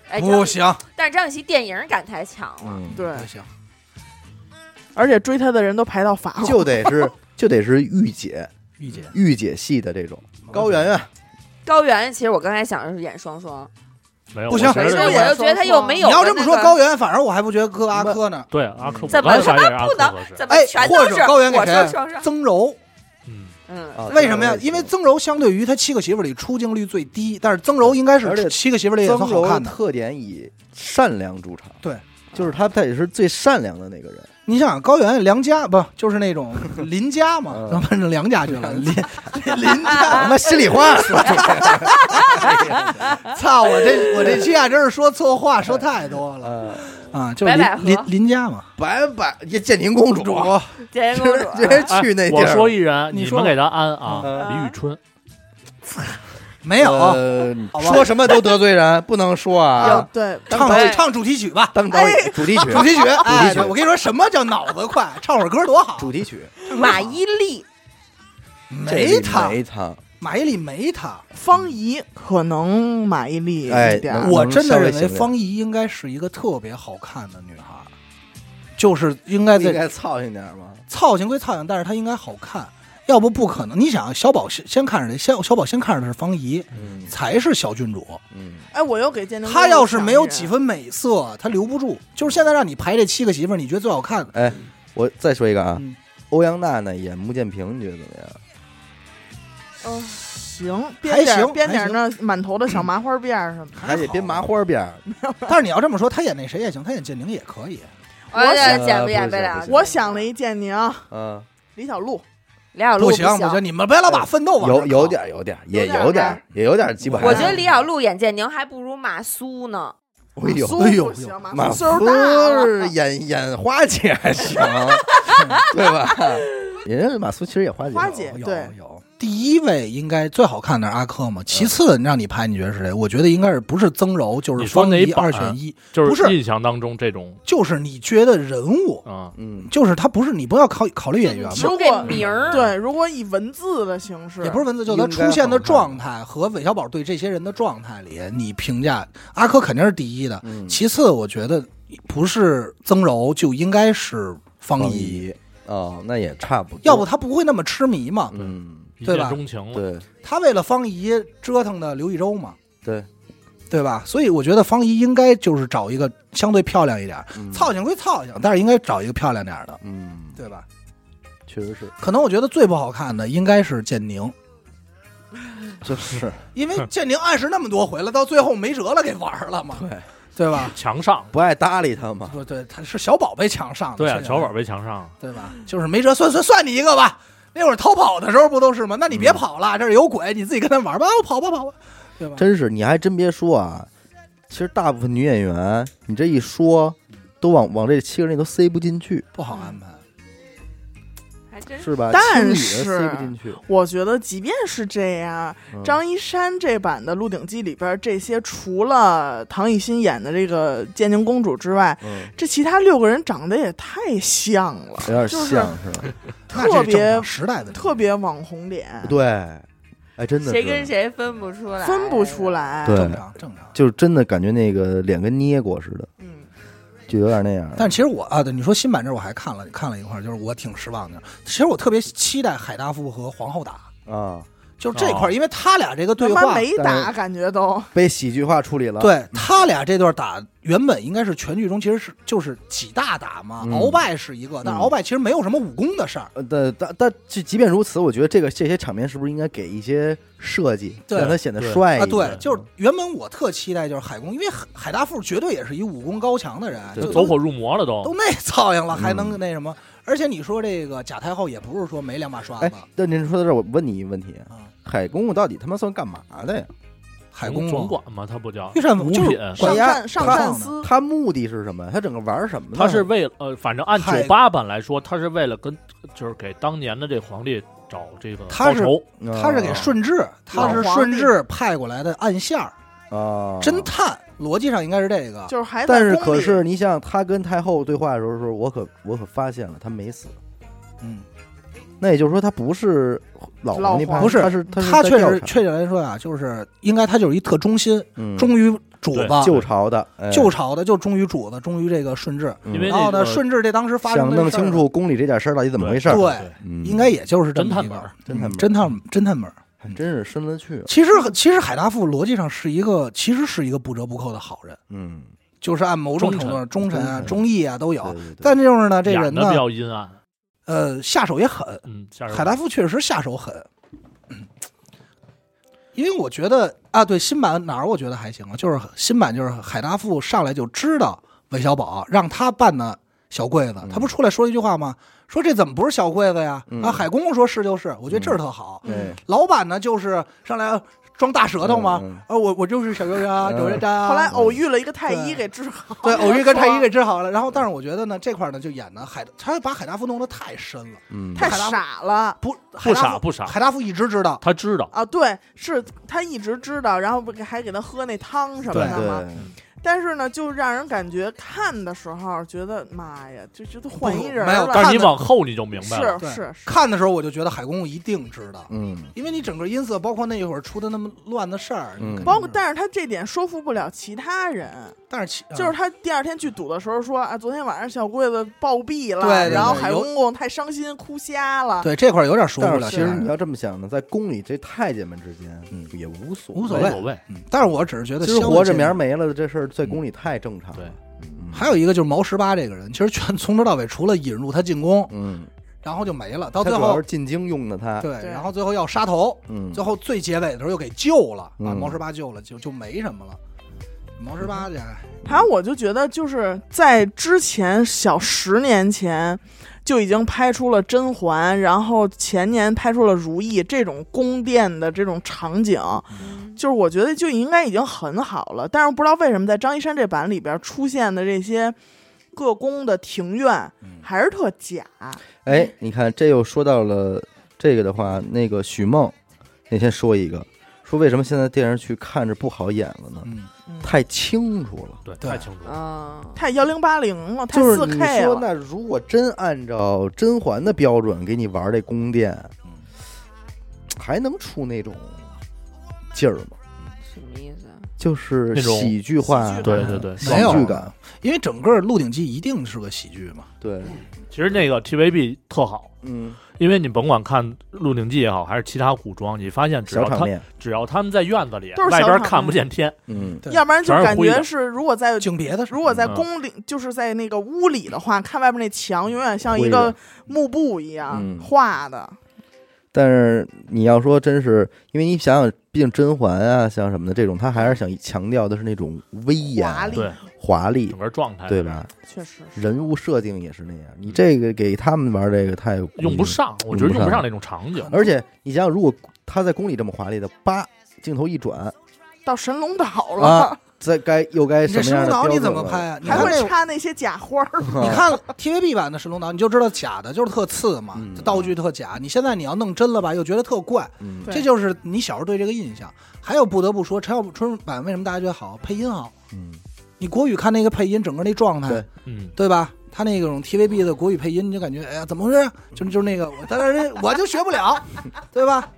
Speaker 6: 哎，张
Speaker 3: 不行，
Speaker 6: 但是张雨绮电影感太强了。
Speaker 2: 嗯，
Speaker 4: 对
Speaker 3: 不，行，
Speaker 4: 而且追她的人都排到法国，
Speaker 2: 就得是就得是御姐
Speaker 3: 御姐
Speaker 2: 御姐系的这种。高圆圆，
Speaker 6: 高圆，其实我刚才想的是演 双双，
Speaker 5: 没有，
Speaker 3: 不
Speaker 5: 我
Speaker 3: 行
Speaker 5: 觉得
Speaker 6: 所以我
Speaker 3: 演
Speaker 6: 就觉得他又没
Speaker 3: 你
Speaker 6: 有、那
Speaker 3: 要
Speaker 6: 个。
Speaker 3: 这么说，高原反而我还不觉得搁阿珂呢。
Speaker 5: 对阿珂，
Speaker 6: 怎么
Speaker 5: 我刚才想也是阿
Speaker 6: 不
Speaker 5: 珂合
Speaker 6: 能
Speaker 5: 适
Speaker 6: 怎么
Speaker 3: 哎，
Speaker 6: 全
Speaker 3: 或
Speaker 6: 都
Speaker 3: 者
Speaker 6: 是
Speaker 3: 高原给
Speaker 6: 我
Speaker 3: 谁
Speaker 6: 说双
Speaker 3: 啊？
Speaker 6: 双，
Speaker 3: 曾柔。
Speaker 5: 嗯，
Speaker 6: 嗯，
Speaker 2: 啊
Speaker 3: 为什么呀？因为曾柔相对于他七个媳妇里出镜率最低，但是曾柔应该
Speaker 2: 而且
Speaker 3: 是七个媳妇里也算
Speaker 2: 曾
Speaker 3: 好
Speaker 2: 柔的
Speaker 3: 看的。
Speaker 2: 特点以善良著称，
Speaker 3: 对，
Speaker 2: 就是她，她也是最善良的那个人。
Speaker 3: 你想想，高原梁家不就是那种邻家嘛？
Speaker 2: 嗯
Speaker 3: 咱们是梁家去 了，邻邻
Speaker 2: 他
Speaker 3: 家。
Speaker 2: 妈啊心里话说出来，
Speaker 3: 操！我这我这期啊，真是说错话说太多了
Speaker 2: 呃
Speaker 3: 啊！就是
Speaker 6: 白百合
Speaker 3: 邻邻邻家嘛。
Speaker 2: 白白也建宁公主，啊
Speaker 6: 建
Speaker 3: 啊
Speaker 2: 直
Speaker 6: 国公主
Speaker 2: 直 接去那地
Speaker 5: 我
Speaker 2: 儿。呃
Speaker 5: 说一人，
Speaker 3: 你
Speaker 5: 你
Speaker 3: 说
Speaker 5: 们给他安啊，
Speaker 2: 嗯
Speaker 5: 李宇春，
Speaker 3: 没有啊
Speaker 2: 呃
Speaker 3: 好吧
Speaker 2: 说什么都得罪人，不能说
Speaker 4: 要
Speaker 2: 啊。
Speaker 4: 对
Speaker 3: 唱
Speaker 6: 哎
Speaker 3: 唱主题曲吧，
Speaker 2: 当导演主题曲，
Speaker 3: 主题曲。 哎，
Speaker 2: 主题曲
Speaker 3: 对我跟你说，什么叫脑子快？唱会儿歌多好。
Speaker 2: 主题曲，
Speaker 6: 马伊琍，
Speaker 2: 这
Speaker 3: 没
Speaker 2: 里
Speaker 3: 他，
Speaker 2: 没他，
Speaker 3: 马伊琍没他。
Speaker 4: 方怡可能马伊琍
Speaker 2: 哎
Speaker 4: 一点
Speaker 2: 能
Speaker 4: 儿，
Speaker 3: 我
Speaker 2: 能
Speaker 3: 真的
Speaker 2: 稍微
Speaker 3: 认为
Speaker 2: 省略
Speaker 3: 方怡应该是一个特别好看的女孩儿，就是应该
Speaker 2: 应
Speaker 3: 在
Speaker 2: 该操心点儿吗？
Speaker 3: 操性归操性，但是她应该好看，要不不可能。你想，小宝先先看着谁？先小宝先看着的是方怡，
Speaker 2: 嗯
Speaker 3: 才是小郡主。
Speaker 2: 嗯，
Speaker 4: 哎，我又给建宁。
Speaker 3: 她要是没有几，分美色，她留不住。就是现在让你排这七个媳妇儿，你觉得最 好看的？
Speaker 2: 哎，我再说一个啊
Speaker 3: 嗯，
Speaker 2: 欧阳娜娜演穆剑平，你觉得怎么样？
Speaker 6: 哦，
Speaker 4: 行，
Speaker 3: 还
Speaker 4: 编点
Speaker 3: 行
Speaker 4: 儿编
Speaker 3: 还
Speaker 4: 点儿那满头的小麻花辫儿什么的。
Speaker 2: 还得编麻花辫儿，
Speaker 3: 但是你要这么说，她演那谁也行，她演建宁也可以。
Speaker 6: 我
Speaker 2: 想
Speaker 6: 减不减
Speaker 2: 呃不是
Speaker 6: 了
Speaker 2: 不？是
Speaker 4: 嗯我想了一建宁，
Speaker 2: 嗯，
Speaker 4: 李小璐，
Speaker 6: 李小璐
Speaker 3: 行，
Speaker 6: 行，
Speaker 3: 不行，你们不要老把奋斗往
Speaker 2: 有
Speaker 3: 上
Speaker 2: 哎有
Speaker 3: 靠
Speaker 2: 点儿有点儿，也
Speaker 6: 有点儿
Speaker 2: 有点儿
Speaker 6: 呗
Speaker 2: 也有点儿鸡巴。
Speaker 6: 我觉得李小璐演建宁还不如马苏呢。
Speaker 2: 哎呦，
Speaker 4: 苏
Speaker 3: 哎呦
Speaker 4: 不
Speaker 3: 哎呦
Speaker 4: 行，马
Speaker 2: 马
Speaker 4: 苏
Speaker 2: 苏
Speaker 4: 岁数大了，
Speaker 2: 儿演演花姐还行，对吧？ 人家马苏其实也花姐，
Speaker 4: 花姐
Speaker 3: 有
Speaker 4: 对
Speaker 3: 有。第一位应该最好看的是阿珂嘛，其次你让你拍，你觉得是谁？我觉得应该是不是曾柔就是
Speaker 5: 你说
Speaker 3: 方
Speaker 5: 哪
Speaker 3: 怡
Speaker 5: 版
Speaker 3: 二选一，
Speaker 5: 就
Speaker 3: 不是
Speaker 5: 印象当中这种
Speaker 3: 就是你觉得人物，
Speaker 5: 啊，
Speaker 2: 嗯，
Speaker 3: 就是他不是你不要考考
Speaker 2: 哎
Speaker 3: 虑演员
Speaker 4: 就
Speaker 3: 嘛，
Speaker 6: 就这名儿，
Speaker 4: 对，如果以文字的形式，
Speaker 3: 嗯也不是文字，就他出现的状态和韦小宝对这些人的状态里，你评价阿珂肯定是第一的，
Speaker 2: 嗯
Speaker 3: 其次我觉得不是曾柔就应该是方
Speaker 2: 方
Speaker 3: 怡，
Speaker 2: 怡哦，那也差不多，
Speaker 3: 要不他不会那么痴迷嘛，
Speaker 2: 嗯，
Speaker 5: 一
Speaker 3: 对
Speaker 5: 见
Speaker 3: 吧
Speaker 5: 钟情了。
Speaker 2: 对
Speaker 3: 他为了方怡折腾的刘一周嘛。
Speaker 2: 对，
Speaker 3: 对吧？所以我觉得方怡应该就是找一个相对漂亮一点儿，
Speaker 2: 嗯
Speaker 3: 操性归操性，但是应该找一个漂亮点儿的，
Speaker 2: 嗯，
Speaker 3: 对吧？
Speaker 2: 确实是，
Speaker 3: 可能我觉得最不好看的应该是建宁，
Speaker 2: 就是
Speaker 3: 因为建宁暗示那么多回了，到最后没辙了，给玩儿了嘛，
Speaker 2: 对，
Speaker 3: 对吧？
Speaker 5: 强上，
Speaker 2: 不爱搭理他嘛。
Speaker 3: 不对，他是小宝被强上的，
Speaker 5: 对啊，
Speaker 3: 是
Speaker 5: 小宝被强上了，
Speaker 3: 对吧？就是没辙，算算算你一个吧。那会儿逃跑的时候不都是吗？那你别跑了，这儿有鬼，你自己跟他玩吧，我跑吧跑吧，对吧？
Speaker 2: 真是，你还真别说啊，其实大部分女演员，你这一说，都往往这七个人里都塞不进去。
Speaker 3: 不好安排。
Speaker 6: 还真
Speaker 2: 是吧？
Speaker 4: 但
Speaker 2: 轻易地
Speaker 4: 是
Speaker 2: 塞不进去，
Speaker 4: 我觉得即便是这样，
Speaker 2: 嗯
Speaker 4: 张一山这版的《鹿鼎记》里边这些，除了唐艺昕演的这个建宁公主之外，
Speaker 2: 嗯，
Speaker 4: 这其他六个人长得也太像了，
Speaker 2: 有点
Speaker 4: 就是
Speaker 2: 像是吧？
Speaker 4: 特
Speaker 3: 那这是正
Speaker 4: 别
Speaker 3: 常时代的
Speaker 4: 特别网红脸，
Speaker 2: 对，哎，真的
Speaker 6: 谁
Speaker 2: 是
Speaker 6: 跟谁分不出来，
Speaker 4: 分不出。来。
Speaker 2: 对
Speaker 3: 正常正常。
Speaker 2: 就是真的感觉那个脸跟捏过似的，
Speaker 4: 嗯，
Speaker 2: 就有点那样。
Speaker 3: 但其实我啊，对你说新版这儿我还看了看了一块儿，就是我挺失望的。其实我特别期待海大富和皇后打，
Speaker 2: 啊，
Speaker 3: 就是这块
Speaker 5: 哦
Speaker 3: 儿，因为他俩这个
Speaker 4: 他
Speaker 3: 对
Speaker 4: 妈
Speaker 3: 话，
Speaker 4: 没
Speaker 2: 但
Speaker 4: 打，
Speaker 2: 是
Speaker 4: 感觉都
Speaker 2: 被喜剧化处理
Speaker 5: 嗯
Speaker 2: 了。，
Speaker 3: 对他俩这段打原本应该是全剧中其实是就是几大打嘛，
Speaker 2: 嗯
Speaker 3: 鳌拜是一个，但是
Speaker 2: 嗯
Speaker 3: 鳌拜其实没有什么武功的事儿，
Speaker 2: 呃，但但但即即便如此，我觉得这个这些场面是不是应该给一些设计，
Speaker 3: 对
Speaker 2: 让它显得
Speaker 5: 对
Speaker 2: 帅一
Speaker 3: 啊，
Speaker 2: 点？
Speaker 3: 对，就是原本我特期待就是海公，因为海海大富绝对也是一武功高强的人，
Speaker 2: 对
Speaker 3: 就
Speaker 5: 走
Speaker 3: 都
Speaker 5: 火嗯入魔了都
Speaker 3: 都。那操样了，还能那什么？而且你说这个贾太后也不是说没两把刷
Speaker 2: 哎
Speaker 3: 子，
Speaker 2: 那您说到这儿，我问你一个问题：
Speaker 3: 啊，
Speaker 2: 海公公到底他妈算干嘛的呀？
Speaker 3: 海公
Speaker 5: 总管嘛，他 不叫
Speaker 3: 御膳
Speaker 5: 五
Speaker 3: 房就是管
Speaker 5: 品
Speaker 4: 上
Speaker 2: 押
Speaker 4: 战上
Speaker 3: 他
Speaker 4: 战司，
Speaker 2: 他目的是什么？他整个玩儿什么呢？
Speaker 5: 他是为了呃，反正按九
Speaker 3: 海
Speaker 5: 八版来说，他是为了跟就是给当年的这皇帝找这个
Speaker 3: 他
Speaker 5: 报
Speaker 3: 是
Speaker 5: 仇。
Speaker 2: 哦啊
Speaker 3: 他是给顺治，他是
Speaker 4: 老皇
Speaker 3: 顺
Speaker 4: 帝
Speaker 3: 治派过来的暗线儿
Speaker 2: 啊
Speaker 3: 侦探，逻辑上应该是这个。
Speaker 4: 就是还在
Speaker 2: 但是
Speaker 4: 宫
Speaker 2: 可
Speaker 4: 里
Speaker 2: 是你想，他跟太后对话的时候说，我可我可发现了，他没死。
Speaker 3: 嗯，
Speaker 2: 那也就是说，他不是老
Speaker 4: 老
Speaker 2: 皇帝派，
Speaker 4: 皇帝
Speaker 2: 他是他
Speaker 3: 他
Speaker 2: 在
Speaker 3: 确
Speaker 2: 调
Speaker 3: 实
Speaker 2: 查
Speaker 3: 确切来说啊，就是应该他就是一特忠心，
Speaker 2: 嗯
Speaker 3: 忠于主
Speaker 5: 对
Speaker 3: 子，
Speaker 2: 旧朝的，哎
Speaker 3: 啊旧朝的就忠于主子，忠于这个顺治。
Speaker 2: 嗯
Speaker 5: 因为
Speaker 3: 然后
Speaker 5: 那
Speaker 3: 呢，
Speaker 5: 个
Speaker 3: 顺治这当时发生
Speaker 2: 想
Speaker 3: 的
Speaker 2: 弄
Speaker 3: 事儿
Speaker 2: 清，楚宫里这点事儿到底怎么回事儿。
Speaker 3: 对，
Speaker 2: 嗯，
Speaker 3: 应该也就是这么
Speaker 5: 侦探
Speaker 3: 一个
Speaker 5: 本儿
Speaker 2: 侦探本
Speaker 3: 嗯
Speaker 2: 儿
Speaker 3: 侦探侦探本儿。
Speaker 2: 还真是深了去了。
Speaker 3: 其实其实海大富逻辑上是一个，其实是一个不折不扣的好人，
Speaker 2: 嗯，
Speaker 3: 就是按某种程度上忠臣
Speaker 2: 忠
Speaker 3: 啊、
Speaker 2: 臣
Speaker 3: 忠义啊都
Speaker 2: 嗯对
Speaker 3: 有。
Speaker 2: 对对
Speaker 3: 但就是呢，这
Speaker 5: 演
Speaker 3: 人
Speaker 5: 的
Speaker 3: 呢
Speaker 5: 比，较阴暗。
Speaker 3: 呃，下手也狠。
Speaker 5: 嗯，下人
Speaker 3: 海大富确实下手狠，因为我觉得啊，对新版哪儿我觉得还行啊，就是新版就是海大富上来就知道韦小宝让他办的小柜子，
Speaker 2: 嗯
Speaker 3: 他不出来说一句话吗？说这怎么不是小柜子呀？
Speaker 2: 嗯
Speaker 3: 啊，海公公说是就是，我觉得这儿特好。
Speaker 2: 对
Speaker 3: 老板呢就是上来装大舌头吗？
Speaker 2: 嗯嗯
Speaker 3: 啊，我我就是小啊油渣，
Speaker 2: 嗯
Speaker 3: 油渣渣。
Speaker 4: 后来偶遇了一个太
Speaker 3: 对
Speaker 4: 医给治好，
Speaker 3: 对偶遇跟太医给治好了，然后但是我觉得呢这块呢就演的海，他把海大富弄得太深了，
Speaker 2: 嗯，
Speaker 4: 太
Speaker 3: 海拉
Speaker 4: 傻了。
Speaker 3: 不
Speaker 5: 不
Speaker 3: 不
Speaker 5: 傻不傻，
Speaker 3: 海大富一直知道，
Speaker 5: 他知道
Speaker 4: 啊，对，是他一直知道，然后不给还给他喝那汤什么
Speaker 2: 对
Speaker 4: 的嘛。但是呢，就让人感觉看的时候觉得妈呀，就觉得换一人
Speaker 3: 没有
Speaker 4: 了。
Speaker 5: 但是你
Speaker 3: 看的
Speaker 5: 往后你就明白了。
Speaker 4: 是
Speaker 3: 对
Speaker 4: 是是，
Speaker 3: 看的时候我就觉得海公公一定知道，
Speaker 2: 嗯，
Speaker 3: 因为你整个音色，包括那一会儿出的那么乱的事儿，
Speaker 2: 嗯
Speaker 3: 你肯定
Speaker 4: 包括
Speaker 3: 是
Speaker 4: 但是他这点说服不了其他人，
Speaker 3: 但是其
Speaker 4: 就是他第二天剧堵的时候说啊，昨天晚上小柜子暴毙了，
Speaker 3: 对对对
Speaker 4: 然后
Speaker 3: 有
Speaker 4: 海公公太伤心哭瞎了。
Speaker 3: 对这块儿有点说
Speaker 2: 但
Speaker 3: 不
Speaker 2: 是
Speaker 3: 了
Speaker 2: 其
Speaker 3: 其他
Speaker 2: 实
Speaker 3: 人
Speaker 2: 你要这么想呢，在宫里这太监们之间，嗯，也无所
Speaker 3: 无
Speaker 5: 无
Speaker 3: 所谓
Speaker 5: 所谓，
Speaker 3: 嗯但是我只是觉得
Speaker 2: 今儿
Speaker 3: 肖
Speaker 2: 活着
Speaker 3: 战
Speaker 2: 明儿没了这事儿，在宫里太正常了。嗯
Speaker 3: 嗯还有一个就是毛十八这个人，其实全从头到尾除了引入他进宫，
Speaker 2: 嗯，
Speaker 3: 然后就没了，
Speaker 2: 他
Speaker 3: 到
Speaker 2: 主
Speaker 3: 最
Speaker 2: 要
Speaker 3: 后
Speaker 2: 是进京用的他，
Speaker 3: 对，
Speaker 4: 对
Speaker 3: 然后最后要杀头，
Speaker 2: 嗯，
Speaker 3: 最后最结尾的时候又给救了，把
Speaker 2: 嗯
Speaker 3: 毛十八救了，就就没什么了。毛十八这
Speaker 4: 还有，我就觉得就是在之前小十年前就已经拍出了甄嬛，然后前年拍出了如懿这种宫殿的这种场景，
Speaker 5: 嗯
Speaker 4: 就是我觉得就应该已经很好了。但是不知道为什么在张一山这版里边出现的这些各宫的庭院
Speaker 5: 嗯
Speaker 4: 还是特假，
Speaker 2: 哎，你看这又说到了这个的话，那个许梦那天说一个，说为什么现在电视剧看着不好演了呢？
Speaker 3: 嗯，
Speaker 2: 太清楚了。
Speaker 5: 对，
Speaker 3: 对
Speaker 5: 太清楚了。
Speaker 6: 嗯，
Speaker 4: 太幺零八零了，太
Speaker 2: 就是
Speaker 4: 四
Speaker 2: 你
Speaker 4: K
Speaker 2: 说，
Speaker 4: 了。
Speaker 2: 那如果真按照甄嬛的标准给你玩这宫殿，
Speaker 3: 嗯
Speaker 2: 还能出那种劲儿吗？
Speaker 6: 什么意思啊？
Speaker 2: 就是
Speaker 5: 那种
Speaker 2: 喜剧化，
Speaker 4: 喜剧
Speaker 5: 对对对，
Speaker 2: 喜
Speaker 3: 没有
Speaker 2: 剧感，
Speaker 3: 因为整个《鹿鼎记》一定是个喜剧嘛，
Speaker 2: 对，
Speaker 3: 嗯
Speaker 5: 其实那个 TVB 特好，
Speaker 2: 嗯，
Speaker 5: 因为你甭管看《鹿鼎记》也好，还是其他古装，你发现只
Speaker 2: 小
Speaker 5: 要
Speaker 2: 场
Speaker 5: 他
Speaker 2: 面，
Speaker 5: 只要他们在院子里
Speaker 4: 都是小
Speaker 5: 外边
Speaker 4: 场
Speaker 5: 看不
Speaker 4: 面
Speaker 5: 见天，
Speaker 2: 嗯，
Speaker 3: 对
Speaker 4: 要不然就
Speaker 5: 全是
Speaker 4: 感
Speaker 5: 灰
Speaker 4: 觉
Speaker 5: 的
Speaker 4: 是，如果在
Speaker 3: 景别的是
Speaker 4: 如果在
Speaker 5: 嗯
Speaker 4: 宫里，就是在那个屋里的话，看外面那墙永远像一
Speaker 2: 灰
Speaker 4: 个
Speaker 2: 的
Speaker 4: 幕布一样、
Speaker 2: 嗯
Speaker 4: 画的。
Speaker 2: 但是你要说真是，因为你想想，毕竟甄嬛啊，像什么的这种，她还是想强调的是那种威严、
Speaker 4: 华丽
Speaker 5: 对
Speaker 2: 华丽
Speaker 5: 整，个状态
Speaker 2: 嗯对吧？？
Speaker 4: 确实是，
Speaker 2: 人物设定也是那样，你这个给他们玩这个太
Speaker 5: 用不。上，我觉得
Speaker 2: 用不
Speaker 5: 用不
Speaker 2: 上
Speaker 5: 上那种场景。
Speaker 2: 而且你想想，如果他在宫里这么华丽的，叭，镜头一转
Speaker 4: 到神龙岛了，
Speaker 2: 啊，在该又该
Speaker 3: 你
Speaker 2: 什
Speaker 3: 这
Speaker 2: 么
Speaker 3: 神
Speaker 2: 样的标
Speaker 3: 龙岛
Speaker 2: 准？
Speaker 3: 你怎么拍啊？你
Speaker 4: 还
Speaker 3: 看
Speaker 4: 会
Speaker 3: 那
Speaker 4: 插那些假花儿，
Speaker 2: 啊
Speaker 3: 你看 TVB 版的神龙岛，你就知道假的，就是特次嘛
Speaker 2: 嗯，
Speaker 3: 这道具特假。你现在你要弄真了吧，又觉得特怪，
Speaker 2: 嗯
Speaker 4: 对
Speaker 3: 这就是你小时候对这个印象。还有不得不说，陈小春版为什么大家觉得好？配音好，
Speaker 2: 嗯，
Speaker 3: 你国语看那个配音，整个那状态，
Speaker 2: 对
Speaker 3: 对
Speaker 5: 嗯，
Speaker 3: 吧？他那种 TVB 的国语配音，你就感觉哎呀，怎么回事啊？就就是那个，我当然我就学不了， 对吧？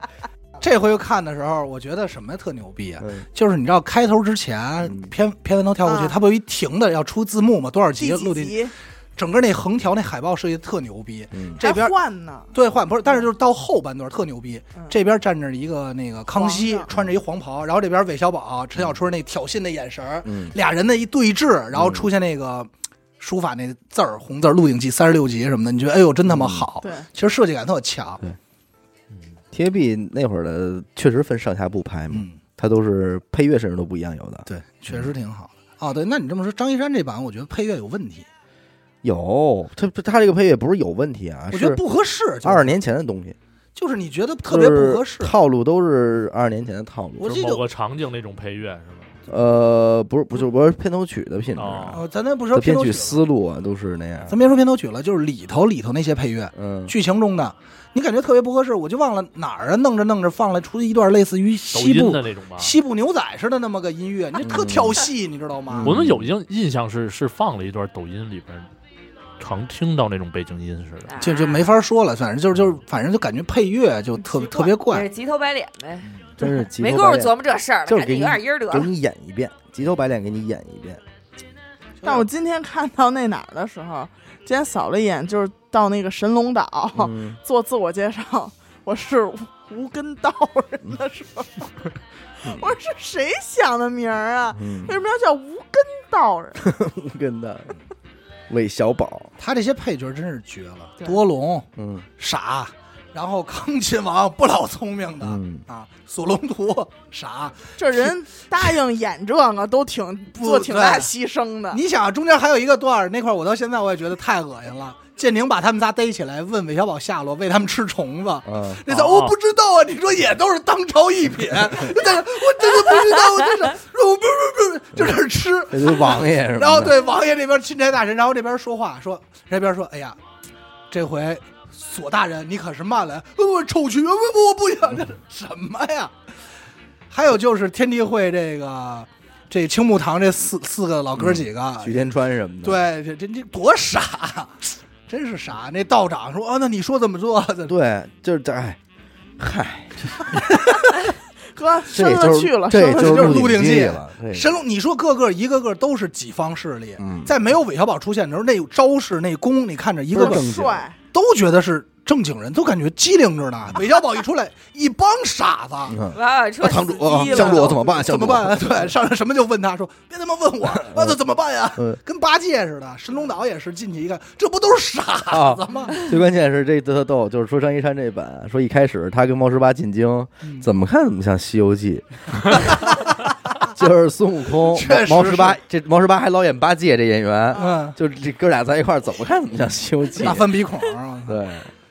Speaker 3: 这回看的时候，我觉得什么特牛逼啊？
Speaker 2: 嗯
Speaker 3: 就是你知道开头之前
Speaker 2: 嗯
Speaker 3: 片片完头跳过去，
Speaker 4: 啊
Speaker 3: 它不有一停的要出字幕吗？多少集
Speaker 4: 第
Speaker 3: 录进
Speaker 4: 几
Speaker 3: 去？
Speaker 4: 集
Speaker 3: 整个那横条那海报设计得特牛逼，
Speaker 2: 嗯
Speaker 3: 这边
Speaker 4: 还换呢？
Speaker 3: 对换不是，但是就是到后半段特牛逼，
Speaker 4: 哎嗯
Speaker 3: 这边站着一个那个康熙
Speaker 4: 皇上
Speaker 3: 穿着一黄袍，然后这边韦小宝、陈小春那挑衅的眼神儿，
Speaker 2: 嗯
Speaker 3: 俩人的一对峙，然后出现那个书法那字儿红字儿《鹿鼎记》三十六集什么的，你觉得哎呦真
Speaker 2: 嗯
Speaker 3: 他妈好，
Speaker 4: 对，
Speaker 3: 其实设计感特强，
Speaker 2: ，TVB 那会儿的确实分上下部拍嘛，
Speaker 3: 嗯，
Speaker 2: 它都是配乐甚至都不一样，有的
Speaker 3: 对，确实挺好的。哦，对，那你这么说，张一山这版我觉得配乐有问
Speaker 2: 啊
Speaker 3: 题，
Speaker 2: 有它它这个配乐不是有问题啊，
Speaker 3: 我觉
Speaker 2: 是
Speaker 3: 得不合适，就是
Speaker 2: 二十年前的东西，
Speaker 3: 就是你觉得特别不合适
Speaker 2: 就是。套路都是二十年前的套路。
Speaker 3: 我
Speaker 5: 就
Speaker 3: 记
Speaker 5: 是
Speaker 3: 得
Speaker 5: 某个场景那种配乐是吧？
Speaker 2: 呃，不是不是不是片头曲的品质啊，
Speaker 5: 哦
Speaker 3: 哦，咱咱不
Speaker 2: 这
Speaker 3: 说
Speaker 2: 编
Speaker 3: 片头曲
Speaker 2: 曲
Speaker 3: 了，
Speaker 2: 思路啊都是那样。
Speaker 3: 咱别说片头曲了，就是里头里头那些配乐，
Speaker 2: 嗯，
Speaker 3: 剧情中的，你感觉特别不合适，我就忘了哪儿啊，弄着弄着放了出一段类似于
Speaker 5: 抖
Speaker 3: 西
Speaker 5: 音
Speaker 3: 部
Speaker 5: 的那种吧。嗯
Speaker 3: 西部牛仔似的那么个音乐，你这特挑戏，你知道吗？
Speaker 5: 我们有印印象是是放了一段抖音里边，常听到那种背景音似的。
Speaker 3: 就就
Speaker 6: 哎
Speaker 3: 没法说了，反正就是就是反正就感觉配乐就特
Speaker 6: 奇
Speaker 3: 特别怪
Speaker 6: 也，是急头白脸呗，
Speaker 2: 真是急
Speaker 6: 没
Speaker 2: 头
Speaker 6: 工夫
Speaker 2: 白脸，
Speaker 6: 琢磨这事儿了，
Speaker 2: 就是
Speaker 6: 赶
Speaker 2: 给
Speaker 6: 紧有
Speaker 2: 你
Speaker 6: 点音儿得
Speaker 2: 给
Speaker 6: 了。
Speaker 2: 你演一遍，急头白脸给你演一遍。
Speaker 4: 但我今天看到那哪儿的时候，今天扫了一眼，就是到那个神龙岛、
Speaker 2: 嗯，
Speaker 4: 做自我介绍，我是无根道人的时候，我说是谁想的名儿啊？
Speaker 2: 嗯
Speaker 4: 为什么要叫无根道人？
Speaker 2: 跟的韦小宝，
Speaker 3: 他这些配角真是绝了，
Speaker 4: 对
Speaker 3: 多隆
Speaker 2: 嗯
Speaker 3: 傻，然后康亲王不老聪明的。
Speaker 2: 嗯，
Speaker 3: 啊，索隆图傻，
Speaker 4: 这人答应演这个都挺
Speaker 3: 不
Speaker 4: 做挺大
Speaker 3: 对
Speaker 4: 牺牲的。
Speaker 3: 你想啊中间还有一个段儿，那块儿我到现在我也觉得太恶心了。建宁把他们仨逮起来，问韦小宝下落，喂他们吃虫子，
Speaker 2: 啊，
Speaker 3: 那叫
Speaker 5: 哦
Speaker 3: 我不知道啊，你说也都是当朝一品，但是我真的不知道，我真是我不不不，就是吃。
Speaker 2: 这 就是王爷是吧？
Speaker 3: 然后哦对王爷这边钦差大臣，然后这边说话说，这边说，哎呀，这回索大人你可是慢了，我我丑瘸，我我我不想 这什么呀？还有就是天地会这个这青木堂这四四个老
Speaker 2: 嗯
Speaker 3: 哥几个，
Speaker 2: 许天川什么的，
Speaker 3: 对，这这这多傻，啊真是傻。那道长说啊，那你说怎么做？怎么做
Speaker 2: 对，就是这哎，嗨，
Speaker 4: 哥，
Speaker 2: 这
Speaker 4: 深
Speaker 2: 也
Speaker 4: 了
Speaker 2: 就是
Speaker 4: 去了，
Speaker 2: 这
Speaker 4: 深
Speaker 2: 也
Speaker 4: 了
Speaker 2: 就是
Speaker 4: 去
Speaker 3: 就是
Speaker 2: 《
Speaker 3: 鹿鼎
Speaker 2: 鼎
Speaker 3: 记
Speaker 2: 了，这也
Speaker 3: 神龙，你说个个一个个都是己方势力，
Speaker 2: 嗯
Speaker 3: 在没有韦小宝出现的时候，那招式那功，你看着一个
Speaker 2: 不
Speaker 3: 个
Speaker 2: 是
Speaker 4: 了，帅，
Speaker 3: 都觉得是正经人，都感觉机灵 着呢。韦小宝一出来， 一帮傻子。
Speaker 2: 嗯，
Speaker 6: 哇，出
Speaker 2: 啊堂主，啊
Speaker 6: 机了
Speaker 2: 相主我怎么 办？相
Speaker 3: 怎
Speaker 2: 主
Speaker 3: 么办、啊？对，上来什么就问 他说：“别他妈问我，那、这怎么办呀
Speaker 2: 嗯？”
Speaker 3: 跟八戒似的，神龙岛也是进去一看，这不都是傻子 吗？
Speaker 2: 啊最关键是这特逗，就是说张一山这版，说一开始他跟猫十八进京，
Speaker 4: 嗯
Speaker 2: 怎么看怎么像《西游记》，就是孙悟空
Speaker 3: 确实、是
Speaker 2: 猫十八，这猫十八还老演八戒这演员，
Speaker 3: 嗯，
Speaker 2: 就是这哥俩在一块儿怎么看怎么像《西游记
Speaker 3: 大》。翻鼻孔啊，
Speaker 2: 对，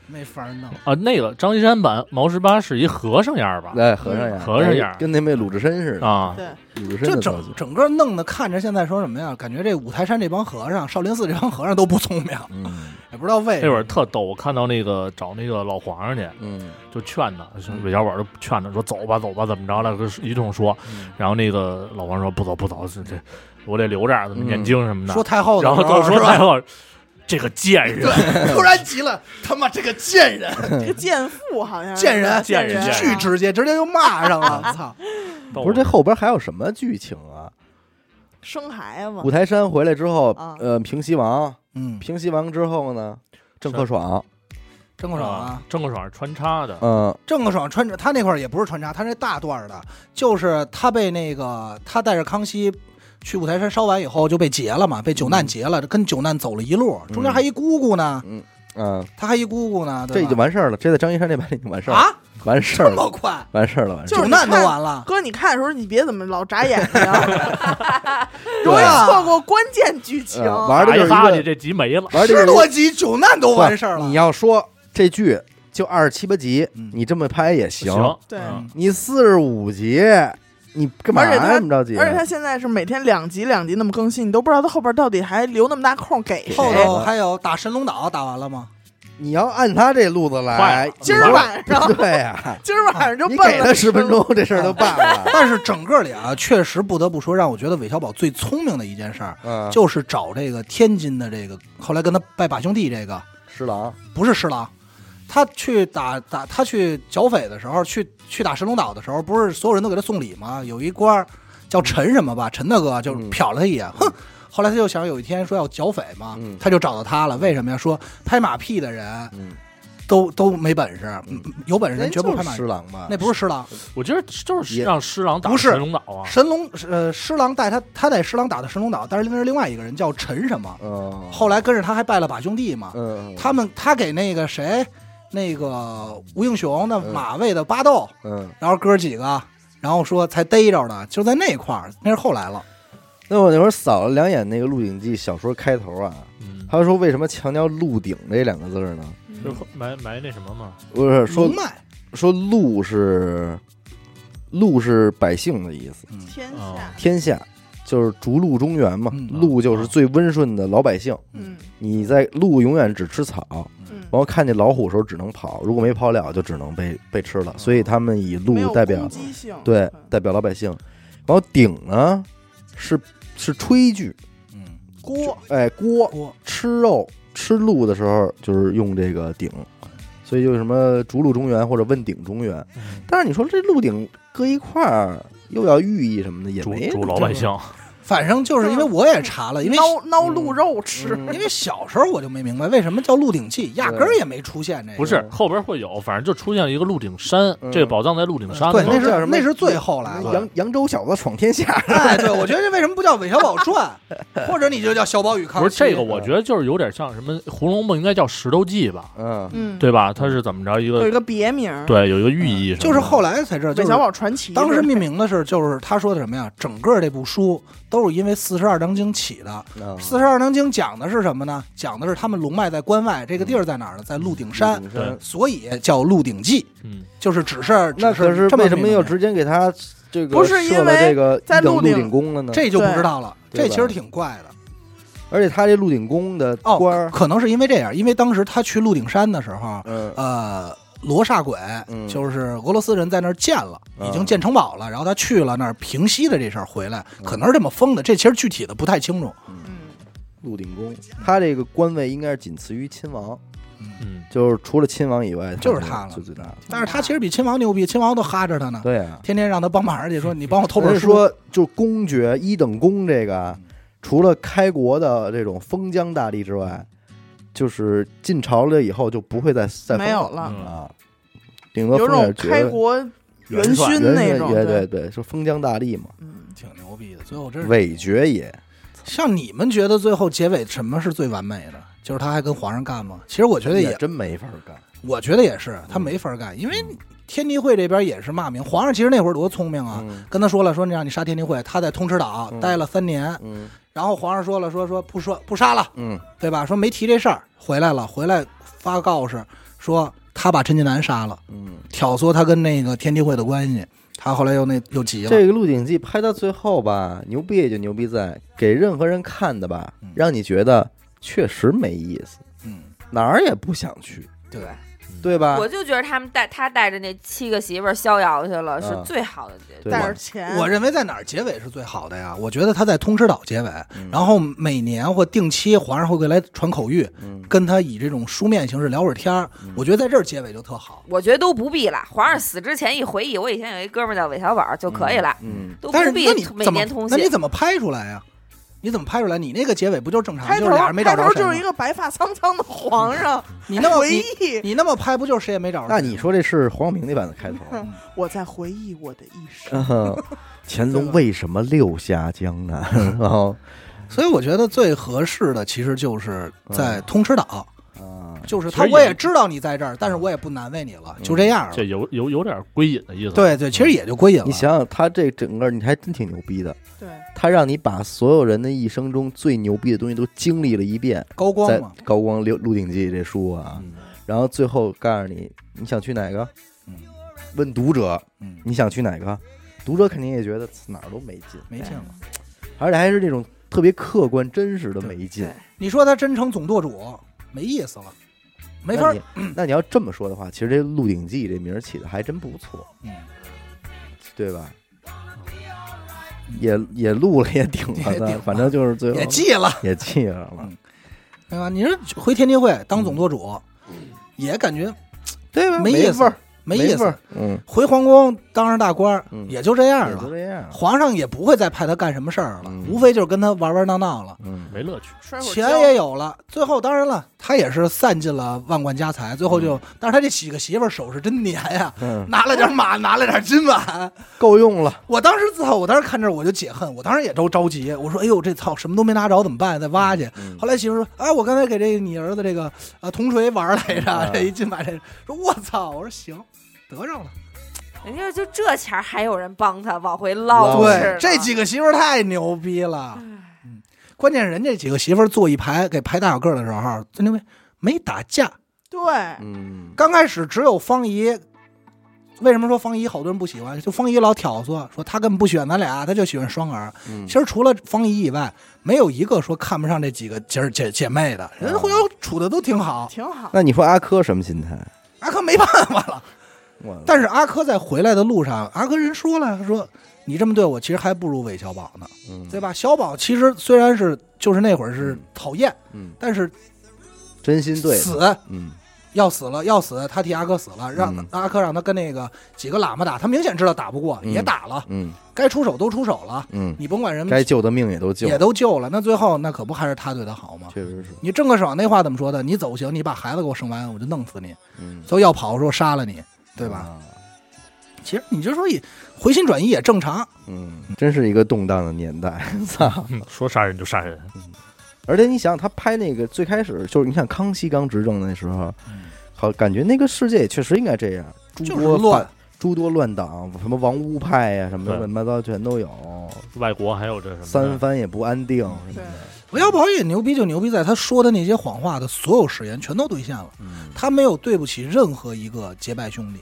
Speaker 3: 没法弄。
Speaker 5: 啊，那个张一山版毛十八是一和尚样儿吧？
Speaker 2: 对，和尚样，
Speaker 5: 和尚样
Speaker 2: 跟那位鲁智深似的，
Speaker 5: 啊，
Speaker 4: 对，
Speaker 2: 鲁智深
Speaker 3: 这
Speaker 2: 的造
Speaker 3: 整
Speaker 2: 型。
Speaker 3: 整个弄得看着现在说什么呀？感觉这五台山这帮和尚、少林寺这帮和尚都不聪明，
Speaker 2: 嗯
Speaker 3: 也不知道为什
Speaker 5: 那
Speaker 3: 么。
Speaker 5: 会儿特逗，我看到那个找那个老皇上去，
Speaker 2: 嗯
Speaker 5: 就劝他，韦小宝就劝他说走吧走吧，怎么着了，就是一通说。然后那个老皇上说不走不走，这这我得留着，怎么念经什么的。
Speaker 3: 说太后的
Speaker 5: 然
Speaker 3: 时
Speaker 5: 后
Speaker 3: 候，
Speaker 5: 都说
Speaker 3: 是吧
Speaker 5: 太 后这个贱人，
Speaker 3: 对， 突然急了，他妈这个贱人，
Speaker 2: 嗯
Speaker 4: 这个贱妇好像是
Speaker 3: 贱人
Speaker 5: 贱人
Speaker 4: 啊
Speaker 5: 贱
Speaker 3: 巨直接，直接就骂上了。操，
Speaker 5: 不
Speaker 2: 不是这后边还有什么剧情啊？
Speaker 4: 生孩子嘛
Speaker 2: 五，台山回来之后
Speaker 4: 啊，
Speaker 2: 呃，平西王，
Speaker 3: 嗯，
Speaker 2: 平西王之后呢，郑克爽，
Speaker 3: 郑克爽啊
Speaker 5: 啊，，郑克爽是穿插的，
Speaker 2: 嗯
Speaker 3: 郑克爽穿着他那块儿也不是穿插，他是大段儿的，就是他被那个他带着康熙。去五台山烧完以后就被劫了嘛，被九难劫了，跟九难走了一路，中间还一姑姑呢，
Speaker 2: 嗯，
Speaker 3: 他还一姑姑呢，
Speaker 2: 这
Speaker 3: 对
Speaker 2: 已
Speaker 3: 吧
Speaker 2: 经完事儿了，这在张一山这版已经完事儿了，
Speaker 3: 啊，
Speaker 2: 完事
Speaker 3: 这
Speaker 2: 儿了，
Speaker 3: 么快，
Speaker 2: 完事儿了，完事儿
Speaker 4: 就
Speaker 3: 九
Speaker 4: 是你
Speaker 3: 难都
Speaker 4: 看
Speaker 3: 完了，
Speaker 4: 哥，你看的时候你别怎么老眨眼睛，容
Speaker 3: 对
Speaker 4: 易
Speaker 3: 啊
Speaker 4: 错过关键剧情。
Speaker 2: 了，呃玩的
Speaker 5: 打
Speaker 2: 就是
Speaker 5: 一
Speaker 2: 一
Speaker 5: 哈欠，
Speaker 2: 个
Speaker 5: 这集没了。
Speaker 2: 玩的
Speaker 3: 十
Speaker 2: 就是
Speaker 3: 多集九难都完事儿
Speaker 2: 不
Speaker 3: 了。
Speaker 2: 你要说这剧就二十七八集
Speaker 3: 嗯，
Speaker 2: 你这么拍也行，
Speaker 5: 行，
Speaker 4: 对
Speaker 5: 嗯
Speaker 2: 你四十五集你干嘛
Speaker 4: 而且他
Speaker 2: 那么着急啊？
Speaker 4: 而且他现在是每天两集两集那么更新，你都不知道他后边到底还留那么大空给谁。
Speaker 3: 后
Speaker 2: 哎
Speaker 3: 头还有打神龙岛打完了吗？
Speaker 2: 你要按他这路子
Speaker 5: 坏
Speaker 2: 来
Speaker 5: 了，
Speaker 4: 今儿晚上，
Speaker 2: 对 呀，
Speaker 4: 今儿晚上就
Speaker 2: 你
Speaker 4: 奔
Speaker 2: 给
Speaker 4: 了
Speaker 2: 他十分 钟，这事儿都办了。
Speaker 3: 啊 但是整个里啊，确实不得不说，让我觉得韦小宝最聪明的一件事儿，
Speaker 2: 嗯，
Speaker 3: 就是找这个天津的这个，后来跟他拜把兄弟这个，
Speaker 2: 施琅，
Speaker 3: 不是施琅，他去打打他去剿匪的时候，去去打神龙岛的时候，不是所有人都给他送礼吗？有一官儿叫陈什么吧，陈大哥就
Speaker 2: 嗯
Speaker 3: 瞟了他一眼，哼。 后来他就想有一天说要剿匪嘛，
Speaker 2: 嗯
Speaker 3: 他就找到他了。为什么呀？说拍马屁的人
Speaker 2: 嗯，
Speaker 3: 都都没本事，
Speaker 2: 嗯
Speaker 3: 嗯有本事人
Speaker 2: 人
Speaker 3: 绝不
Speaker 2: 就
Speaker 3: 拍
Speaker 2: 是
Speaker 3: 马屁
Speaker 2: 施。琅吧？
Speaker 3: 那不是施琅，
Speaker 5: 我觉得就是
Speaker 2: 也
Speaker 5: 让施琅打
Speaker 3: 不是
Speaker 5: 神龙岛啊，
Speaker 3: 神龙呃，施琅带他，他带施琅打的神龙岛，但是那是另外一个人叫陈什么，
Speaker 2: 嗯，
Speaker 3: 后来跟着他还拜了把兄弟嘛。
Speaker 2: 嗯，嗯，
Speaker 3: 他们他给那个谁，那个吴英雄的
Speaker 2: 嗯
Speaker 3: 马喂的巴豆，
Speaker 2: 嗯，
Speaker 3: 然后哥几个，然后说才逮着的，就在那块儿，那是后来了。
Speaker 2: 那我那会儿扫了两眼那个《鹿鼎记》小说开头啊，
Speaker 5: 嗯，
Speaker 2: 他说为什么强调“鹿鼎”这两个字儿呢？
Speaker 5: 就埋埋那什么嘛，
Speaker 2: 不是说
Speaker 3: 龙脉
Speaker 2: 说“鹿”是“鹿”是百姓的意思，
Speaker 4: 天
Speaker 5: 哦
Speaker 4: 下，
Speaker 2: 天下就是逐鹿中原嘛
Speaker 3: 嗯，
Speaker 2: 鹿
Speaker 4: 啊
Speaker 2: 就是最温顺的老百姓。
Speaker 4: 嗯
Speaker 2: 你在鹿永远只吃草，
Speaker 4: 嗯
Speaker 2: 然，后看见老虎的时候只能跑，如果没跑了就只能被被吃了，所以他们以
Speaker 4: 没
Speaker 2: 鹿
Speaker 4: 有嗯
Speaker 2: 代表
Speaker 4: 攻击性
Speaker 2: 对代表老百姓，然后鼎呢是是炊具，
Speaker 3: 嗯，
Speaker 4: 锅
Speaker 2: 哎锅
Speaker 3: 锅
Speaker 2: 吃肉吃鹿的时候就是用这个鼎，所以就什么逐鹿中原或者问鼎中原，
Speaker 5: 嗯
Speaker 2: 但是你说这鹿鼎搁一块儿又要寓意什么的也
Speaker 5: 主
Speaker 2: 没
Speaker 5: 主老百姓，
Speaker 3: 反正就是因为我也查了，因为
Speaker 4: 嗯孬孬鹿肉吃，
Speaker 2: 嗯
Speaker 3: 因为小时候我就没明白为什么叫《鹿鼎记》，压根儿也没出现这个。
Speaker 5: 不是后边会有，反正就出现了一个鹿鼎山，
Speaker 2: 嗯
Speaker 5: 这个宝藏在鹿鼎山
Speaker 3: 对，
Speaker 5: 嘛，
Speaker 3: 那
Speaker 2: 叫什
Speaker 3: 是
Speaker 2: 么
Speaker 3: 那是最后来了。
Speaker 2: 扬扬州小子闯天 下，
Speaker 3: 哎，对，我觉得这为什么不叫《韦小宝传》，或者你就叫《小宝与康熙》？
Speaker 5: 不是这个，我觉得就是有点像什么《红楼梦》，应该叫《石头记》吧，
Speaker 2: 嗯，
Speaker 4: 嗯，
Speaker 5: 对吧？它是怎么着一
Speaker 4: 有一
Speaker 5: 个
Speaker 4: 个别名儿，
Speaker 5: 对有一个寓意什么的，
Speaker 3: 就是后来才知道，啊就
Speaker 4: 韦
Speaker 3: 是
Speaker 4: 小宝传奇。
Speaker 3: 当时命嗯名的是，就是他说的什么呀？整个这部书都是因为四十二章经起的。
Speaker 2: 嗯
Speaker 3: 四十二章经讲的是什么呢？讲的是他们龙脉在关外，这个地儿在哪儿呢？在鹿鼎山，嗯
Speaker 2: 鹿鼎
Speaker 5: 对
Speaker 3: 所以叫《鹿鼎记》，
Speaker 5: 嗯，
Speaker 3: 就是只是
Speaker 2: 那
Speaker 3: 只
Speaker 2: 可是
Speaker 3: 这么
Speaker 2: 为什么
Speaker 3: 命名
Speaker 2: 要直接给他这个
Speaker 4: 不是因
Speaker 2: 设了
Speaker 4: 为
Speaker 2: 这个
Speaker 4: 在
Speaker 2: 一等
Speaker 4: 鹿
Speaker 2: 鹿
Speaker 4: 鼎
Speaker 2: 鼎宫了呢？
Speaker 3: 这就不知道了。
Speaker 2: 对
Speaker 3: 这
Speaker 2: 对吧
Speaker 3: 其实挺怪的
Speaker 2: 而且他这鹿鼎宫的官
Speaker 3: 哦
Speaker 2: 儿，，
Speaker 3: 可能是因为这样，因为当时他去鹿鼎山的时候，
Speaker 2: 嗯
Speaker 3: 呃。罗刹鬼
Speaker 2: 嗯
Speaker 3: 就是俄罗斯人在那儿建了，已经
Speaker 2: 嗯
Speaker 3: 建城堡了。然后他去了那儿平息的这事儿，回来可能是这么封的。这其实具体的不太清楚。
Speaker 4: 嗯，
Speaker 2: 鹿鼎宫，他这个官位应该是仅次于亲王，
Speaker 5: 嗯，
Speaker 2: 就是除了亲王以外，
Speaker 3: 就是
Speaker 2: 他
Speaker 3: 他了
Speaker 2: 就最大的。
Speaker 3: 但是他其实比亲王牛逼，亲王都哈着他呢，
Speaker 2: 对啊，
Speaker 3: 天天让他帮忙，而且说你帮我偷
Speaker 2: 人
Speaker 3: 本
Speaker 2: 家
Speaker 3: 书。
Speaker 2: 说就公爵一等公这个，除了开国的这种封疆大吏之外，就是进朝了以后就不会再再封
Speaker 4: 没有了，
Speaker 5: 嗯
Speaker 2: 啊，顶多
Speaker 4: 有
Speaker 2: 封点
Speaker 4: 种
Speaker 2: 儿爵
Speaker 4: 开国元勋
Speaker 2: 元
Speaker 4: 那
Speaker 2: 帅
Speaker 4: 种，
Speaker 2: 也对，对，说封疆大吏嘛，
Speaker 4: 嗯，
Speaker 3: 挺牛逼的，最后真是
Speaker 2: 伪爵也。
Speaker 3: 像你们觉得最后结尾什么是最完美的？就是他还跟皇上干吗？其实我觉得也，
Speaker 2: 真没法干。
Speaker 3: 我觉得也是，他没法干，因为天地会这边也是骂名。皇上其实那会儿多聪明啊，
Speaker 2: 嗯
Speaker 3: 跟他说了说你让你杀天地会，他在通吃岛
Speaker 2: 嗯
Speaker 3: 待了三年，
Speaker 2: 嗯
Speaker 3: 然后皇上说了说说不说不杀了，
Speaker 2: 嗯
Speaker 3: 对吧？说没提这事儿，回来了，回来发告示说他把陈近南杀了。
Speaker 2: 嗯，
Speaker 3: 挑唆他跟那个天地会的关系，他后来又那又急了。
Speaker 2: 这个《鹿鼎记》拍到最后吧，牛逼也就牛逼在给任何人看的吧
Speaker 3: 嗯，
Speaker 2: 让你觉得确实没意思，
Speaker 3: 嗯，
Speaker 2: 哪儿也不想去，
Speaker 3: 对，
Speaker 2: 对吧
Speaker 3: 啊
Speaker 6: 我？就觉得他们带他带着那七个媳妇儿逍遥去了，是
Speaker 2: 嗯
Speaker 6: 最好的结
Speaker 2: 对
Speaker 6: 局。
Speaker 4: 带着钱，
Speaker 3: 嗯我认为在哪儿结尾是最好的呀？我觉得他在通吃岛结尾，
Speaker 2: 嗯
Speaker 3: 然后每年或定期皇上会来传口谕，
Speaker 2: 嗯
Speaker 3: 跟他以这种书面形式聊会儿天儿。我觉得在这儿结尾就特好。
Speaker 6: 我觉得都不必了。皇上死之前一回忆，我以前有一哥们儿叫韦小宝就可以了，
Speaker 2: 嗯，
Speaker 6: 都
Speaker 3: 但是
Speaker 6: 不必
Speaker 3: 那你
Speaker 6: 每
Speaker 3: 怎么
Speaker 6: 年通
Speaker 3: 那你
Speaker 6: 信。
Speaker 3: 怎么拍出来呀？你怎么拍出来？你那个结尾不就正常？
Speaker 4: 开
Speaker 3: 就
Speaker 4: 头
Speaker 3: 是俩人没找
Speaker 4: 开
Speaker 3: 着
Speaker 4: 头
Speaker 3: 谁
Speaker 4: 就是一
Speaker 3: 吗？
Speaker 4: 个白发苍苍的皇上，
Speaker 3: 你那么
Speaker 4: 回
Speaker 3: 你
Speaker 4: 忆，
Speaker 3: 你那么拍，不就是谁也没找着谁吗？
Speaker 2: 那你说这是黄晓明那版的开头。
Speaker 4: 我在回忆我的一生。
Speaker 2: 嗯乾隆为什么六下江南？然后
Speaker 3: 所以我觉得最合适的其实就是
Speaker 2: 嗯
Speaker 3: 在通吃岛，
Speaker 2: 啊，
Speaker 3: 就是
Speaker 5: 其
Speaker 3: 他
Speaker 5: 实
Speaker 3: 我
Speaker 5: 也
Speaker 3: 也知道你在这儿，但是我也不难为你了，
Speaker 2: 嗯
Speaker 3: 就这样了。
Speaker 5: 这有有有点归隐的意思，啊
Speaker 3: 对对，其实也就归隐了。
Speaker 2: 你想想他这整个，你还真挺牛逼的。
Speaker 4: 对，
Speaker 2: 他让你把所有人的一生中最牛逼的东西都经历了一遍，
Speaker 3: 高光
Speaker 2: 在
Speaker 3: 嘛，
Speaker 2: 《高光鹿鹿鼎记》这书啊，
Speaker 5: 嗯，
Speaker 2: 然后最后告诉你你想去哪个
Speaker 3: 嗯，
Speaker 2: 问读者
Speaker 3: 嗯，
Speaker 2: 你想去哪个，读者肯定也觉得哪儿都没劲，
Speaker 3: 没见过。
Speaker 2: 而且还是那种特别客观真实的没劲。
Speaker 3: 你说他真成总舵主，没意思了，没
Speaker 2: 那。
Speaker 3: 法
Speaker 2: 你。那你要这么说的话，其实这《鹿鼎记》这名儿起的还真不错，
Speaker 3: 嗯，
Speaker 2: 对吧？也也录了，也顶
Speaker 3: 也
Speaker 2: 了
Speaker 3: 顶
Speaker 2: 的，
Speaker 3: 了
Speaker 2: 反正就是最后
Speaker 3: 也记了，
Speaker 2: 也记着了
Speaker 3: 嗯，对吧？你是回天地会当总舵主，
Speaker 2: 嗯
Speaker 3: 也感觉
Speaker 2: 对吧？
Speaker 3: 没意
Speaker 2: 意
Speaker 3: 思
Speaker 2: 思，
Speaker 3: 没
Speaker 2: 意
Speaker 3: 意思。，
Speaker 2: 嗯，
Speaker 3: 回皇宫当上大官儿
Speaker 2: 嗯
Speaker 3: 也就这样
Speaker 2: 也就
Speaker 3: 了，
Speaker 2: 这样，
Speaker 3: 皇上也不会再派他干什么事儿了
Speaker 2: 嗯，
Speaker 3: 无非就是跟他玩玩闹闹了。
Speaker 2: 嗯，
Speaker 5: 没乐趣。
Speaker 6: 摔会儿
Speaker 3: 钱
Speaker 6: 跤
Speaker 3: 也有了，最后当然了，他也是散尽了万贯家财，最后就，但是他这几个媳妇儿手是真粘呀，
Speaker 2: 嗯，
Speaker 3: 拿了点马，拿了点金碗。
Speaker 2: 够用了，
Speaker 3: 我当时自操，我当时看这儿我就解恨，我当时也都着急，我说哎呦这操什么都没拿着怎么办？再挖去。
Speaker 2: 嗯
Speaker 3: 后来媳妇说哎我刚才给这个你儿子这个呃铜锤玩来着
Speaker 5: 嗯，
Speaker 3: 这一金碗这个说我操，我说行。得着了，
Speaker 6: 人家就这钱儿还有人帮他往回捞
Speaker 2: 哦
Speaker 6: 是
Speaker 3: 对
Speaker 6: 吗，
Speaker 3: 这几个媳妇儿太牛逼了。嗯，关键是人家几个媳妇儿坐一排给排大小个儿的时候，真牛逼，没打架，
Speaker 4: 对，
Speaker 2: 嗯，
Speaker 3: 刚开始只有方怡，为什么说方怡好多人不喜欢？就方怡老挑唆说她根本不喜欢咱俩，她就喜欢双儿。
Speaker 2: 嗯
Speaker 3: 其实除了方怡以外，没有一个说看不上这几个姐儿姐姐妹的，人家互相处的都挺好。
Speaker 4: 挺好。
Speaker 2: 那你说阿珂什么心态？
Speaker 3: 阿珂没办法了，
Speaker 2: 我
Speaker 3: 但是阿珂在回来的路上，阿珂人说了，说你这么对我，其实还不如韦小宝呢，
Speaker 2: 嗯
Speaker 3: 对吧？小宝其实虽然是就是那会儿是讨厌，
Speaker 2: 嗯，
Speaker 3: 但是
Speaker 2: 真心对，
Speaker 3: 死
Speaker 2: 嗯
Speaker 3: 要死了，要死！他替阿珂死了，让、
Speaker 2: 嗯
Speaker 3: 阿珂让他跟那个几个喇嘛打，他明显知道打不过，
Speaker 2: 嗯
Speaker 3: 也打了，
Speaker 2: 嗯
Speaker 3: 该出手都出手了，
Speaker 2: 嗯，
Speaker 3: 你甭管人
Speaker 2: 该救的命也都救，
Speaker 3: 也都救了，那最后那可不还是他对他好吗？
Speaker 2: 确实是，
Speaker 3: 你正个爽那话怎么说的？你走行，你把孩子给我生完，我就弄死你；
Speaker 2: 嗯，
Speaker 3: 所以要跑的时候杀了你，对吧？
Speaker 2: 啊？
Speaker 3: 其实你之所以回心转意也正常，
Speaker 2: 嗯，真是一个动荡的年代，操！
Speaker 3: 嗯
Speaker 5: 说杀人就杀人，
Speaker 2: 而且你想，他拍那个最开始就是你想康熙刚执政的那时候，好感觉那个世界也确实应该这样，诸
Speaker 3: 就是
Speaker 2: 多
Speaker 3: 乱
Speaker 2: 反，诸多乱党，什么王屋派呀、什么
Speaker 5: 对
Speaker 2: 乱七八糟全都有，
Speaker 5: 外国还有这什么
Speaker 2: 三藩也不安定什么
Speaker 4: 对
Speaker 2: 的，
Speaker 3: 韦小宝也牛逼，就牛逼在他说的那些谎话的所有誓言全都兑现了，
Speaker 2: 嗯
Speaker 3: 他没有对不起任何一个结拜兄弟，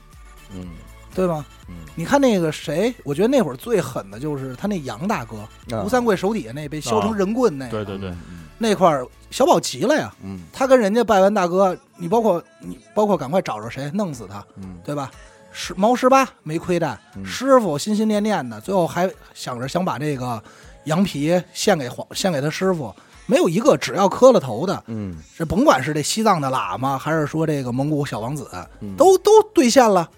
Speaker 2: 嗯
Speaker 3: 对吗？
Speaker 2: 嗯，
Speaker 3: 你看那个谁，我觉得那会儿最狠的就是他那杨大哥，
Speaker 2: 啊
Speaker 3: 吴三桂手底下那被削成人棍那个
Speaker 5: 对对对，，
Speaker 3: 那块儿，小宝急了呀，
Speaker 2: 嗯
Speaker 3: 他跟人家拜完大哥，你包括你包括赶快找着谁弄死他，
Speaker 2: 嗯
Speaker 3: 对吧？十毛十八没亏待，
Speaker 2: 嗯
Speaker 3: 师傅心心念念的，最后还想着想把这个羊皮献给皇，献给他师傅，没有一个只要磕了头的，
Speaker 2: 嗯
Speaker 3: 这甭管是这西藏的喇嘛，还是说这个蒙古小王子，
Speaker 2: 嗯，
Speaker 3: 都都兑现了，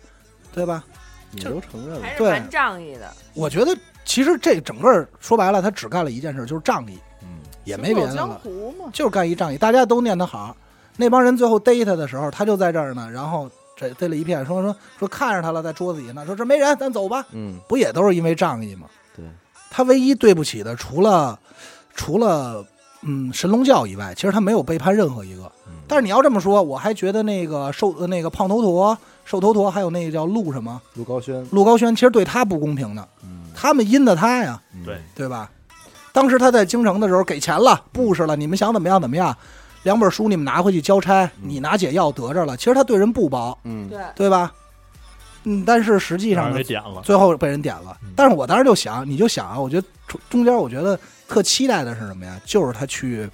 Speaker 3: 对吧？
Speaker 2: 你都承认了，
Speaker 6: 还是
Speaker 3: 对
Speaker 6: 蛮仗义的，
Speaker 3: 我觉得其实这整个儿说白了，他只干了一件事，就是仗义，
Speaker 2: 嗯
Speaker 3: 也没别
Speaker 4: 行
Speaker 3: 的
Speaker 4: 走江
Speaker 3: 了，
Speaker 4: 湖嘛，
Speaker 3: 就是干一仗义。大家都念他好，那帮人最后逮他的时候，他就在这儿呢，然后这逮了一片，说说说看着他了，在桌子底下呢，说这没人，咱走吧，
Speaker 2: 嗯，
Speaker 3: 不也都是因为仗义吗？
Speaker 2: 对，
Speaker 3: 他唯一对不起的，除了除了嗯神龙教以外，其实他没有背叛任何一个。
Speaker 2: 嗯
Speaker 3: 但是你要这么说，我还觉得那个瘦呃那个胖头陀、瘦头陀，还有那个叫陆什么
Speaker 2: 陆高轩，
Speaker 3: 陆高轩，其实对他不公平的，
Speaker 2: 嗯
Speaker 3: 他们阴的他呀。
Speaker 5: 对，
Speaker 3: 对吧？当时他在京城的时候给钱了，布置了，你们想怎么样怎么样。两本书你们拿回去交差，
Speaker 5: 嗯
Speaker 3: 你拿解药得着了。其实他对人不薄，
Speaker 2: 嗯
Speaker 6: 对，
Speaker 3: 对吧？嗯，但是实际
Speaker 5: 让
Speaker 3: 上
Speaker 5: 人
Speaker 3: 呢
Speaker 5: 给，点了，
Speaker 3: 最后被人点了
Speaker 5: 啊嗯。
Speaker 3: 但是我当时就想，你就想啊，我觉得中中间我觉得特期待的是什么呀？就是他去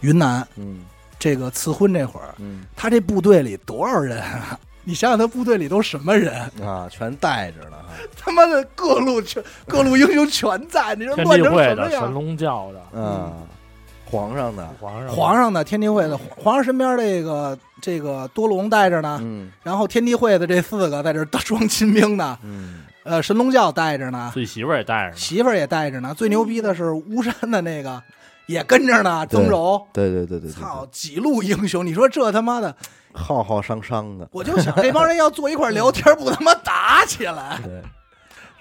Speaker 3: 云南
Speaker 2: 嗯
Speaker 3: 这个赐婚这会儿，
Speaker 2: 嗯
Speaker 3: 他这部队里多少人啊？ 你想想，他部队里都什么人？
Speaker 2: 啊，全带着呢哈，
Speaker 3: 他妈的各路全各路英雄全在，你说
Speaker 5: 天
Speaker 3: 乱
Speaker 5: 地
Speaker 3: 成
Speaker 5: 会
Speaker 3: 什
Speaker 5: 的、
Speaker 3: 么
Speaker 5: 神
Speaker 3: 样？
Speaker 5: 龙教的、
Speaker 3: 嗯
Speaker 2: 啊，皇上的，
Speaker 3: 啊
Speaker 5: 皇上、
Speaker 3: 皇上的天地会的皇皇上身边这个这个多隆带着呢，
Speaker 2: 嗯
Speaker 3: 然后天地会的这四个在这儿当装亲兵呢，
Speaker 2: 嗯
Speaker 3: 呃，神龙教带着呢，
Speaker 5: 自己媳妇儿也带着呢，
Speaker 3: 媳妇儿也带着呢，最牛逼的是巫山的那个也跟着呢，
Speaker 2: 对
Speaker 3: 曾柔，
Speaker 2: 对对对对对对，
Speaker 3: 操，几路英雄，你说这他妈的，
Speaker 2: 浩浩汤汤的，
Speaker 3: 我就想这帮人要坐一块儿聊天，不他妈打起来，
Speaker 2: 对，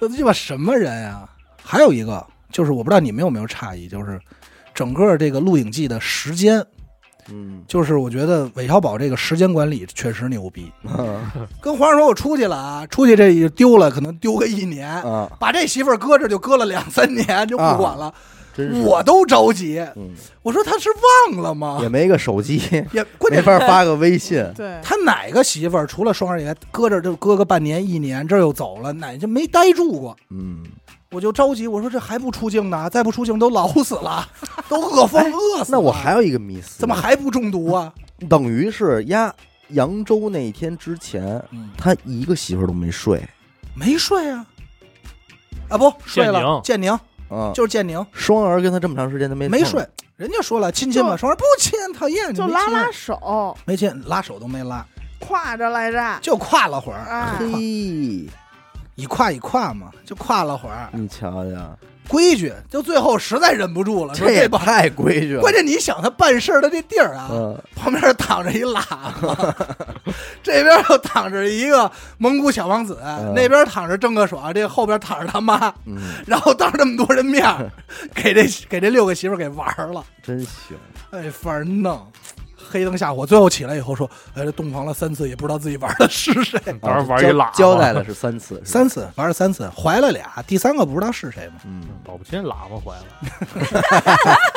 Speaker 3: 这 鸡巴什么人呀、还有一个就是我不知道你们有没有诧异，就是整个这个《鹿鼎记》的时间
Speaker 2: 嗯，
Speaker 3: 就是我觉得韦小宝这个时间管理确实牛逼。跟皇上说，我出去了啊，出去这也丢了，可能丢个一年，
Speaker 2: 啊，
Speaker 3: 把这媳妇儿搁这就搁了两三年就不管了。
Speaker 2: 真是
Speaker 3: 我都着急。
Speaker 2: 嗯
Speaker 3: 我说他是忘了吗
Speaker 2: 也？没个手机，
Speaker 3: 也 关
Speaker 2: 没
Speaker 3: 键
Speaker 2: 法发个微信。
Speaker 4: 对，
Speaker 3: 他哪个媳妇儿除了双儿爷搁这儿就搁个半年一年，这儿又走了，哪就没待住过。
Speaker 2: 嗯，
Speaker 3: 我就着急，我说这还不出境呢，再不出境都老死了， 都饿疯饿死了。
Speaker 2: 哎那我还有一个迷思，
Speaker 3: 怎么还不中毒啊？
Speaker 2: 等于是压扬州那天之前，
Speaker 3: 嗯，
Speaker 2: 他一个媳妇儿都没睡
Speaker 3: 没睡啊。啊不，睡了。建宁
Speaker 2: 啊？
Speaker 3: 就是建宁，
Speaker 2: 双儿跟他这么长时间他没
Speaker 3: 嗯没
Speaker 2: 碰
Speaker 3: 睡。人家说了亲亲吧，
Speaker 4: 就
Speaker 3: 双儿不亲，讨厌，
Speaker 4: 就
Speaker 3: 没
Speaker 4: 拉
Speaker 3: 亲
Speaker 4: 拉手，
Speaker 3: 没亲，拉手都没拉，
Speaker 4: 挎着来着，
Speaker 3: 就挎了会儿，
Speaker 4: 啊
Speaker 2: 嘿，
Speaker 3: 一挎一挎嘛，就挎了会儿，
Speaker 2: 你瞧
Speaker 3: 啊
Speaker 2: 瞧，
Speaker 3: 规矩。就最后实在忍不住了，说
Speaker 2: 也
Speaker 3: 这帮
Speaker 2: 太规矩了。
Speaker 3: 关键你想他办事儿的这地儿啊，
Speaker 2: 嗯，
Speaker 3: 旁边躺着一喇嘛，这边又躺着一个蒙古小王子，那边躺着郑克爽，这后边躺着他妈，
Speaker 2: 嗯，
Speaker 3: 然后当着那么多人面儿，给这给这六个媳妇儿给玩儿了，
Speaker 2: 真行。
Speaker 3: 哎，反正弄。黑灯瞎火，最后起来以后说：“哎，这洞房了三次，也不知道自己玩的是谁，
Speaker 2: 嗯
Speaker 5: 当时玩一
Speaker 2: 啊交
Speaker 5: 喇叭
Speaker 2: 交代了是三次，是吧
Speaker 3: 三次玩了三次，怀了俩，第三个不知道是谁嘛，
Speaker 2: 嗯，
Speaker 5: 保不齐喇叭坏了，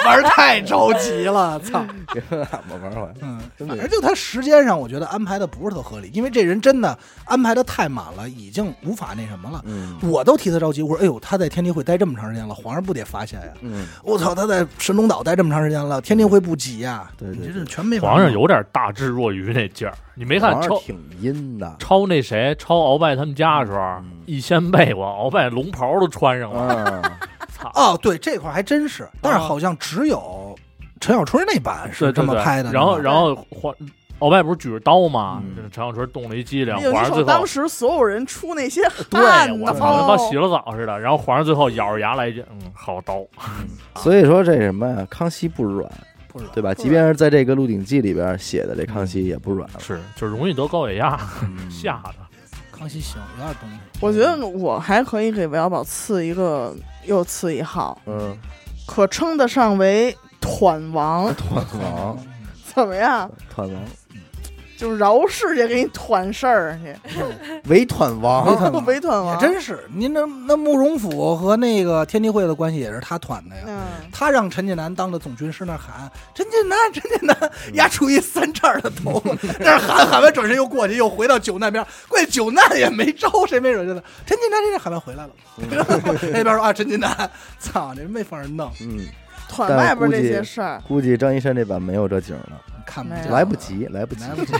Speaker 3: 玩太着急了，操！
Speaker 2: 给 他们玩玩。
Speaker 3: 嗯，
Speaker 2: 嗯真
Speaker 3: 反
Speaker 2: 的
Speaker 3: 正就他时间上，我觉得安排的不是特合理，因为这人真的安排的太满了，已经无法那什么了。
Speaker 2: 嗯
Speaker 3: 我都替他着急，我说：“哎呦，他在天地会待这么长时间了，皇上不得发现呀！
Speaker 2: 嗯，
Speaker 3: 我操，他在神农岛待这么长时间了，天地会不急呀？
Speaker 2: 对对
Speaker 3: 你
Speaker 2: 对
Speaker 3: 这是全没法
Speaker 5: 皇上
Speaker 3: 弄
Speaker 5: 有点大智若愚那劲儿。你没看
Speaker 2: 皇上
Speaker 5: 超
Speaker 2: 挺阴的，
Speaker 5: 超那谁超鳌拜他们家的时候
Speaker 2: 嗯，
Speaker 5: 一掀被窝，鳌拜龙袍都穿上
Speaker 3: 嗯
Speaker 5: 了，
Speaker 2: 啊，
Speaker 5: 操！
Speaker 3: 哦，对这块还真是，但是好像只有陈小春那版
Speaker 5: 哦对
Speaker 3: 是
Speaker 5: 对
Speaker 3: 这么
Speaker 5: 对
Speaker 3: 拍的。
Speaker 5: 然后，然后皇鳌拜不是举着刀吗？
Speaker 2: 嗯
Speaker 5: 这陈小春动了一机灵，
Speaker 4: 有
Speaker 5: 皇
Speaker 4: 一
Speaker 5: 上
Speaker 4: 首
Speaker 5: 最后
Speaker 4: 当时所有人出那些
Speaker 5: 对
Speaker 4: 汗哦
Speaker 5: 我
Speaker 4: 呐，
Speaker 5: 操，他妈洗了澡似的。然后皇上最后咬着牙来一句：“嗯，好刀。啊
Speaker 2: 所以说这什么呀，康熙不软，
Speaker 3: 不软
Speaker 2: 对吧？即便是在这个《鹿鼎记》里边写的，这康熙也不软”了。
Speaker 5: 是，就容易得高血压，嗯
Speaker 2: 嗯
Speaker 5: 吓的。
Speaker 3: 康熙行，有点东西。
Speaker 4: 我觉得我还可以给韦小宝赐一个，又赐一号，
Speaker 2: 嗯，
Speaker 4: 可称得上为团 王，
Speaker 2: 团王，
Speaker 4: 怎么样？
Speaker 2: 团王，
Speaker 4: 就饶世界给你团事儿去，
Speaker 2: 伪团 王，
Speaker 3: 团王
Speaker 4: 伪团
Speaker 3: 啊也
Speaker 4: 王，
Speaker 3: 真是，您那那慕容府和那个天地会的关系也是他团的呀。
Speaker 4: 嗯，
Speaker 3: 他让陈近南当着总军师那儿喊：“陈近南，陈近南！”
Speaker 5: 嗯
Speaker 3: 压出一三叉的头，那儿喊喊完转身又过去，又回到九难边儿。关键九难也没招谁，没惹着他。陈近南这喊完回来了，
Speaker 5: 嗯
Speaker 3: 那边说啊，陈近南，操，这没法儿弄，
Speaker 2: 嗯，
Speaker 4: 团
Speaker 2: 但
Speaker 4: 外边
Speaker 2: 估
Speaker 4: 那
Speaker 2: 计
Speaker 4: 些事儿
Speaker 2: 估计张一山这版没有这景了，
Speaker 3: 看不
Speaker 4: 没
Speaker 3: 见，
Speaker 4: 有
Speaker 2: 来不，及，来不及
Speaker 3: 哎来。不及。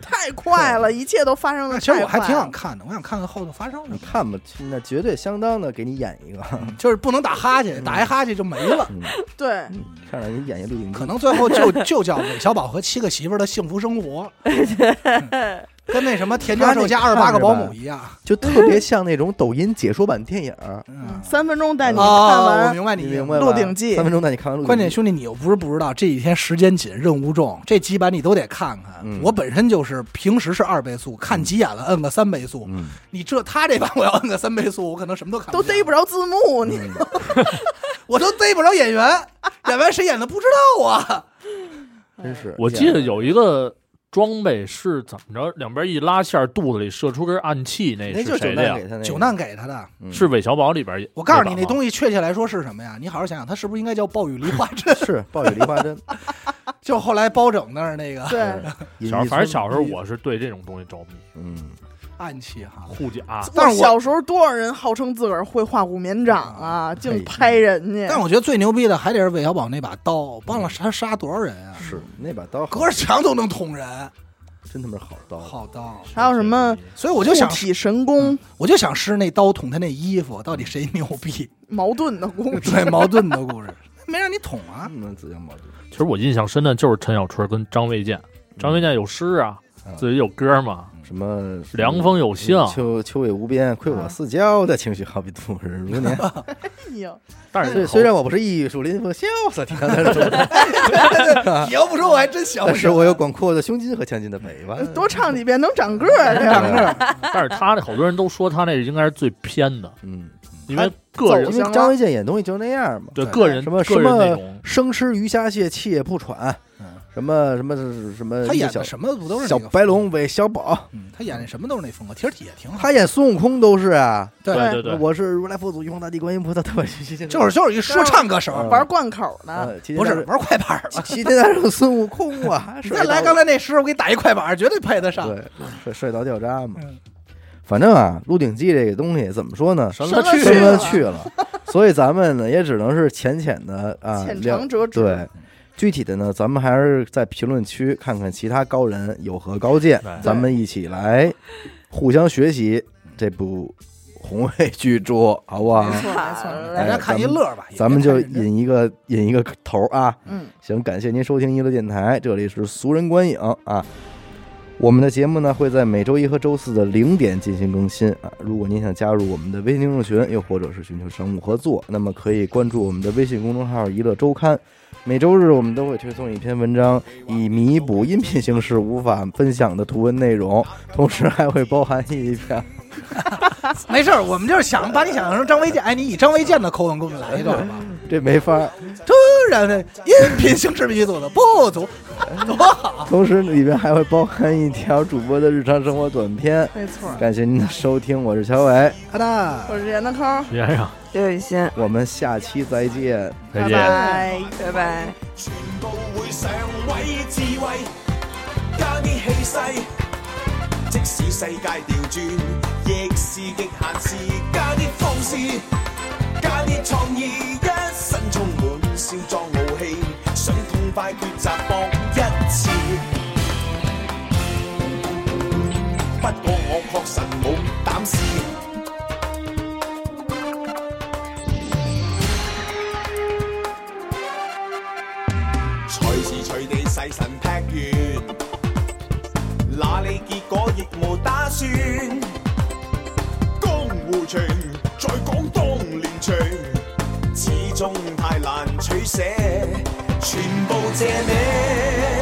Speaker 4: 太快了，一切都发生的
Speaker 3: 其实我还挺想看的，我想看看后头发生什
Speaker 2: 你
Speaker 3: 么，
Speaker 2: 看吧，那绝对相当的给你演一个，
Speaker 3: 就是不能打哈欠，打一哈欠就没了。
Speaker 2: 嗯，
Speaker 4: 对，
Speaker 2: 看着给你演一《鹿鼎记
Speaker 3: 可》。能最后就就叫韦小宝和七个媳妇儿的幸福生 活，嗯跟那什么田家兽加二十八个保姆一样。
Speaker 2: 就特别像那种抖音解说版电影儿，
Speaker 3: 嗯。
Speaker 4: 三分钟带你 看
Speaker 3: 哦，我
Speaker 4: 完，
Speaker 3: 明白
Speaker 2: 你
Speaker 3: 你
Speaker 2: 明白吧？
Speaker 4: 鹿鼎记
Speaker 2: 三分钟带你看完《鹿鼎记》，
Speaker 3: 关键兄弟，你又不是不知道，这几天时间紧，任务重，这几版你都得看看。
Speaker 2: 嗯
Speaker 3: 我本身就是平时是二倍速，看急眼了摁个三倍速。
Speaker 2: 嗯，
Speaker 3: 你这他这版我要摁个三倍速，我可能什么都看
Speaker 4: 都
Speaker 3: 见
Speaker 4: 逮不，着字幕，你
Speaker 2: 嗯
Speaker 3: 我都逮不着演员， 演完谁演的不知道啊。
Speaker 2: 真是。
Speaker 5: 我记得有一个装备是怎么着，两边一拉线，肚子里射出根暗器，那
Speaker 2: 那就是是九
Speaker 5: 谁的
Speaker 2: 难
Speaker 5: 呀
Speaker 2: 给？他那个
Speaker 3: 九难给他的，
Speaker 2: 嗯？
Speaker 5: 是韦小宝里边。
Speaker 3: 我告诉你，那东西
Speaker 5: 西
Speaker 3: 确切来说是什么呀？你好好想想，它是不是应该叫暴雨梨花针
Speaker 2: 是暴雨梨花针，
Speaker 3: 就后来包拯那儿那个
Speaker 4: 对，
Speaker 2: 隐
Speaker 5: 小
Speaker 2: 逸
Speaker 5: 反
Speaker 2: 村
Speaker 5: 正小时候我是对这种东西着迷，
Speaker 2: 嗯，
Speaker 3: 暗器哈。
Speaker 5: 护甲
Speaker 3: 但
Speaker 4: 我
Speaker 3: 是我
Speaker 4: 小时候多少人号称自个儿会画五棉掌啊，
Speaker 2: 嘿
Speaker 4: 净拍人家
Speaker 3: 哎但。我觉得最牛逼的还得是韦小宝那把刀，帮了他杀多少人啊？
Speaker 2: 是那把刀好
Speaker 3: 隔着墙都能捅人，
Speaker 2: 真他妈是好刀，
Speaker 3: 好刀。
Speaker 4: 还有什么
Speaker 3: 所以我就想嗯
Speaker 4: 护，体神功、
Speaker 3: 我就想试那刀捅他那衣服，到底谁牛 逼？
Speaker 4: 矛盾的故事，
Speaker 3: 对，矛盾的 故事，没让你捅啊。
Speaker 2: 嗯，自相矛盾。
Speaker 5: 其实我印象深的就是陈小春跟张卫健，张卫健有诗啊
Speaker 2: 嗯，
Speaker 5: 自己有歌嘛，
Speaker 3: 嗯
Speaker 2: 什么
Speaker 5: 凉风有幸。
Speaker 2: 秋秋水无边，亏我四郊的情绪好比度日如 年。
Speaker 4: 哎呦，
Speaker 5: 但
Speaker 2: 虽
Speaker 5: 是
Speaker 2: 虽然我不是艺术林风潇洒天的主，
Speaker 3: 你要不说我还真 想不
Speaker 2: 啊
Speaker 3: 哎
Speaker 2: 但
Speaker 3: 起
Speaker 2: 是
Speaker 3: 来
Speaker 2: 我有广阔的胸襟和强劲的尾巴。
Speaker 3: 嗯
Speaker 4: 多唱几遍能长个儿，这样
Speaker 5: 但是他那好多人都说他那应该是最偏的，
Speaker 2: 嗯，
Speaker 5: 因为个人
Speaker 4: 走
Speaker 2: 因为
Speaker 4: 向
Speaker 2: 张卫健演东西就那样嘛，
Speaker 5: 对个人
Speaker 2: 什么
Speaker 5: 个
Speaker 2: 什
Speaker 5: 人那
Speaker 2: 么
Speaker 5: 种
Speaker 2: 生吃鱼虾蟹，气也不喘
Speaker 3: 嗯，
Speaker 2: 什什么什么什么，
Speaker 3: 他演
Speaker 2: 小
Speaker 3: 的什么不都是那
Speaker 2: 小
Speaker 3: 嗯呃个风格
Speaker 2: 白龙、韦小宝，
Speaker 3: 嗯他演的什么都是那风格，铁体也挺好。
Speaker 2: 他演孙悟空都是啊。
Speaker 3: 对
Speaker 5: 对对，
Speaker 2: 我是如来佛祖、玉皇大帝、观音菩萨，对吧？就
Speaker 3: 就是就是一说唱歌手，
Speaker 2: 嗯
Speaker 4: 玩贯口呢，
Speaker 2: 呃
Speaker 3: 不是玩快板儿吧。
Speaker 2: 齐天大圣孙悟空啊，
Speaker 3: 你
Speaker 2: 帅
Speaker 3: 再来
Speaker 2: 到
Speaker 3: 刚才那诗，我给你打一快板儿，绝对配得上。
Speaker 2: 对嗯帅帅到掉渣嘛
Speaker 3: 嗯。
Speaker 2: 反正啊，《鹿鼎记》这个东西怎么说呢？
Speaker 5: 神
Speaker 4: 了去
Speaker 2: 深了
Speaker 4: 了
Speaker 2: 去了， 所以咱们呢也只能是浅浅的啊
Speaker 4: 浅
Speaker 2: 聊
Speaker 4: 尝辄止。
Speaker 2: 对，具体的呢，咱们还是在评论区看看其他高人有何高见
Speaker 5: 对，
Speaker 2: 咱们一起来互相学习这部宏伟巨著，好不好
Speaker 4: 没？错没错
Speaker 6: 好
Speaker 3: 大
Speaker 2: 哎
Speaker 3: 家看一乐儿吧，也别
Speaker 2: 咱们就
Speaker 3: 太认真
Speaker 2: 引一个引一个头儿啊！
Speaker 4: 嗯，
Speaker 2: 行，感谢您收听娱乐电台，这里是俗人观影啊。我们的节目呢会在每周一和周四的零点进行更新啊。如果您想加入我们的微信听众群，又或者是寻求商务合作，那么可以关注我们的微信公众号“娱乐周刊”。每周日我们都会推送一篇文章，以弥补音频形式无法分享的图文内容，同时还会包含一篇
Speaker 3: 没事儿，我们就是想把你想象成张卫健，哎，你以张卫健的口吻给我们来 一段吧。
Speaker 2: 这没法儿，
Speaker 3: 突然的音频形式鼻祖的不足，多好！
Speaker 2: 同时里面还会包含一条主播的日常生活短片。
Speaker 4: 没错。
Speaker 2: 感谢您的收听，我是小伟，
Speaker 3: 阿达，
Speaker 4: 我是闫德抠，
Speaker 5: 先生，
Speaker 6: 刘雨欣，
Speaker 2: 我们下期再见。
Speaker 5: 再
Speaker 4: 拜
Speaker 5: 见。
Speaker 4: 拜。
Speaker 6: 拜拜。
Speaker 1: 全部會上位智慧，加啲氣勢。即使世界調轉，亦是極限事。加啲放肆，加啲創意，一身充滿少壯傲氣。想痛快抉擇搏一次。不過我確實冇膽試。隨時隨地細神劈完，哪里結果亦無打算。江湖情再講當年情，始終太難取捨，全部借你，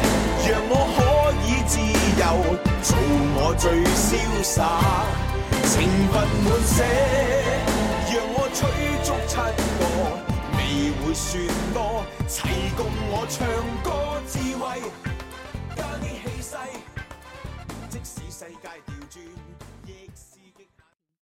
Speaker 1: 讓我可以自由，做我最瀟灑，情份滿寫，讓我取足七個。未會算多，齊共我唱歌智慧，加啲氣勢，即使世界調轉。